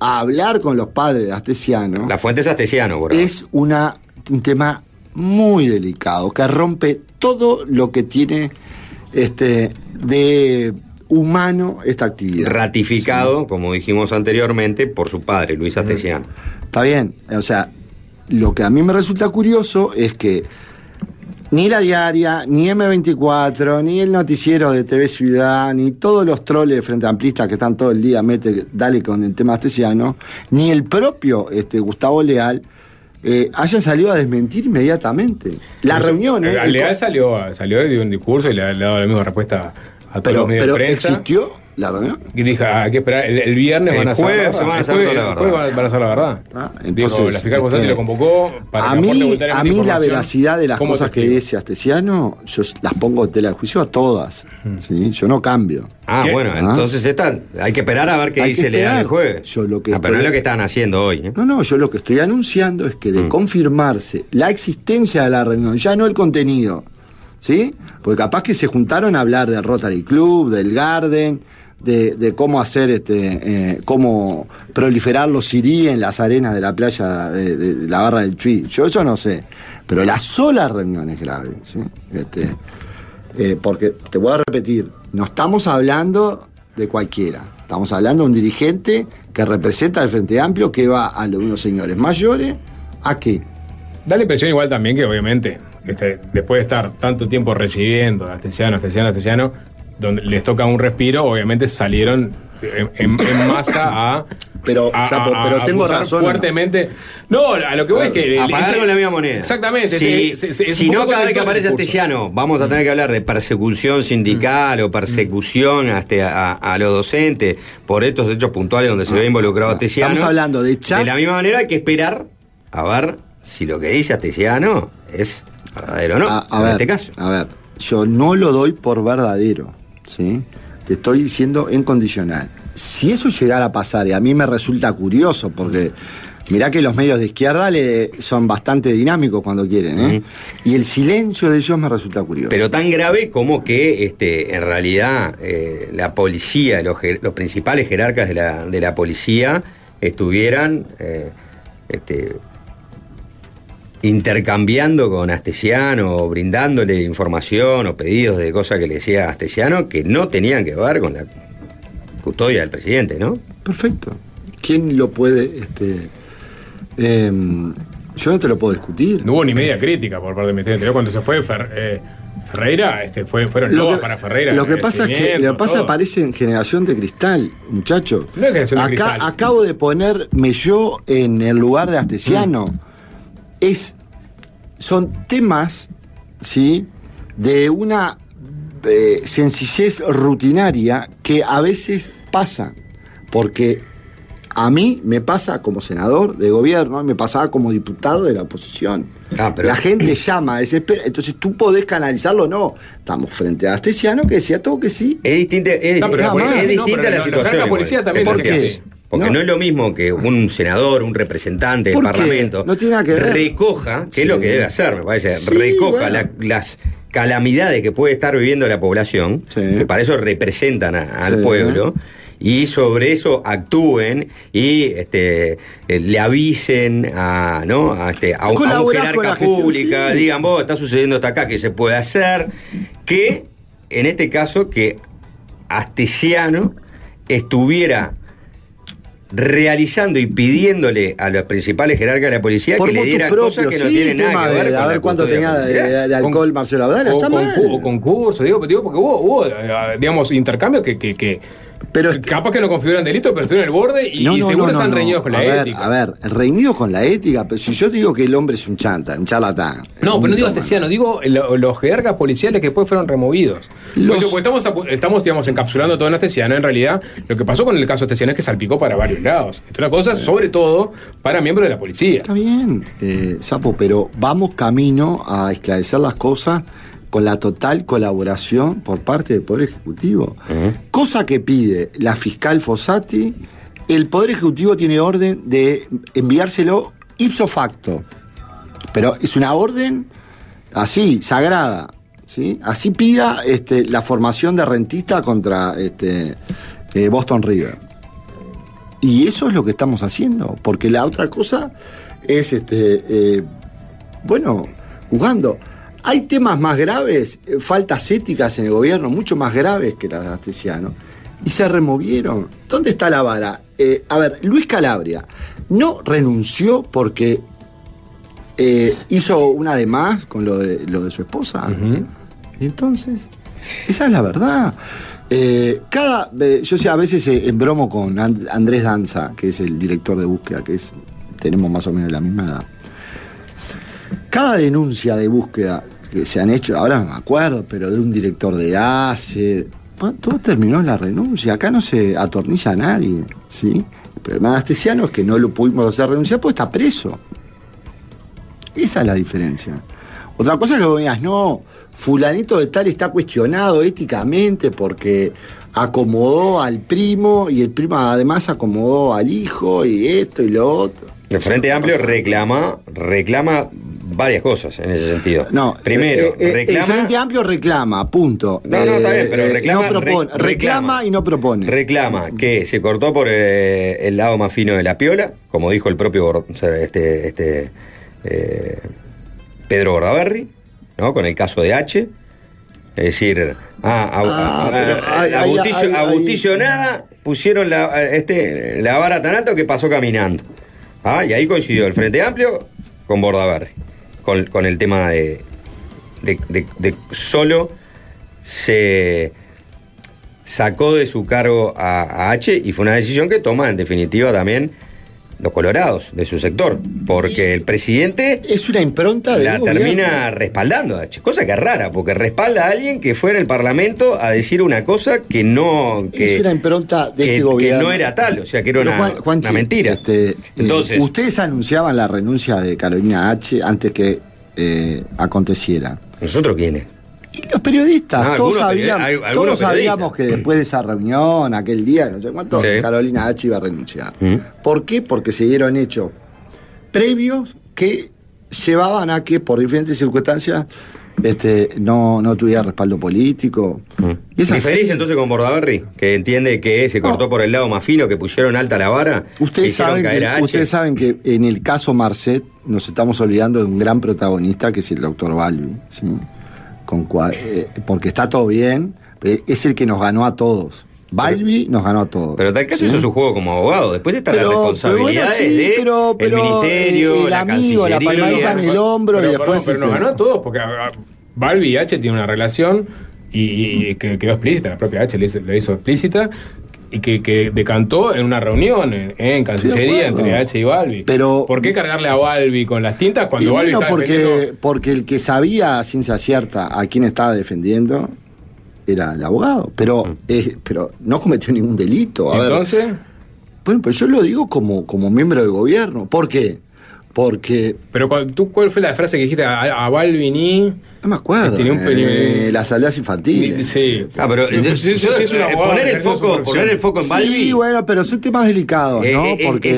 a hablar con los padres de Astesiano.
La fuente es Astesiano, por ahora.
es una, un tema muy delicado que rompe todo lo que tiene este, de humano esta actividad.
Ratificado, como dijimos anteriormente, por su padre,
Mm.
Luis Astesiano.
Está bien, o sea, lo que a mí me resulta curioso es que ni la diaria, ni M24, ni el noticiero de TV Ciudad, ni todos los troles de Frente Amplista que están todo el día, mete, dale con el tema astesiano, ni el propio este, Gustavo Leal eh, hayan salido a desmentir inmediatamente. La reunión, ¿eh?
Al
El
Leal
co-
salió, salió y dio un discurso y le ha le ha dado la misma respuesta a todos
Pero,
los medios
pero
de prensa.
existió la reunión.
Y dijo, ah, hay que esperar, el, el viernes
El
van a saber
jueves
la verdad.
van a
El
saber
jueves-
toda la
el jueves
verdad.
van a- van a saber la verdad.
Ah, entonces,
Dijo, la fiscal Constante
este,
lo convocó para que
a
aporte
mí,
voluntariamente
a mí la
información
veracidad de las
como
cosas que
testigo.
dice Astesiano, yo las pongo en tela de juicio a todas. ¿sí? Yo no cambio.
Ah, bueno, entonces están. Hay que esperar a ver qué
Hay que
dice Leal
esperar.
el jueves.
Yo lo que
Ah, pero no
estoy-
es lo que están haciendo hoy. ¿eh?
No, no, yo lo que estoy anunciando es que de confirmarse la existencia de la reunión, ya no el contenido, ¿sí? Porque capaz que se juntaron a hablar del Rotary Club, del Garden, de, de cómo hacer, este, eh, cómo proliferar los sirí en las arenas de la playa de, de- de la barra del Chuy. Yo eso no sé, pero la sola reunión es grave, ¿sí? Este, eh, porque te voy a repetir, no estamos hablando de cualquiera. Estamos hablando de un dirigente que representa al Frente Amplio que va a los unos señores mayores a qué?
Da la impresión igual también que obviamente, este, después de estar tanto tiempo recibiendo anestesiano, anestesiano, anestesiano, donde les toca un respiro, obviamente salieron en, en- en masa a...
Pero,
a-
Sapo,
a-
pero
a
tengo
abusar
razón, ¿o no?
ah, Fuertemente. No, a lo que voy es que...
Apagaron
ese-
la misma moneda.
Exactamente.
Si,
ese- ese- es
si
un
no,
poco
cada vez que
contradictorio
aparece este
el discurso.
Astesiano, vamos a tener que hablar de persecución sindical o persecución
Mm.
hasta a, a los docentes por estos hechos puntuales donde se ve involucrado Astesiano.
Ah, Estamos hablando de chat.
De la misma manera hay que esperar a ver si lo que dice Astesiano es verdadero o no.
A, a
en
ver,
este caso.
a ver, yo no lo doy por verdadero, ¿sí? Te estoy diciendo en condicional. Si eso llegara a pasar, y a mí me resulta curioso, porque mirá que los medios de izquierda le, son bastante dinámicos cuando quieren, ¿eh? Y el silencio de ellos me resulta curioso.
Pero tan grave como que este, en realidad eh, la policía, los, jer- los principales jerarcas de la, de la policía estuvieran eh, este, intercambiando con Astesiano, o brindándole información o pedidos de cosas que le decía Astesiano que no tenían que ver con la custodia del presidente, ¿no?
Perfecto. ¿Quién lo puede? Este, em, yo no te lo puedo discutir.
No hubo ni media crítica por parte del Ministerio del Interior. Cuando se fue Fer- eh, Ferreira, este, fue, fueron
Lo
loas
que-
para Ferreira.
Lo que pasa es que lo que pasa
todo.
aparece en generación de cristal, muchachos.
No es generación de
Acá,
cristal.
acabo de ponerme yo en el lugar de Astesiano.
Mm.
Es, son temas, ¿sí? De una eh, sencillez rutinaria que a veces pasa. Porque a mí me pasa como senador de gobierno, me pasaba como diputado de la oposición.
Ah,
La gente llama, desespera. Entonces tú podés canalizarlo o no. Estamos frente a Astesiano que decía todo que sí.
Es distinta, es,
No, pero la
es
policía-
distinta
no, pero
la
lo- lo
situación.
saca la
igual.
policía también,
¿Por
dice
qué?
que sí.
Porque no. es lo mismo que un senador, un representante del
¿Por qué?
Parlamento
No tiene nada que ver.
recoja, que es lo que debe hacer, me parece,
Sí,
recoja
bueno.
la- las calamidades que puede estar viviendo la población, que para eso representan a- al
Sí.
pueblo, y sobre eso actúen y este, eh, le avisen a, ¿no? a, este, a, un- a un
Colaborás con la
jerarca
gestión,
pública,
sí.
digan, vos, está sucediendo hasta acá, ¿qué se puede hacer? Que, en este caso, que Astesiano estuviera realizando y pidiéndole a los principales jerarcas de la policía
Por
que le
motus
dieran
propio,
cosas que no
sí,
tienen
tema
nada que
de-
ver
a
con
ver
la
cuánto
cultura
tenía de-
popular.
de- de alcohol Marcelo
O
Abdala, está mal.
concu- o concurso, digo, digo porque hubo, hubo, eh, digamos, intercambios que, que, que capaz que no configuran delito, pero estuvieron en el borde y,
No,
y
no,
seguro
no, no,
están
no.
reñidos con
a
la
ver,
ética.
A ver, el reñido con la ética, pero si yo digo que el hombre es un chanta, un charlatán.
No, pero no digo
Punto,
astesiano, digo lo- los jerarcas policiales que después fueron removidos. Porque- porque estamos, apu- estamos, digamos, encapsulando todo en astesiano. En realidad, lo que pasó con el caso astesiano es que salpicó para varios lados. Entre otras cosas, sobre todo para miembros de la policía.
Está bien, eh, Sapo, pero vamos camino a esclarecer las cosas con la total colaboración por parte del Poder Ejecutivo. Cosa que pide la fiscal Fossati, el Poder Ejecutivo tiene orden de enviárselo ipso facto. Pero es una orden así, sagrada. ¿sí? Así pida este, la formación de rentista contra este, eh, Boston River. Y eso es lo que estamos haciendo. Porque la otra cosa es, este, eh, bueno, jugando. Hay temas más graves, eh, faltas éticas en el gobierno, mucho más graves que las de Astesiano. Y se removieron. ¿Dónde está la vara? Eh, a ver, Luis Calabria no renunció porque eh, hizo una de más con lo de, lo de su esposa. Y entonces, esa es la verdad. Eh, cada, eh, yo sé, a veces eh, en bromo con And- Andrés Danza, que es el director de búsqueda, que es, tenemos más o menos la misma edad. Cada denuncia de búsqueda que se han hecho, ahora no me acuerdo, pero de un director de ACE, bueno, todo terminó en la renuncia. Acá no se atornilla a nadie, ¿sí? El problema de Astesiano es que no lo pudimos hacer renunciar porque está preso. Esa es la diferencia. Otra cosa es que vos digas, no, fulanito de tal está cuestionado éticamente porque acomodó al primo y el primo además acomodó al hijo y esto y lo otro.
El Frente Amplio reclama, reclama varias cosas en ese sentido.
No,
Primero,
eh, eh,
reclama.
El Frente Amplio reclama, punto.
No, no, está
Eh,
bien, pero
eh,
reclama,
no propone,
re-
reclama, y no propone.
Reclama que se cortó por eh, el lado más fino de la piola, como dijo el propio Gor- o sea, este, este, eh, Pedro Gordaberry, ¿no? con el caso de H. Es decir, ah, a, a- a-
hay-
a
hay-
Bustillo-
hay-
a
hay-
Bustillo nada, pusieron la, eh, este, la vara tan alto que pasó caminando. Ah, y ahí coincidió el Frente Amplio con Bordaberry, con, con el tema de, de- de- de solo se sacó de su cargo a, a H y fue una decisión que toma en definitiva también los colorados de su sector, porque el presidente
es una impronta
la
Ah, gobierno.
termina respaldando a H, cosa que es rara, porque respalda a alguien que fue en el Parlamento a decir una cosa que no que,
es una impronta
que-
de este
que
gobierno.
no era tal, o sea que era
Pero
una,
Juan- Juanchi,
una mentira.
este,
Entonces,
Eh, Ustedes anunciaban la renuncia de Carolina H antes que eh, aconteciera.
¿nosotros quiénes?
Y los periodistas,
Ah, algunos
todos, sabían-
periodi- al- algunos
todos sabíamos que después de esa reunión, aquel día, no sé cuánto,
Sí.
Carolina H iba a renunciar.
¿Mm?
¿Por qué? Porque se dieron hechos previos que llevaban a que por diferentes circunstancias este, no, no tuviera respaldo político.
¿Mm?
Y es así.
¿Diferís entonces con Bordaberry, que entiende que se cortó por el lado más fino, que pusieron alta la vara? que
Ustedes
hicieron
saben,
caer a
que,
H?
ustedes saben que en el caso Marcet nos estamos olvidando de un gran protagonista que es el doctor Balbi, ¿sí? Con cua- eh, porque está todo bien, pero es el que nos ganó a todos. Balbi nos ganó a todos.
Pero tal caso
¿sí?
hizo su juego como abogado. Después están las
Pero-
responsabilidades
pero bueno, sí,
de
pero- pero
el ministerio,
el
la
amigo, la
Cancillería.
palmadita en el hombro
Pero,
y
perdón,
después.
pero nos
este,
ganó a todos porque a- a- Balbi y H tienen una relación y, y- y que quedó explícita, la propia H le hizo, lo hizo explícita y que, que decantó en una reunión en, en Cancillería
acuerdo.
entre H y Balbi.
Pero-
¿Por qué cargarle a Balbi con las tintas
Y
cuando Balbi
bueno,
está defendiendo-
porque, porque el que sabía a ciencia cierta a quién estaba defendiendo era el abogado. Pero, eh, pero no cometió ningún delito. A ver,
Mm. Entonces,
Bueno, pero yo lo digo como, como miembro del gobierno. ¿Por qué? Porque.
pero cuál- tú cuál fue la frase que dijiste a, a Balbi ni
No me acuerdo.
Tenía un
eh,
peli-
las aldeas infantiles.
ni- sí.
Ah, pero
Sí,
yo-
pues, sí,
yo-
sí, es un
eh,
abogado,
poner, el
ejerce su
foco,
profesión.
poner el foco en Balbi.
Sí, bueno, pero son temas delicados,
Eh,
¿no?
eh, es-
Porque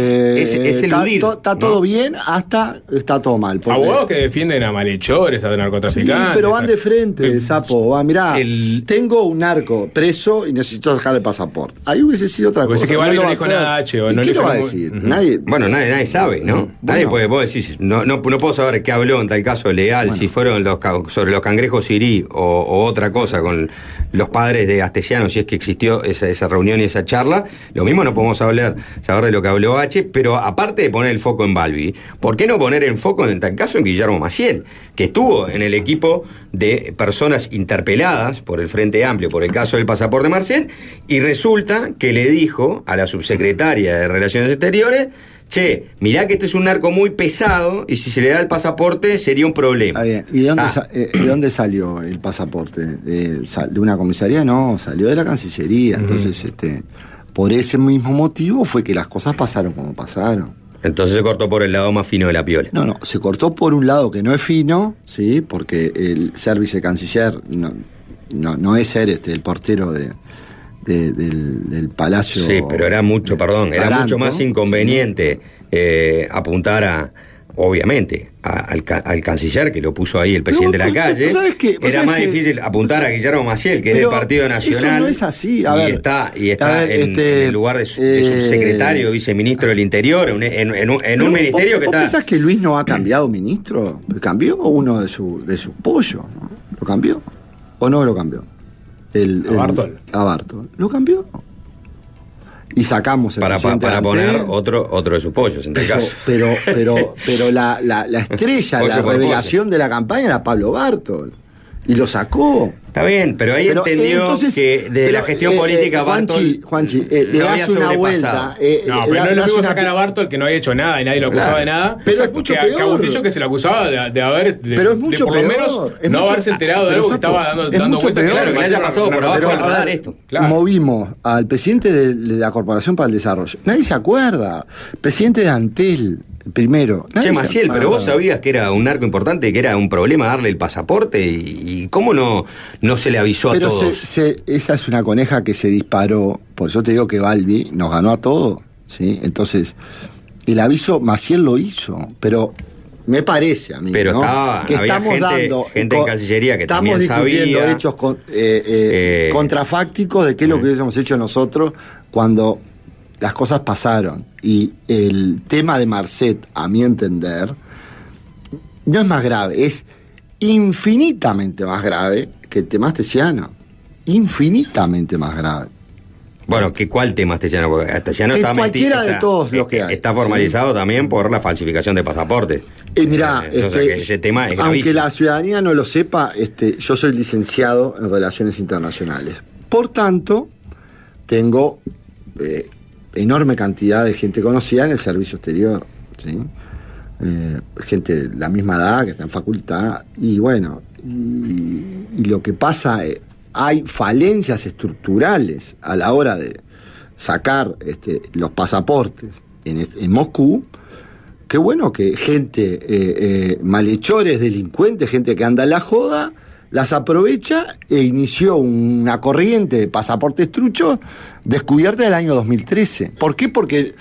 es- es
eh, está,
eludir,
to- está
¿no?
todo bien hasta está todo mal. Porque-
Abogados que defienden a malhechores, a
Sí,
narcotraficantes.
pero van
a-
de frente, sapo. Va, mirá, tengo un narco preso y necesito sacar el pasaporte. Ahí hubiese sido otra
Hubiese
cosa.
que Balbi
lo
no
va a
dijo
hacer.
nada, che, o
¿Y
no
¿Qué
le
lo va a
pegó-
decir?
Ujú.
Nadie.
Bueno, nadie, pues nadie sabe, ¿no? Nadie puede vos decís, no, no, no puedo saber qué habló en tal caso leal, si fueron los cau- sobre los cangrejos sirí o, o otra cosa con los padres de Astesiano, si es que existió esa, esa reunión y esa charla, lo mismo no podemos hablar, saber de lo que habló H, pero aparte de poner el foco en Balbi, ¿por qué no poner el foco en tal caso en Guillermo Maciel, que estuvo en el equipo de personas interpeladas por el Frente Amplio por el caso del pasaporte Marcet y resulta que le dijo a la subsecretaria de Relaciones Exteriores, che, mirá que este es un narco muy pesado y si se le da el pasaporte sería un problema.
Está bien. ¿Y de dónde,
Ah.
sa- eh, de dónde salió el pasaporte? ¿De, sal- de una comisaría? No, salió de la Cancillería. Entonces, este, por ese mismo motivo fue que las cosas pasaron como pasaron.
Entonces se cortó por el lado más fino de la piola.
No, no, se cortó por un lado que no es fino, ¿sí? Porque el ser vicecanciller no, no, no es ser este, el portero de, de- del, del Palacio.
Sí, pero era mucho, perdón, era
Taranto,
mucho más inconveniente eh, apuntar a, obviamente, a- al, ca- al canciller que lo puso ahí el presidente de la
vos-
calle.
vos sabés que- vos
era
sabés
más
que-
difícil apuntar a Guillermo Maciel, que es del
Pero
Partido Nacional.
Eso no es así. A
y
ver,
está, y está
a ver,
en,
este,
en el lugar de, su, de
eh,
subsecretario, viceministro del Interior, en, en- en un, en un
Pero,
ministerio
¿vos-
que
vos
está.
pensás que Luis no ha cambiado ministro? Cambió uno de, su, de sus pollos, ¿no? ¿Lo cambió? ¿O no lo cambió? El,
A
el-
Bartol.
a Bartol. ¿Lo cambió? Y sacamos el
Para, para,
presidente
para
Dante,
poner otro, otro de sus pollos, en tal
Pero,
caso.
pero, pero, pero la, la- la estrella,
Pollo
la
por
revelación de la campaña era Pablo Bartol. Y lo sacó.
Está bien, pero ahí
Pero, eh,
entendió
entonces,
que desde la
pero,
gestión
eh, eh,
política
Juanchi,
Bartol
Juanchi, eh,
lo
le das
había
una
sobrepasado.
vuelta. eh,
No, pero
eh,
no es
le
lo
das
mismo
una
sacar a Bartol que no había hecho nada y nadie lo acusaba
Claro.
de nada.
Pero es
Exacto,
mucho
que, a-
peor.
que a Bustillo que se lo acusaba de, de haber. De,
Pero es
de
mucho
por lo
peor.
menos
Es
no
mucho-
haberse enterado de
pero
algo que
Sapo,
estaba dando,
es
dando
mucho
vueltas.
peor.
Claro, que le haya pasado por abajo
Pero,
del
a
radar
ver,
esto.
Claro.
Movimos al presidente de, de la Corporación para el Desarrollo. Nadie se acuerda. Presidente de Antel, primero. Nadie
Che,
se
Maciel, pero
acuerda.
vos sabías que era un narco importante, que era un problema darle el pasaporte y, y cómo no, no se le avisó a
Pero se-
todos.
se- esa es una coneja que se disparó. Por eso te digo que Balbi nos ganó a todos. ¿sí? Entonces, el aviso Maciel lo hizo, pero me parece a mí
Pero
¿no?
estaba-
que
había
estamos
gente-
dando
gente en Cancillería que
estamos
también
discutiendo
sabía.
hechos con- eh, eh,
Eh.
contrafácticos de qué es lo que hubiésemos hecho nosotros cuando las cosas pasaron y el tema de Marcet a mi entender no es más grave, es infinitamente más grave que el tema astesiano. Infinitamente más grave.
Bueno, ¿qué, ¿cuál tema Astesiano? Porque Astesiano
Que
está meti-
cualquiera de
está-
todos los que
eh,
hay,
Está formalizado también por la falsificación de pasaportes.
Y mirá,
Eh, o sea,
este,
que ese tema es
aunque
gravísimo.
la ciudadanía no lo sepa, este, yo soy licenciado en Relaciones Internacionales. Por tanto, tengo eh, enorme cantidad de gente conocida en el servicio exterior. ¿sí? Eh, gente de la misma edad que está en facultad. Y bueno, y, y lo que pasa, eh, hay falencias estructurales a la hora de sacar este, los pasaportes en, es- en Moscú. Qué bueno que gente, eh, eh, malhechores, delincuentes, gente que anda en la joda, las aprovecha e inició una corriente de pasaportes truchos descubierta en el año 2013. ¿Por qué? Porque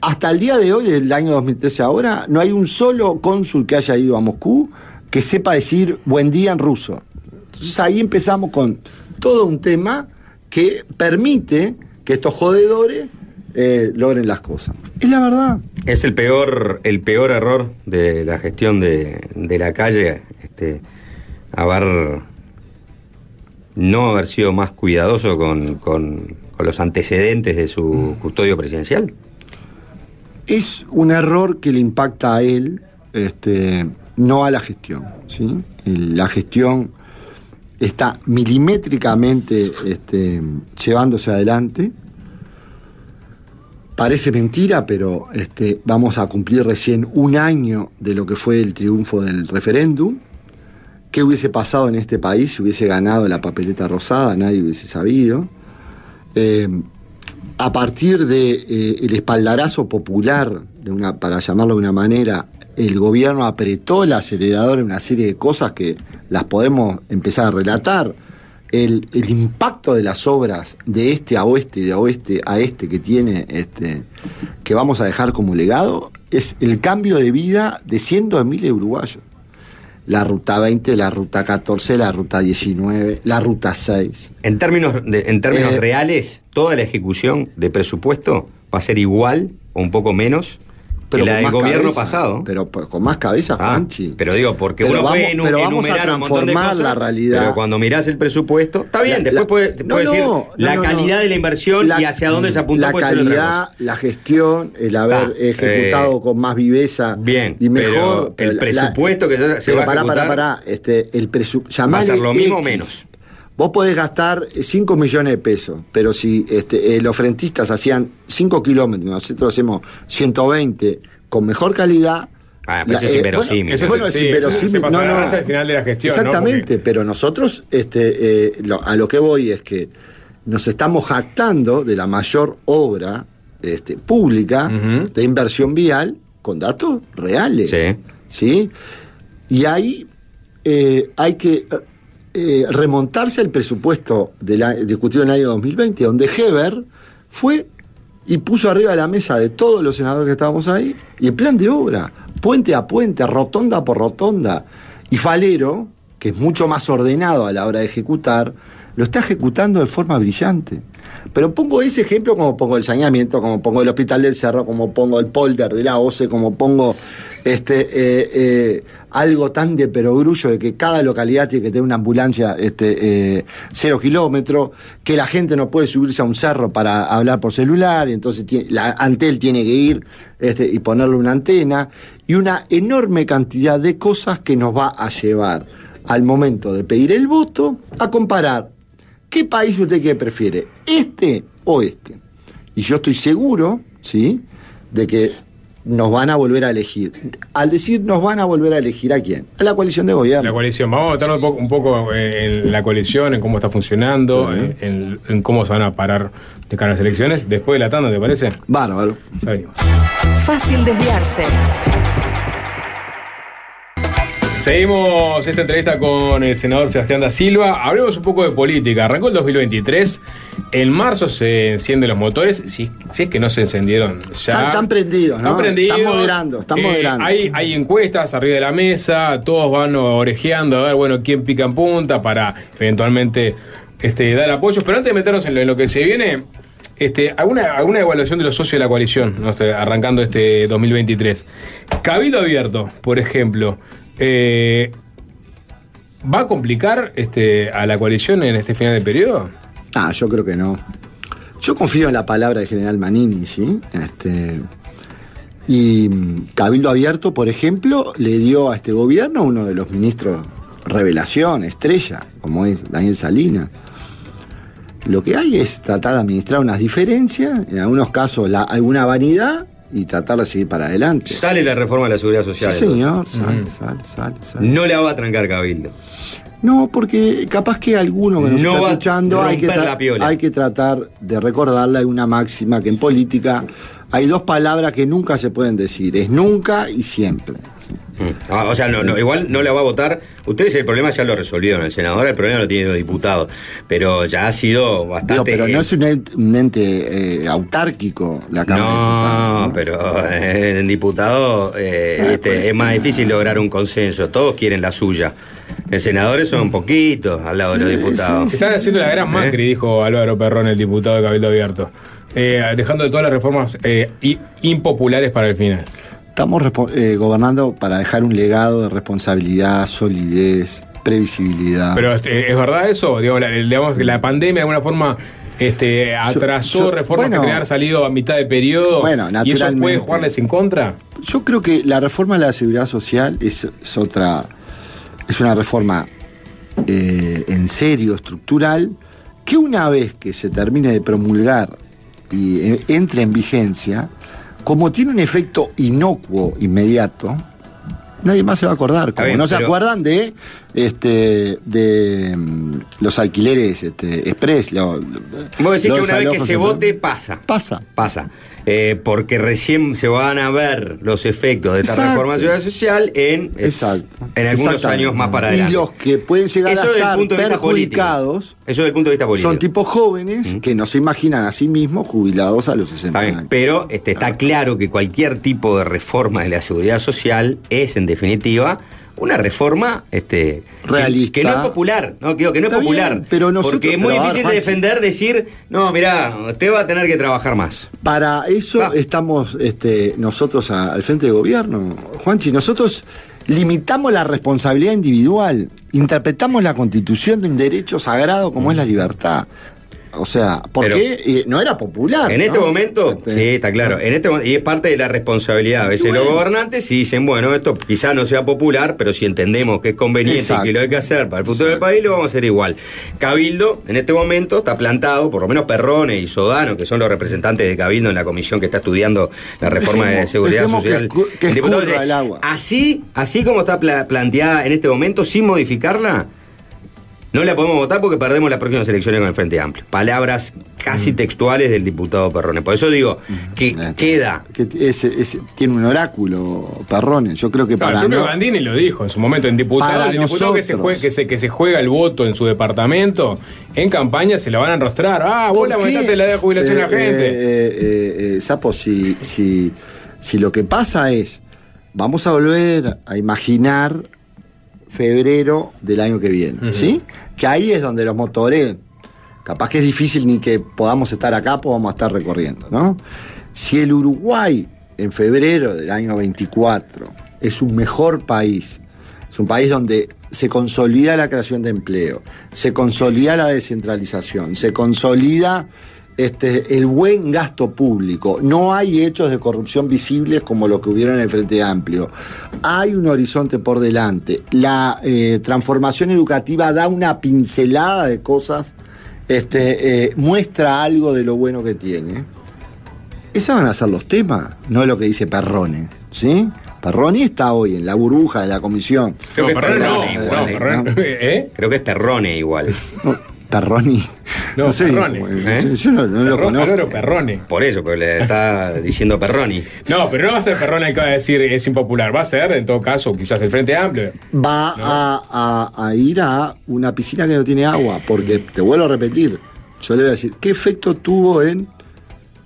hasta el día de hoy, el año 2013 ahora, no hay un solo cónsul que haya ido a Moscú que sepa decir buen día en ruso. Entonces ahí empezamos con todo un tema que permite que estos jodedores eh, logren las cosas. Es la verdad.
Es el peor, el peor error de la gestión de, de la calle, este, haber no haber sido más cuidadoso con, con- con los antecedentes de su custodio presidencial.
es un error que le impacta a él, este, no a la gestión. ¿sí? El- La gestión está milimétricamente este, llevándose adelante. Parece mentira, pero este, vamos a cumplir recién un año de lo que fue el triunfo del referéndum. ¿Qué hubiese pasado en este país si hubiese ganado la papeleta rosada? Nadie hubiese sabido. Eh, a partir de eh, el espaldarazo popular, de una, para llamarlo de una manera, el gobierno apretó el acelerador en una serie de cosas que las podemos empezar a relatar. El, el impacto de las obras de este a oeste y de oeste a este que tiene este, que vamos a dejar como legado es el cambio de vida de cientos de miles de uruguayos. La ruta 20, la ruta 14, la ruta 19, la ruta 6.
En términos, de- en términos
Eh,
reales, toda la ejecución de presupuesto va a ser igual o un poco menos Pero la del
más
gobierno
cabeza,
pasado. Ah,
Pero pues, con más cabeza, Juanchi.
Pero digo, porque
Pero
uno puede
vamos-
enu-
pero vamos a
enumerar un montón de
transformar
cosas,
la realidad.
Pero cuando mirás el presupuesto, está bien,
La-
después
la-
puede,
no,
puede decir
no,
la
no, no,
calidad
no.
de la inversión y hacia dónde se apunta
La
puede ser otra
calidad,
cosa.
la gestión, el haber
Ah,
ejecutado con más viveza
Bien,
y
pero
mejor.
el
la-
presupuesto que se- se
pero
va a
pará, pará,
ejecutar-
pará. Este, el presu-
¿Va a
llamale
ser lo mismo o
X.
menos?
Vos podés gastar 5 millones de pesos, pero si este, eh, los frentistas hacían 5 kilómetros, nosotros hacemos 1120 con mejor calidad. eh,
Ah, pero eso es inverosímil.
Bueno,
Eso
es-
bueno, es
sí, eso se
inverosímil.
pasa
No, no.
al final de la gestión, ¿no?
Exactamente, pero nosotros este, eh, lo- a lo que voy es que nos estamos jactando de la mayor obra este, pública de inversión vial con datos reales.
Sí.
¿sí? Y ahí eh, hay que eh, remontarse al presupuesto del a- discutido en el año 2020, donde Heber fue y puso arriba de la mesa de todos los senadores que estábamos ahí y el plan de obra, puente a puente, rotonda por rotonda. Y Falero, que es mucho más ordenado a la hora de ejecutar, lo está ejecutando de forma brillante. Pero pongo ese ejemplo como pongo el saneamiento, como pongo el hospital del cerro, como pongo el polder de la OCE, como pongo este eh, eh, algo tan de perogrullo de que cada localidad tiene que tener una ambulancia este, eh, cero kilómetro, que la gente no puede subirse a un cerro para hablar por celular, y entonces tiene- la Antel tiene que ir este, y ponerle una antena, y una enorme cantidad de cosas que nos va a llevar al momento de pedir el voto a comparar ¿Qué país usted que prefiere? ¿Este o este? Y yo estoy seguro, ¿sí? De que nos van a volver a elegir. Al decir nos van a volver a elegir a quién? A la coalición de
La
gobierno.
coalición, vamos a meter un poco, un poco, eh, en la coalición, en cómo está funcionando, eh, en, en cómo se van a parar de cara a las elecciones. Después de la tanda, ¿te parece?
Bárbaro.
Ya venimos.
Fácil desviarse.
Seguimos esta entrevista con el senador Sebastián da Silva. Hablemos un poco de política. Arrancó el 2023. En marzo se encienden los motores. Si, si es que no se encendieron ya.
Están, están prendidos, ¿no?
Están prendidos.
Están moderando, están
Eh,
moderando.
Hay, hay encuestas arriba de la mesa, todos van orejeando a ver, bueno, quién pica en punta para eventualmente este, dar apoyos. Pero antes de meternos en lo, en lo que se viene, este, alguna, alguna evaluación de los socios de la coalición, ¿no? Este, arrancando este 2023. Cabildo Abierto, por ejemplo. eh, ¿Va a complicar este, a la coalición en este final de periodo?
Ah, yo creo que no. Yo confío en la palabra del general Manini, ¿sí? Este, y mm, Cabildo Abierto, por ejemplo, le dio a este gobierno uno de los ministros revelación, estrella, como es Daniel Salinas. Lo que hay es tratar de administrar unas diferencias, en algunos casos la- alguna vanidad, y tratar de seguir para adelante.
Sale la reforma de la seguridad
Sí,
social. entonces.
señor, sale, sale, sale, sale.
No la va a trancar Cabildo.
No, porque capaz que alguno que nos
No va
está
a
escuchando hay que,
romper
tra-
la piola.
hay que tratar de recordarle hay una máxima que en política hay dos palabras que nunca se pueden decir, es nunca y siempre.
Ah, o sea, no,
Mm.
no, igual no la va a votar. Ustedes el problema ya lo resolvieron. El senador el problema lo tienen los diputados. Pero ya ha sido bastante.
Digo, pero no es un ent- un ente eh, autárquico la Cámara. de Diputados, Ah,
No, pero eh, en diputado eh, este, es más difícil lograr un consenso. Todos quieren la suya. En senadores son poquitos al lado de los diputados.
Están haciendo la gran Macri, dijo Álvaro Perrón, el diputado de Cabildo Abierto. Eh, dejando de todas las reformas eh, i- impopulares para el final.
Estamos respo- eh, gobernando para dejar un legado de responsabilidad, solidez, previsibilidad.
Pero este, es verdad eso, Digo, la, el- digamos que la pandemia de alguna forma este, atrasó
yo-
reformas
bueno.
que tenían que haber salido a mitad de periodo. ¿Y
Bueno,
eso puede
naturalmente.
jugarles en contra?
Yo creo que la reforma de la seguridad social es, es otra. Es una reforma eh, en serio, estructural, que una vez que se termine de promulgar y eh, entre en vigencia, como tiene un efecto inocuo inmediato, nadie más se va a acordar. Como
bien,
no se
pero-
acuerdan de este de mm, los alquileres este, express. lo- lo-
Vos decís
los
que una vez que
desalojos
se
en-
vote pasa.
Pasa.
Pasa. Eh, porque recién se van a ver los efectos de esta
Exacto.
reforma de Ciudad Social en, es-
Exacto.
en algunos
Exactamente.
años más para adelante.
Y los que pueden llegar
Eso
a
desde el
estar
punto de vista político.
perjudicados
Eso desde el punto de vista político.
son tipos jóvenes que no se imaginan a sí mismos jubilados a los 60
Está bien,
años.
Pero este, está claro que cualquier tipo de reforma de la seguridad social es, en definitiva, una reforma este, que-
Realista.
Que, no es popular, no, que, que no es
Está bien,
popular.
pero nosotros-
porque es muy
pero, a ver,
difícil de
Juanchi.
defender, decir, no, mirá, usted va a tener que trabajar más.
Para eso estamos este, nosotros a- al frente de gobierno. Juanchi, nosotros limitamos la responsabilidad individual, interpretamos la constitución de un derecho sagrado como es la libertad. O sea,
Pero-
porque eh, no era popular.
En este
¿no?
momento, sí, está claro. En este mo- y es parte de la responsabilidad. A veces los gobernantes sí dicen, bueno, esto quizás no sea popular, pero si entendemos que es conveniente
Exacto.
y que lo hay que hacer para el futuro del país, lo vamos a hacer igual. Cabildo, en este momento, está plantado, por lo menos Perrone y Sodano, que son los representantes de Cabildo en la comisión que está estudiando la reforma de
Dejemos-
seguridad
dejemos que
social.
escu- que
El diputado
escurra
dice,
el agua.
Así, así como está pla- planteada en este momento, sin modificarla, no la podemos votar porque perdemos las próximas elecciones con el Frente Amplio. Palabras casi
Mm.
textuales del diputado Perrone. Por eso digo que queda.
Que t- ese- ese- tiene un oráculo, Perrones. Yo creo que
Claro,
para.
el propio
no-
Gandini lo dijo en su momento en diputado.
Para
el diputado que se,
nosotros.
juega, que, se, que se juega el voto en su departamento, en campaña se la van a arrastrar. Ah, vos
¿Por
la
qué?
aumentaste la edad de jubilación a la
Eh,
gente.
eh, eh, eh, Sapo, si, si, si lo que pasa es, vamos a volver a imaginar febrero del año que viene, ¿sí? Que ahí es donde los motores, capaz que es difícil ni que podamos estar acá, pues vamos a estar recorriendo, ¿no? Si el Uruguay en febrero del año 24 es un mejor país, es un país donde se consolida la creación de empleo, se consolida la descentralización, se consolida este, el buen gasto público. No hay hechos de corrupción visibles como los que hubieron en el Frente Amplio. Hay un horizonte por delante. La eh, transformación educativa da una pincelada de cosas, este, eh, muestra algo de lo bueno que tiene. Esos van a ser los temas, no lo que dice Perrone. ¿sí? Perrone está hoy en la burbuja de la comisión.
Creo que
No,
es
Perrone no,
Perrone igual.
no,
eh.
Perrone- ¿eh?
Creo que es Perrone igual.
Perroni. No, sé,
Perrone.
eh,
¿Eh?
yo- Yo no, no lo
Perro-
conozco.
Peroro Perrone.
Por eso, pero le está diciendo Perroni.
No, pero no va a ser Perrone el que va a decir es impopular. Va a ser, en todo caso, quizás el Frente Amplio.
va a, a- a ir a una piscina que no tiene agua, porque te vuelvo a repetir, yo le voy a decir, ¿qué efecto tuvo en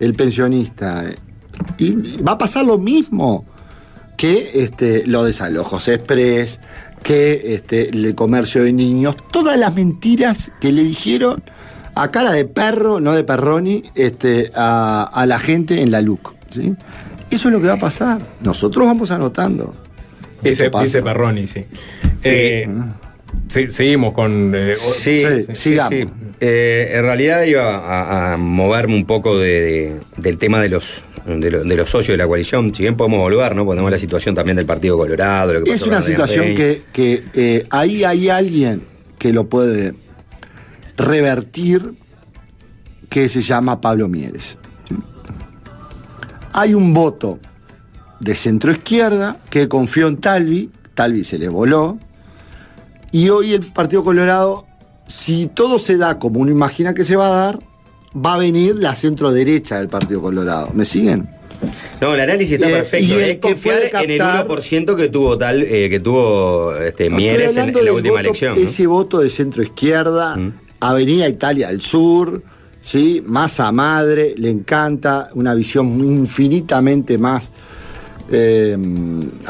el pensionista? Y va a pasar lo mismo que este, los desalojos express, que este, el comercio de niños, todas las mentiras que le dijeron a cara de perro, no de perroni, este, a, a la gente en la LUC. ¿sí? Eso es lo que va a pasar. Nosotros vamos anotando.
Dice,
Eso pasa. Mm.
dice Perroni, sí. Eh, se- seguimos con. eh, o-
Sí, sí, sí. Eh, en realidad iba a, a moverme un poco de- de- del tema de los, de, lo- de los socios de la coalición. Si bien podemos volver, ¿no? Porque tenemos la situación también del Partido Colorado. lo que
Es
pasó
una
con Adrián
situación
Peña.
que, que, eh, ahí hay alguien que lo puede revertir, que se llama Pablo Mieres. Hay un voto de centro izquierda que confió en Talvi, Talvi se le voló, y hoy el Partido Colorado, si todo se da como uno imagina que se va a dar, va a venir la centro derecha del Partido Colorado. ¿Me siguen?
No, el análisis está
Eh, y
perfecto.
el
Es
que
confiar
puede
en el
captar-
1% que tuvo tal, eh, que tuvo este,
Estoy
Mieres en,
hablando
en la
del
última
voto-
elección. ¿no? Mm.
Ese voto de centro izquierda, Avenida Italia del Sur, ¿sí? masa madre, le encanta, una visión infinitamente más eh,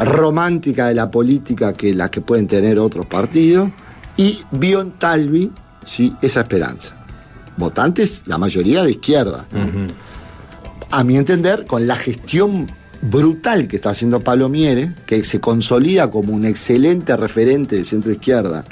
romántica de la política que la que pueden tener otros partidos. Y Bion Talvi, ¿sí? esa esperanza. Votantes, la mayoría de izquierda a mi entender, con la gestión brutal que está haciendo Pablo Mieres, que se consolida como un excelente referente de centro izquierda,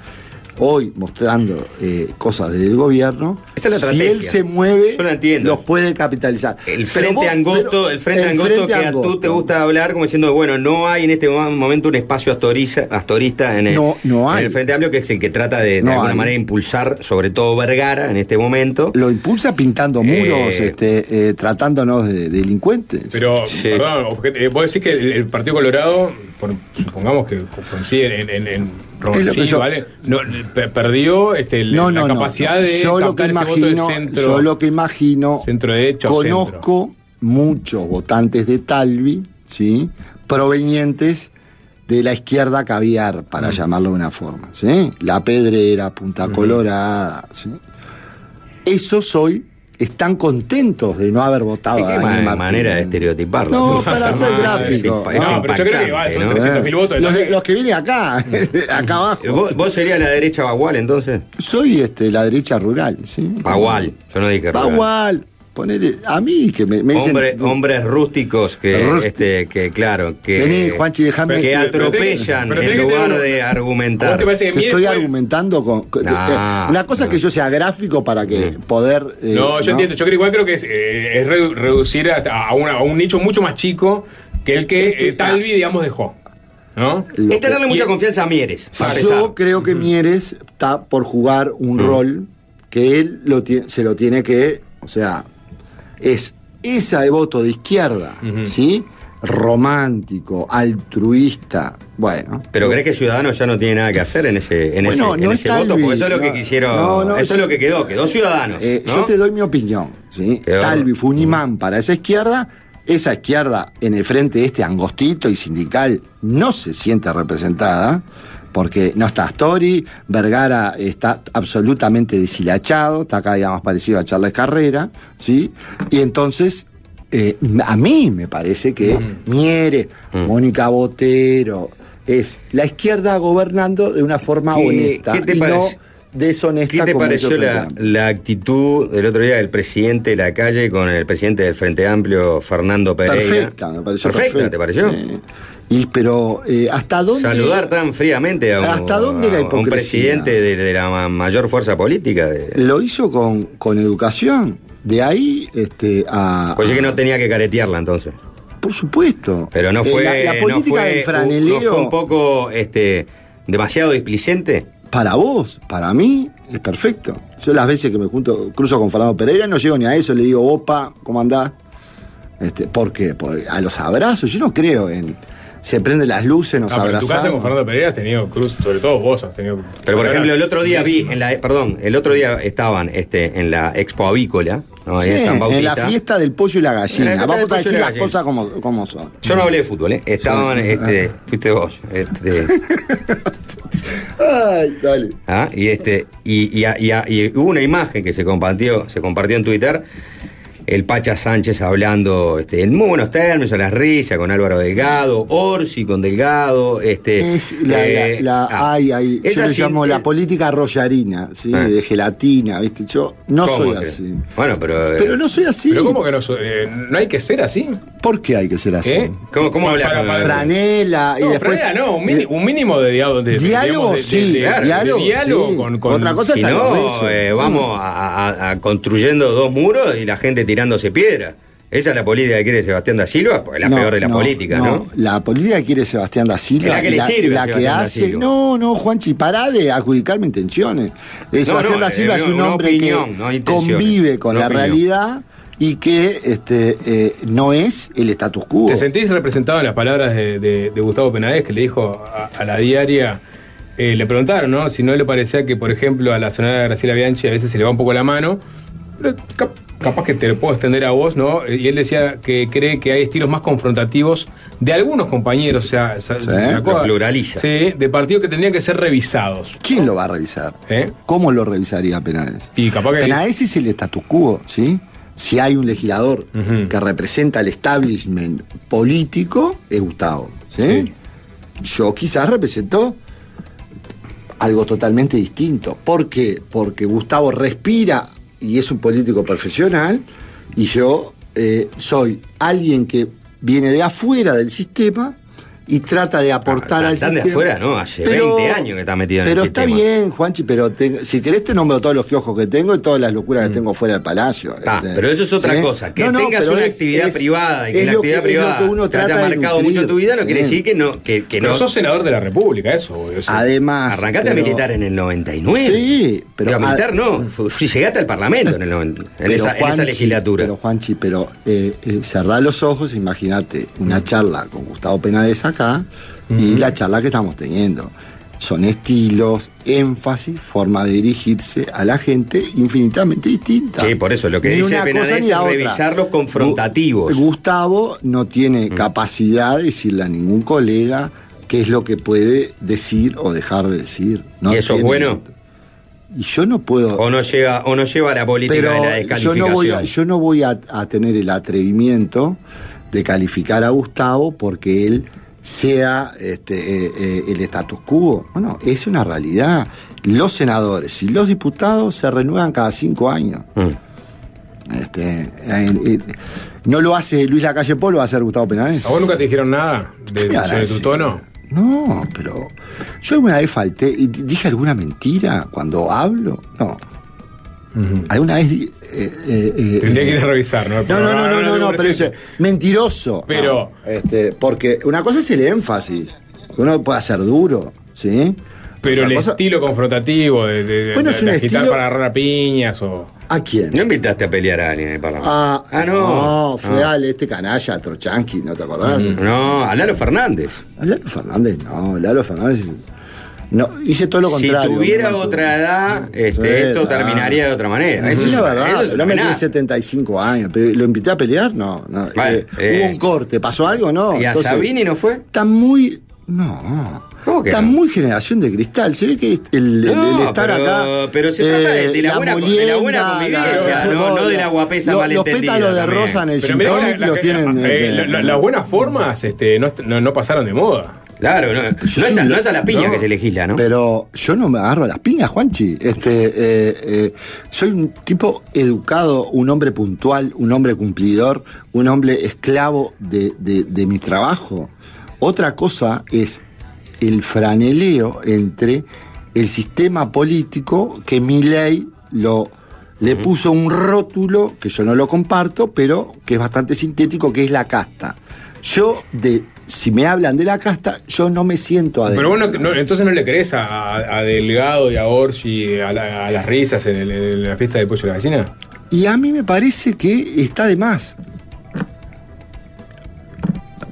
hoy mostrando eh, cosas del gobierno,
Esta es la
si
estrategia.
él se mueve,
Yo la entiendo.
los puede capitalizar.
El
Pero
frente
vos-
angosto,
pero
el frente angosto
frente
que a tú
angosto.
te gusta hablar como diciendo, bueno, no hay en este mo- momento un espacio astoriza- astorista en el,
No, no
en
hay.
el frente amplio, que es el que trata de, de
No
alguna
hay.
manera impulsar, sobre todo Vergara en este momento.
Lo impulsa pintando muros,
Eh,
este, eh, tratándonos de delincuentes.
Pero,
Sí.
perdón, obje- eh, vos decís que el, el Partido Colorado, por- supongamos que co- coincide en, en, en Robert
Es lo que
Schill,
yo-
¿vale? No, pe- perdió este, el-
no,
la
no, no,
capacidad
no.
de
yo lo que
captar ese voto del
imagino,
centro,
yo lo que imagino
centro derecha o centro.
Conozco muchos votantes de Talvi, ¿sí? Provenientes de la izquierda caviar,
Mm.
para llamarlo de una forma, ¿sí? La Pedrera, Punta Colorada, ¿sí? Esos hoy están contentos de no haber votado a
Qué
Daniel
ma-
Martínez.
manera de estereotiparlo.
No,
Por
para
favor.
hacer
Es
gráfico.
impa- es
No,
pero yo creo que va, son
impactante, ¿no?
300.000 votos.
Eh, Los,
entonces-
los que vienen acá, acá abajo.
¿Vos, vos serías la derecha bagual entonces?
Soy este, la derecha rural, ¿sí?
Bagual, yo no dije rural.
Bagual. Poner a mí que me, me dicen.
Hombre- hombres rústicos que,
Rústico.
este, que claro, que,
Vení, Juanchi, déjame-
que
Pero- pero
atropellan
tenés- pero
en
tenés que
lugar
tener un-
de argumentar.
Te estoy argumentando con. con-
Nah, Mm.
eh, una cosa es que yo sea gráfico para que poder. eh,
no, yo entiendo. Yo creo igual creo que es, eh, es re- reducir a, a una- a un nicho mucho más chico que el que, eh, Talvi, digamos, dejó. ¿No?
Lo
Este Es tenerle
que-
mucha confianza a Mieres. para empezar.
Yo creo
Mm.
que Mieres está por jugar un rol que él lo tie- se lo tiene que. O sea, es esa de voto de izquierda, ¿sí? Romántico, altruista. Bueno.
Pero crees que Ciudadanos ya no tiene nada que hacer en ese, en
Bueno,
ese,
no
en
es
ese voto,
Talvi,
porque eso es lo que
no,
quisieron.
no, no,
eso es
yo-
lo que quedó, quedó Ciudadanos.
Eh,
¿no? Mm.
Yo te doy mi opinión. ¿sí? Talvi fue un imán para esa izquierda. Esa izquierda en el frente este angostito y sindical no se siente representada porque no está Story, Vergara está absolutamente deshilachado, está cada día más parecido a Charles Carrera, ¿sí? Y entonces, eh, a mí me parece que
Mm.
Mieres, Mónica Botero, es la izquierda gobernando de una forma
¿Qué-
honesta
qué te
y no
parece-
deshonesta
¿Qué te
como
pareció
ellos
la, la actitud del otro día del presidente de la calle con el presidente del Frente Amplio, Fernando Pereira?
Perfecta, me pareció
perfecta. ¿te
perfecta,
pareció?
sí. Y pero eh, hasta dónde
Saludar tan fríamente a un,
¿Hasta dónde la
a un
hipocresía?
presidente de, de la ma- mayor fuerza política. De,
lo hizo con, con educación. De ahí este a
pues yo que no tenía que caretearla entonces.
por supuesto.
Pero no
Eh,
fue.
la, la
no
política
fue-
del
no fue
franeleo
un poco este, demasiado displicente.
para vos, para mí es perfecto. Yo las veces que me junto cruzo con Fernando Pereira no llego ni a eso, le digo, "Opa, ¿cómo andás?" Este, ¿por qué? Porque a los abrazos, yo no creo en se prenden las luces, nos
Ah, pero en tu
abrazamos.
casa con Fernando Pereira has tenido cruz, sobre todo vos has tenido.
Pero por
palabras
ejemplo, el otro día vi,
durísimas.
en la, perdón, el otro día estaban este, en la expo avícola, ¿no? Ahí
Sí,
en San
en
Bautista.
la fiesta del pollo y la
En la
gallina.
fiesta del
Vamos a
pollo y
decir
la
las
gallina.
cosas como, como son.
Yo no hablé de fútbol, ¿eh? Estaban, este,
Ah.
fuiste vos, este,
Ay, dale.
ah, y este, y, y a- y a- y hubo una imagen que se compartió, se compartió en Twitter, el Pacha Sánchez hablando este, en muy buenos términos, a las risas, con Álvaro Delgado, Orsi con Delgado, este.
Es la,
eh,
la- la-
ah,
ay, ay, yo
esa
le
sin-
llamo la
eh,
política rollarina, ¿sí?
Ah.
de gelatina, ¿viste? Yo no
¿cómo
soy
que?
así.
Bueno, pero. eh,
Pero no soy así.
Pero ¿cómo que no, so- eh, no hay que ser así?
¿Por qué hay que ser así?
¿Qué?
¿Cómo, cómo hablas?
Para- para-
Franela y
No,
después.
Franela no, un, mini- un mínimo de diálogo. de-
Diálogo,
digamos, de- de-
sí,
de- de
diálogo,
diálogo
sí.
con, con-
Otra cosa
Si
es a los
no,
besos.
eh, vamos a, a- a construyendo dos muros y la gente tirándose piedra. Esa es la política que quiere Sebastián da Silva, pues la
No,
peor de la
no,
política, ¿no?
La política que quiere Sebastián da Silva.
Es la que le sirve a
la que
Sebastián da
hace.
Silva.
No, no, Juanchi, pará de adjudicarme intenciones. Eh, Sebastián
no,
da Silva
eh,
es un
una
hombre
opinión,
que
no intenciones.
convive con
Una
la
opinión.
realidad y que este, eh, no es el status quo.
¿Te sentís representado en las palabras de, de- de Gustavo Penades que le dijo a, a la diaria? eh, le preguntaron, ¿no? Si no le parecía que, por ejemplo, a la sonora Graciela Bianchi a veces se le va un poco la mano. Pero cap- capaz que te lo puedo extender a vos, ¿no? Eh, Y él decía que cree que hay estilos más confrontativos de algunos compañeros, o sea, sa- sacó
Lo
a-
pluraliza.
Sí, de partido que tendrían que ser revisados.
¿Quién lo va a revisar?
¿eh?
¿Cómo lo revisaría Penades?
Y capaz que.
Penades es el status quo, ¿sí? Si hay un legislador
Ujú.
que representa al establishment político, es Gustavo, ¿sí? Yo quizás represento algo totalmente distinto. ¿Por qué? Porque Gustavo respira y es un político profesional y yo eh, soy alguien que viene de afuera del sistema y trata de aportar
Ah,
al
tan
sistema.
de afuera, ¿no? Hace 20 años que está metido en
pero
el
está
sistema.
bien, Juanchi, pero te- si querés te nombro todos los kioscos que tengo y todas las locuras que tengo fuera del palacio.
Mm. Ah,
este,
pero eso es otra
¿sí?
cosa. Que
No, no,
tengas
pero
una
es-
actividad
es-
privada y que
es
la
lo
actividad
es lo
privada
que uno
te haya
trata de
marcado
nutrir,
mucho tu vida, no
sí.
quiere decir que no. Que, que
Pero
no
sos senador de la República, eso. obvio, sí.
Además.
Arrancaste
pero-
a militar en el 99.
Sí, pero-
Digo, a militar no. fu- Llegaste al Parlamento en, el 90, en
pero
esa, en esa
Juanchi,
legislatura.
Pero Juanchi, pero eh, eh, cerrá los ojos, imagínate una charla con Gustavo Penades acá y la charla que estamos teniendo. Son estilos, énfasis, forma de dirigirse a la gente infinitamente distinta.
Sí, por eso lo que
Ni
dice
una
Penades
cosa ni
es
la otra.
revisar los
Gu-
confrontativos. Mm.
Gustavo no tiene capacidad de decirle a ningún colega qué es lo que puede decir o dejar de decir. No
¿Y eso es
tiene-
bueno?
Y yo no puedo.
O no llega, o no lleva la política
Pero
de la
yo
descalificación.
no voy, a, yo no voy a, a tener el atrevimiento de calificar a Gustavo porque él sea este, eh, eh, el status quo. Bueno, es una realidad. Los senadores y los diputados se renuevan cada cinco años.
Mm.
Este, eh, eh, no lo hace Luis Lacalle Paul, lo va a hacer Gustavo Penades.
¿A vos nunca te dijeron nada de, sobre
Me
tu
agradece.
tono?
No, pero yo alguna vez falté y di- dije alguna mentira cuando hablo. No. Alguna vez di- eh, eh, eh,
Tendría que ir
eh,
a revisar, ¿no?
no, no, no, no, no, no, pero dice, mentiroso.
Pero-
No, este, porque una cosa es el énfasis. Uno puede ser duro, ¿sí?
Pero
Otra
el
cosa-
estilo confrontativo de, de- de-
Bueno,
de-
es un
de agitar
estilo-
para agarrar a piñas o.
¿A quién?
No invitaste a pelear a alguien en el Parlamento.
Ah, no. fue
Ah. Mm.
al este canalla, Trochanqui, ¿no te acordás?
No, a Lalo Fernández.
A Lalo Fernández, no, Lalo Fernández. No, hice todo lo
si
contrario.
tuviera
no me
otra edad, este,
Sí,
esto
ah.
terminaría de otra manera. Eso
Sí, la
una- eso
verdad,
es
no
una
me tiene
amenaza.
75 años, pero lo invité a pelear, no. no.
Vale,
Eh,
eh.
hubo un corte, ¿pasó algo? No.
¿Y a
Entonces,
Sabini no fue?
Está muy. No.
¿Cómo que
Está
no?
muy generación de cristal. Se ve que el, el-
No,
el estar
pero-
acá. eh,
pero se trata de- de la buena- de la
molienda,
buena convivencia,
la-
no- no de la guapesa
lo- Los
malentendida
pétalos de
también.
rosa en el
Pero
gin
mirá que
tonic
la-
los
la-
tienen.
eh,
eh,
la- la- las buenas formas este, no, no- no pasaron de moda.
Claro, no, no es, a, no es a la piña que se legisla, ¿no?
Pero yo no me agarro a las piñas, Juanchi. Este, eh, eh, soy un tipo educado, un hombre puntual, un hombre cumplidor, un hombre esclavo de, de- de mi trabajo. Otra cosa es el franeleo entre el sistema político que mi ley lo, le puso un rótulo, que yo no lo comparto, pero que es bastante sintético, que es la casta. Yo, de, si me hablan de la casta, yo no me siento adentro.
Pero bueno, entonces no le crees a, a- a Delgado y a Orsi, a, la- a las risas en, el- en la fiesta del pollo de la vecina.
Y a mí me parece que está de más.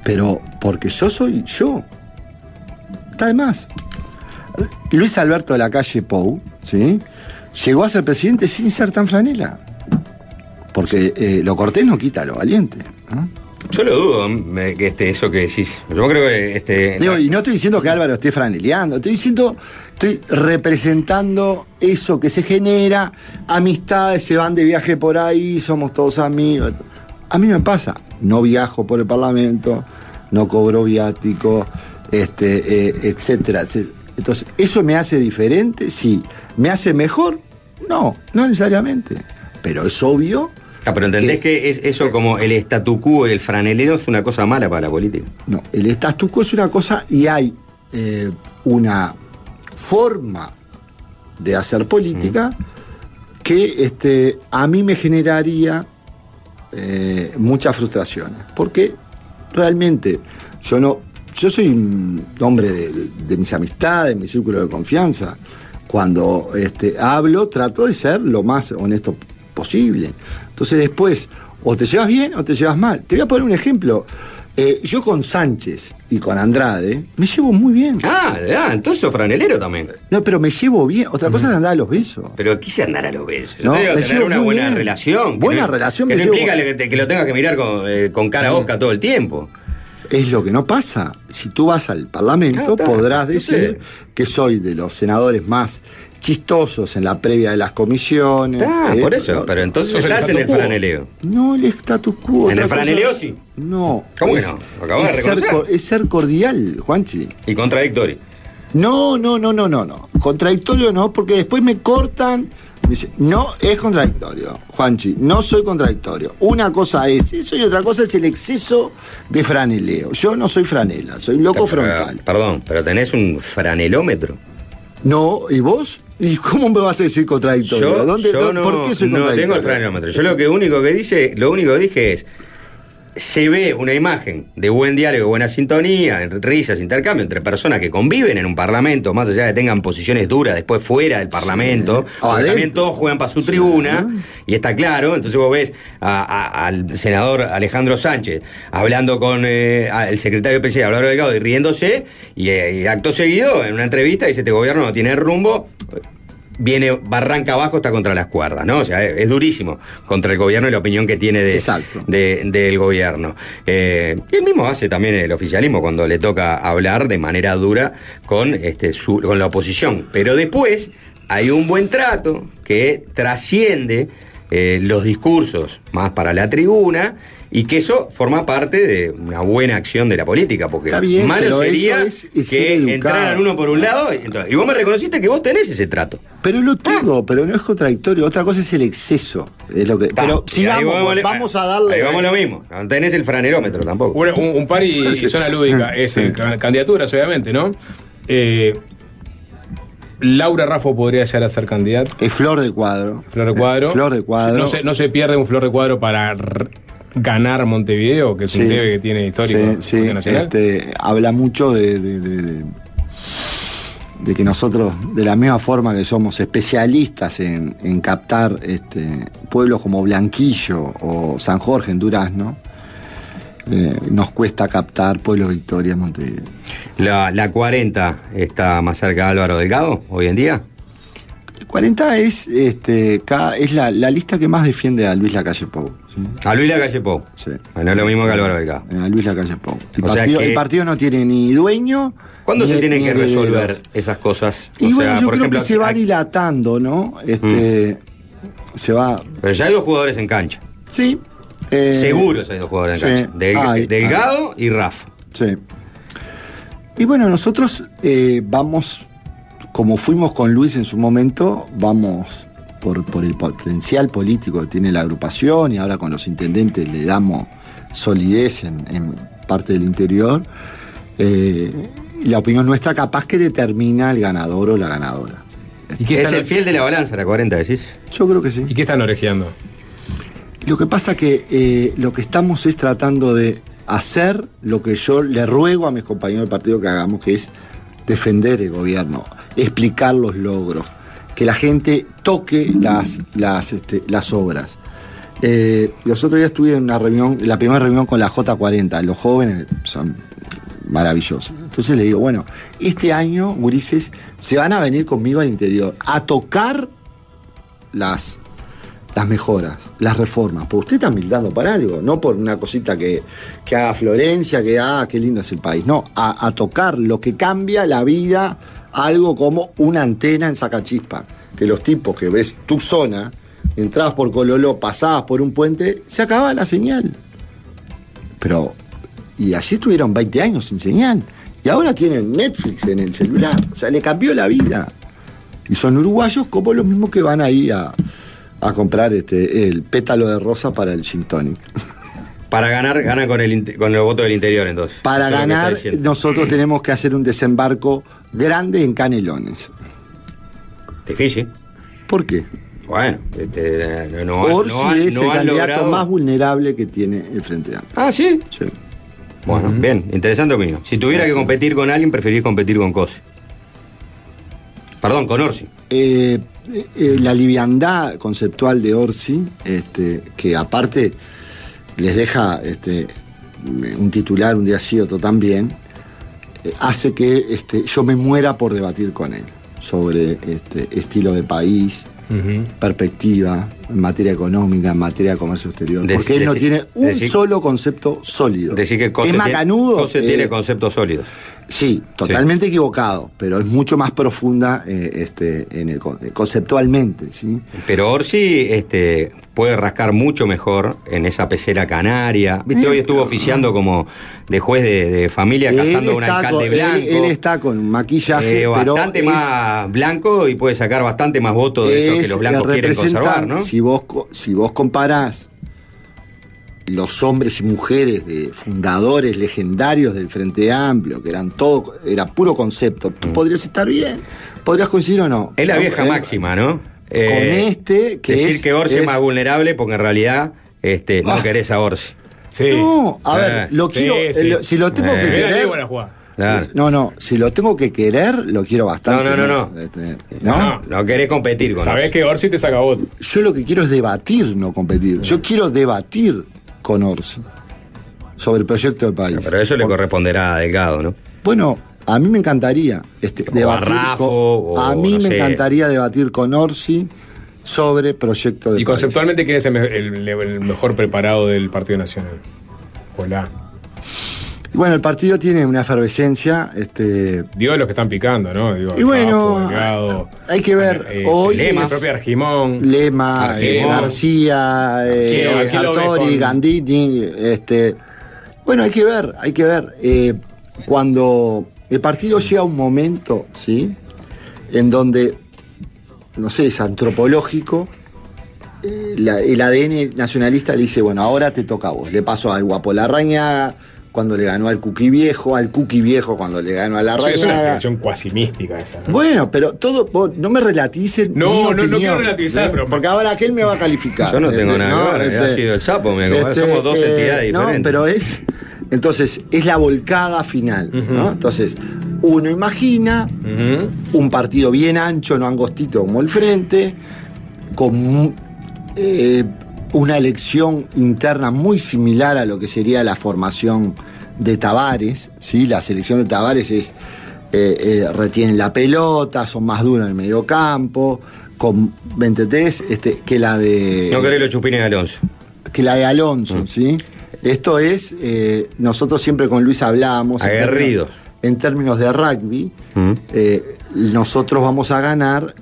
Pero porque yo soy yo. Está de más. Luis Alberto de la calle Pou, ¿sí? Llegó a ser presidente sin ser tan franela. Porque eh, lo cortés no quita lo valiente.
Yo lo dudo, me- que este, eso que decís. Yo creo que este,
Digo, y no estoy diciendo que Álvaro esté franeleando, estoy diciendo, estoy representando eso que se genera, amistades, se van de viaje por ahí, somos todos amigos. A mí me pasa, no viajo por el Parlamento, no cobro viático, este, eh, etcétera, etcétera. Entonces, ¿eso me hace diferente? Sí. ¿Me hace mejor? No, no necesariamente. Pero es obvio.
Ah, pero entendés que, es eso como el statu quo, el franelero es una cosa mala para la política.
No, el estatuco es una cosa y hay eh, una forma de hacer política que este, a mí me generaría eh, muchas frustraciones. Porque realmente yo no. Yo soy un hombre de, de- de mis amistades, de mi círculo de confianza. Cuando este, hablo, trato de ser lo más honesto posible. Entonces después, o te llevas bien o te llevas mal. Te voy a poner un ejemplo. Eh, yo con Sánchez y con Andrade me llevo muy bien.
Ah, ah, entonces sos franelero también.
No, pero me llevo bien. Otra cosa es andar a los besos.
Pero quise andar a los besos. Yo
No,
te digo,
me
tener
llevo
una
muy
buena
bien.
relación. que
Buena
no-
relación
Que
me
no
llevo.
implica que, te- que lo tengas que mirar con, eh, con cara osca todo el tiempo.
Es lo que no pasa. Si tú vas al
Claro,
Parlamento,
está.
podrás
Entonces-
decir que soy de los senadores más chistosos en la previa de las comisiones.
Ah,
Eh,
por eso.
no,
Pero entonces
Sos el
estás en el
statu quo.
franeleo.
No, el status quo.
En
otra
el
cosa-
franeleo sí.
No.
¿Cómo que
es-
no? Lo acabas de
es ser
reconocer.
co- es ser cordial, Juanchi.
Y contradictorio.
No, no, no, no, no, no. Contradictorio no, porque después me cortan. Me dice, no es contradictorio, Juanchi, no soy contradictorio. Una cosa es eso y otra cosa es el exceso de franeleo. Yo no soy franela, soy loco frontal.
Ah, Perdón, pero tenés un franelómetro.
No, ¿y vos? ¿Y cómo me vas a decir contradictorio?
Yo,
¿Dónde-
yo
dónde-
no,
¿Por qué soy
no
contradictorio?
tengo el franelómetro. Yo lo que único que dice, lo único que dije es se ve una imagen de buen diálogo, buena sintonía, risas, intercambio entre personas que conviven en un parlamento, más allá de que tengan posiciones duras después fuera del parlamento,
O
porque también
Ah, adentro.
todos juegan para su tribuna, y está claro, entonces vos ves a- a- al senador Alejandro Sánchez hablando con eh, a- el secretario del presidente, Álvaro Delgado, y riéndose, y, eh, y acto seguido, en una entrevista, dice, este gobierno no tiene rumbo, viene barranca abajo, está contra las cuerdas, ¿no? O sea, es, es durísimo contra el gobierno y la opinión que tiene de,
Exacto.
de- del gobierno. Eh, y él mismo hace también el oficialismo cuando le toca hablar de manera dura con, este, su- con la oposición. Pero después hay un buen trato que trasciende eh, los discursos más para la tribuna y que eso forma parte de una buena acción de la política, porque
Está bien,
malo
pero
sería
eso es- es
que
ser educado.
entraran uno por un lado. y entonces- y vos me reconociste que vos tenés ese trato.
Pero lo tengo, pero no es contradictorio. Otra cosa es el exceso. Es lo que, pero
Y ahí
sigamos, pues, vamos, a darle. eh.
Ahí vamos lo mismo. No tenés el franerómetro tampoco.
Bueno, un, un par y, y zona lúdica, es eh, can- candidaturas, obviamente, ¿no? Eh, Laura Raffo podría llegar a ser candidata.
Es flor de cuadro.
Flor de cuadro.
Flor de cuadro.
No se, no se pierde un flor de cuadro para r- ganar Montevideo, que es un
Sí.
debe que tiene histórico.
Sí,
en
sí,
Función Nacional.
este, habla mucho de, de- de- de- de que nosotros, de la misma forma que somos especialistas en, en captar este, pueblos como Blanquillo o San Jorge en Durazno, eh, nos cuesta captar pueblos Victoria en Montevideo.
La, la 40 está más cerca de Álvaro Delgado hoy en día.
40 es, este, ca- es la, la lista que más defiende a Luis Lacalle Pou. ¿sí?
A Luis Lacalle Pou.
Sí.
No es lo mismo que Álvaro Delgado.
A Luis Lacalle Pou. El,
O sea
partido,
que-
el partido no tiene ni dueño.
¿Cuándo
ni-
se tienen
ni
que
herederos.
resolver esas cosas?
Y
O
bueno,
sea,
yo
por
creo
ejemplo,
que se va
aquí- Mm.
dilatando, ¿no? Este, Se va.
Pero ya hay dos jugadores en cancha.
Sí. eh,
Seguros hay dos jugadores en
sí.
cancha. Del-
Ay,
Delgado y Rafa.
Sí. Y bueno, nosotros eh, vamos, como fuimos con Luis en su momento, vamos por, por el potencial político que tiene la agrupación y ahora con los intendentes le damos solidez en, en parte del interior. Eh, la opinión nuestra capaz que determina el ganador o la ganadora.
Es el fiel de la balanza, la 40, decís.
Yo creo que sí.
¿Y qué están orejeando?
Lo que pasa que eh, lo que estamos es tratando de hacer lo que yo le ruego a mis compañeros del partido que hagamos, que es defender el gobierno, explicar los logros, que la gente toque las, las, este, las obras. Eh, los otros días estuve en una reunión, la primera reunión con la J40, los jóvenes son maravillosos. Entonces le digo, bueno, este año, Gurises, se van a venir conmigo al interior a tocar las, las mejoras, las reformas. Porque usted está militando para algo, no por una cosita que, que haga Florencia, que ah, qué lindo es el país. No, a, a tocar lo que cambia la vida, algo como una antena en Sacachispa. Que los tipos que ves tu zona, entrabas por Cololó, pasabas por un puente, se acaba la señal. Pero, y allí estuvieron 20 años sin señal. Y ahora tienen Netflix en el celular. O sea, le cambió la vida. Y son uruguayos como los mismos que van ahí a, a comprar este, el pétalo de rosa para el gin tonic.
Para ganar, gana con el, inte- con el voto del interior, entonces. Eso
Para
es lo que está
ganar,
diciendo.
nosotros tenemos que hacer un desembarco grande en Canelones.
Difícil.
¿Por qué?
Bueno, este, no, no,
Por
no
si
han-
es
no
el
han
candidato
logrado-
más vulnerable que tiene el Frente Amplio.
Ah, sí.
Sí.
Bueno, bien, interesante opinión. Si tuviera que competir con alguien, preferiría competir con Cosi. Perdón, con Orsi.
Eh, eh, eh, la liviandad conceptual de Orsi, este, que aparte les deja este, un titular un día sí, otro también, eh, hace que este, yo me muera por debatir con él sobre este, estilo de país, perspectiva, en materia económica, en materia de comercio exterior.
Dec-
porque él no
decí-
tiene un
decí-
solo concepto sólido.
Decir que Cose
es macanudo.
tiene, Cose
eh,
tiene conceptos sólidos.
Sí, totalmente equivocado, pero es mucho más profunda eh, este, en el con- conceptualmente. ¿sí?
Pero Orsi este, puede rascar mucho mejor en esa pecera canaria. Viste,
Eh.
hoy estuvo oficiando como de juez de, de familia, cazando a un alcalde
con,
blanco.
él- él está con un
Eh,
maquillaje, pero
bastante
es-
más blanco y puede sacar bastante más votos de eso que
es
los blancos
el
quieren
representan-
conservar, ¿no?
Si vos, co- si vos comparás los hombres y mujeres de fundadores legendarios del Frente Amplio, que eran todo, era puro concepto, tú podrías estar bien, podrías coincidir o no.
Es la
No,
vieja
él-
máxima, ¿no? Eh,
con este, que
decir
es-
que Orsi es,
es- Ah.
más vulnerable porque en realidad este, no querés a Orsi.
Sí.
No, a
Sí.
ver, lo
Sí,
quiero,
sí.
eh, lo- si lo tengo
Eh.
que
Mira,
querer,
Buena jugada.
Claro.
no, no, si lo tengo que querer, lo quiero
No,
bastante.
no, no, no.
Este,
No, no querés competir con
Sabés
Orsi.
que Orsi te saca voto.
Yo lo que quiero es debatir, no competir. Yo quiero debatir con Orsi sobre el proyecto del país.
Pero eso le corresponderá a Delgado, ¿no?
Bueno, a mí me encantaría este,
O
debatir.
a Raffo,
con-
o
a mí
no
me
sé.
encantaría debatir con Orsi sobre proyecto del
Y
país.
conceptualmente, ¿quién es el, me- el- el mejor preparado del Partido Nacional? Hola.
Bueno, el partido tiene una efervescencia. Este,
Digo los que están picando, ¿no? Digo,
Y bueno,
Rafa, Delgado,
hay que ver.
eh,
hoy
Lema,
es-
el propio Argimón.
Lema, eh,
Argimón.
García, eh,
García, García lo ves
Sartori,
con-
Gandini, este. Bueno, hay que ver, hay que ver. eh, cuando el partido llega a un momento, ¿sí? En donde, no sé, es antropológico. eh, la- el ADN nacionalista le dice, bueno, ahora te toca a vos. Le pasó al Guapo Larrañaga cuando le ganó al Cuqui Viejo, al Cuqui Viejo cuando le ganó a
Sí, es una
Larrañaga.
explicación cuasi mística esa. ¿no?
Bueno, pero todo, vos, no me relativicen.
No,
mi
no, no
opinión,
quiero relativizar,
¿eh?
pero-
Porque ahora aquel me va a calificar.
Yo no tengo
¿entendés?
nada que ver,
Este,
ha sido el sapo, me acompañó.
este,
somos dos
eh,
entidades
No,
diferentes.
pero es. Entonces, es la volcada final. ¿no? Entonces, uno imagina un partido bien ancho, no angostito como el frente, con mu- eh, una elección interna muy similar a lo que sería la formación de Tavares. ¿sí? La selección de Tavares es. eh, eh, retienen la pelota, son más duros en el medio campo, con, ¿me entendés? Este, que la de
No querés los chupines de Alonso.
que la de Alonso,
Mm.
¿sí? Esto es, eh, nosotros siempre con Luis hablábamos. en
Aguerridos.
términos- En términos de rugby,
Mm.
eh, nosotros vamos a ganar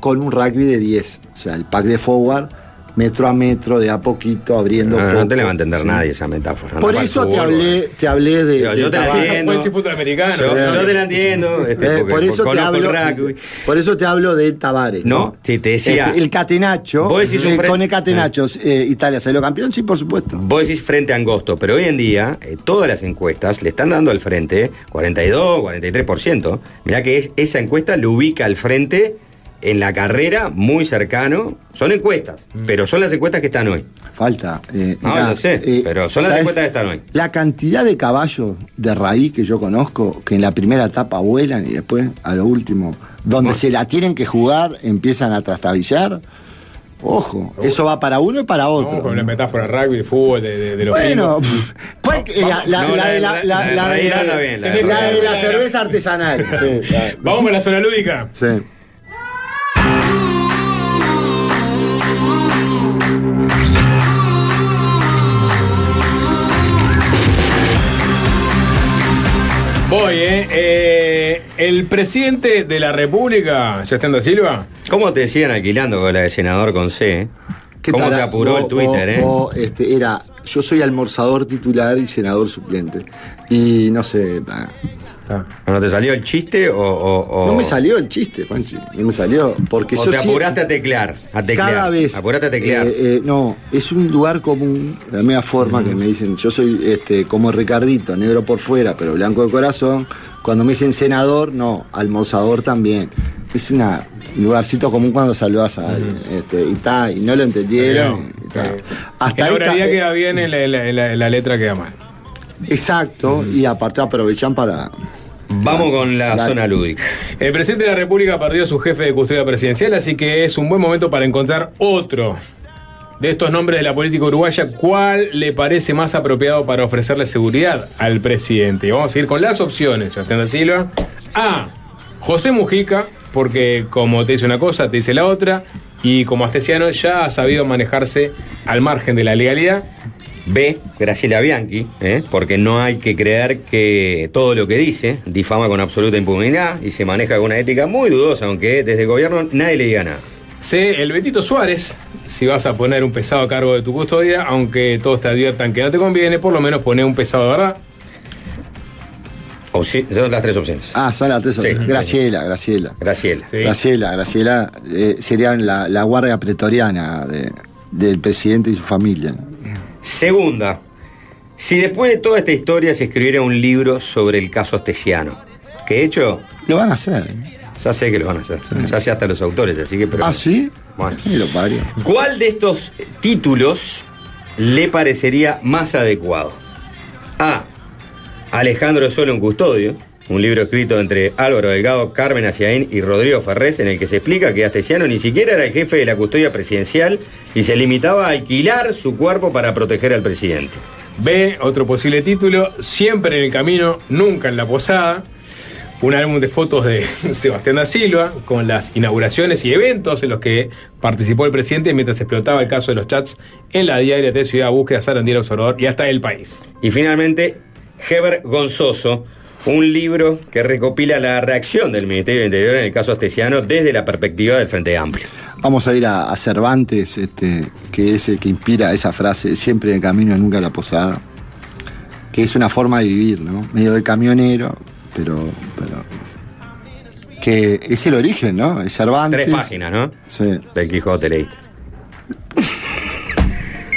con un rugby de 10. O sea, el pack de forward, metro a metro, de a poquito, abriendo.
No, no,
poco,
te la va a entender
¿sí?
nadie esa metáfora. Anda
Por
pa'l
eso te
fútbol,
hablé,
boludo.
te hablé de.
Yo-
de
yo te la
Tabata.
entiendo.
Puede ser fútbol americano.
Yo,
¿no?
yo te la entiendo.
Eh,
este, porque
por, eso te
conozco el
hablo,
rugby.
por eso te hablo de Tavares.
No, sí, te decía-
Este, el Catenacho.
Vos decís un
eh,
frente- Ah.
con el Catenacho, eh, Italia salió campeón, sí, por supuesto.
Vos decís frente a angosto, pero hoy en día eh, todas las encuestas le están dando al frente 42, 43%. Mirá que es- esa encuesta lo ubica al frente en la carrera, muy cercano. Son encuestas, pero son las encuestas que están hoy.
Falta. eh,
No,
mirá,
lo sé,
eh,
pero son las
¿sabes?
encuestas que están hoy.
La cantidad de caballos de raíz que yo conozco, que en la primera etapa vuelan y después, a lo último, donde se la tienen que jugar, empiezan a trastabillar. Ojo, eso va para uno y para
Vamos
otro.
con la metáfora rugby, fútbol, de, de- de los
Bueno,
gringos.
pf, ¿cuál que- la la-
No,
la de la-
la
la-
de
la
raíz anda bien, la de
de la de la
raíz.
cerveza artesanal. sí, la-
Vamos con la zona lúdica.
sí.
Voy, ¿eh? Eh, El presidente de la República, Sebastián da Silva,
¿Cómo te siguen alquilando con la de senador con C? eh?
¿Qué
¿Cómo te
tal?
apuró
O-
el Twitter,
o-
eh?
o, este, era, yo soy almorzador titular y senador suplente. Y no sé, nada.
¿No te salió el chiste o, o- o-
no me salió el chiste, Panchi. No me salió. Porque
o
yo
te
sí-
apuraste a teclear? A teclear.
cada vez.
Apuraste a teclear.
eh, eh, no, es un lugar común, la misma forma
Mm.
que me dicen, yo soy este, como Ricardito, negro por fuera, pero blanco de corazón. Cuando me dicen senador, no, almorzador también. Es una- un lugarcito común cuando saludás a alguien.
Mm.
este, y, ta, y no lo entendieron. y ta.
que la
ahí eh. ta-
oralidad queda bien, en la, en la- en la- en la letra queda mal.
Exacto, y aparte aprovechan para.
Vamos con la,
eh, la-
zona lúdica.
El presidente de la República perdió a su jefe de custodia presidencial, así que es un buen momento para encontrar otro de estos nombres de la política uruguaya. ¿Cuál le parece más apropiado para ofrecerle seguridad al presidente? Vamos a ir con las opciones, Sebastián da Silva. A. José Mujica, porque como te dice una cosa, te dice la otra. Y como astesiano ya ha sabido manejarse al margen de la legalidad.
B, Graciela Bianchi, ¿eh? porque no hay que creer que todo lo que dice difama con absoluta impunidad y se maneja con una ética muy dudosa, aunque desde el gobierno nadie le diga nada.
C. El Betito Suárez, si vas a poner un pesado a cargo de tu custodia, aunque todos te adviertan que no te conviene, por lo menos poné un pesado de verdad.
O sí, esas son las tres opciones.
Ah, son las tres.
Sí.
Graciela, Graciela.
Graciela.
Sí.
Graciela, Graciela eh, serían la, la guardia pretoriana de- del presidente y su familia.
Segunda, si después de toda esta historia se escribiera un libro sobre el caso Astesiano, que de hecho,
Lo van a hacer. ¿eh?
ya sé que lo van a hacer, ya sé hasta los autores, así que... pero-
¿Ah, sí?
Bueno.
Sí, lo parió.
¿Cuál de estos títulos le parecería más adecuado? A. Alejandro Solo en Custodio, un libro escrito entre Álvaro Delgado, Carmen Asiaín y Rodrigo Ferrés, en el que se explica que Astesiano ni siquiera era el jefe de la custodia presidencial y se limitaba a alquilar su cuerpo para proteger al presidente.
B, otro posible título, Siempre en el camino, nunca en la posada. Un álbum de fotos de Sebastián da Silva con las inauguraciones y eventos en los que participó el presidente mientras explotaba el caso de los chats en la diaria de Ciudad Búsqueda, Sarandí, El Observador y hasta El País.
Y finalmente, Heber Gonzoso, un libro que recopila la reacción del Ministerio del Interior en el caso Astesiano desde la perspectiva del Frente Amplio.
Vamos a ir a, a Cervantes, este, que es el que inspira esa frase, siempre en el camino, nunca la posada, que es una forma de vivir, ¿no? Medio de camionero, pero, pero que es el origen, ¿no? Es Cervantes.
Tres páginas, ¿no?
Sí.
Del Quijote leíste.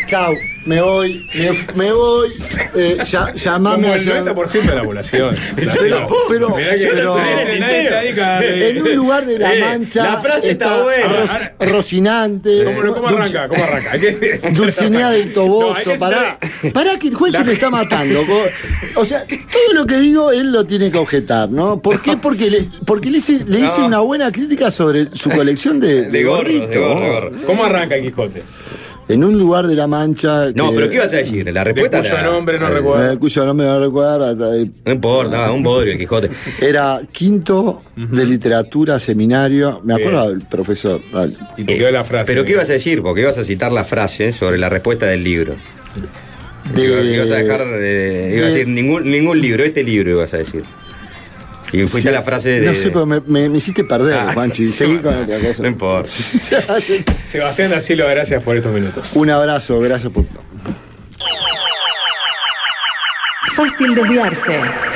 Chau, me voy, me, me voy. Eh, ya, llamame
Como
a
el 90% de la población.
Pero, pero,
Mirá que
pero-
nadie- nadie se dedica-
en un lugar de la
Eh,
mancha.
la frase está buena. Ahora-
Rocinante.
¿Cómo, no, cómo arranca? ¿Cómo arranca? Hay que-
eh, Dulcinea del Toboso,
No, hay que
pará. Pará que el juez
La-
se me está matando. co- O sea, todo lo que digo él lo tiene que objetar, ¿no? ¿Por qué? Porque le, porque le hice, le hice
No.
una buena crítica sobre su colección de, de gorritos.
¿Cómo arranca el Quijote?
En un lugar de la mancha.
No,
que-
pero ¿qué vas a decir? La respuesta
cuyo
la-
nombre no
la-
recuerdo.
eh, cuyo nombre no recuerdo. hasta ahí.
No importa, un bodrio el Quijote.
Era quinto de literatura, seminario. Me acuerdo del profesor. dale.
Y te quedó la frase.
Pero ¿qué ibas a decir? Porque ibas a citar la frase sobre la respuesta del libro.
De-
Iba- Ibas a dejar. eh, ibas a
de-
decir ningún, ningún libro, este libro ibas a decir. Y fuiste a la frase de. Ah,
No sé, pero me, me- me hiciste perder, Juanchi. Seguí con otra cosa.
No importa.
Sebastián da Cielo, gracias por estos minutos.
Un abrazo, gracias por.
Fácil desviarse.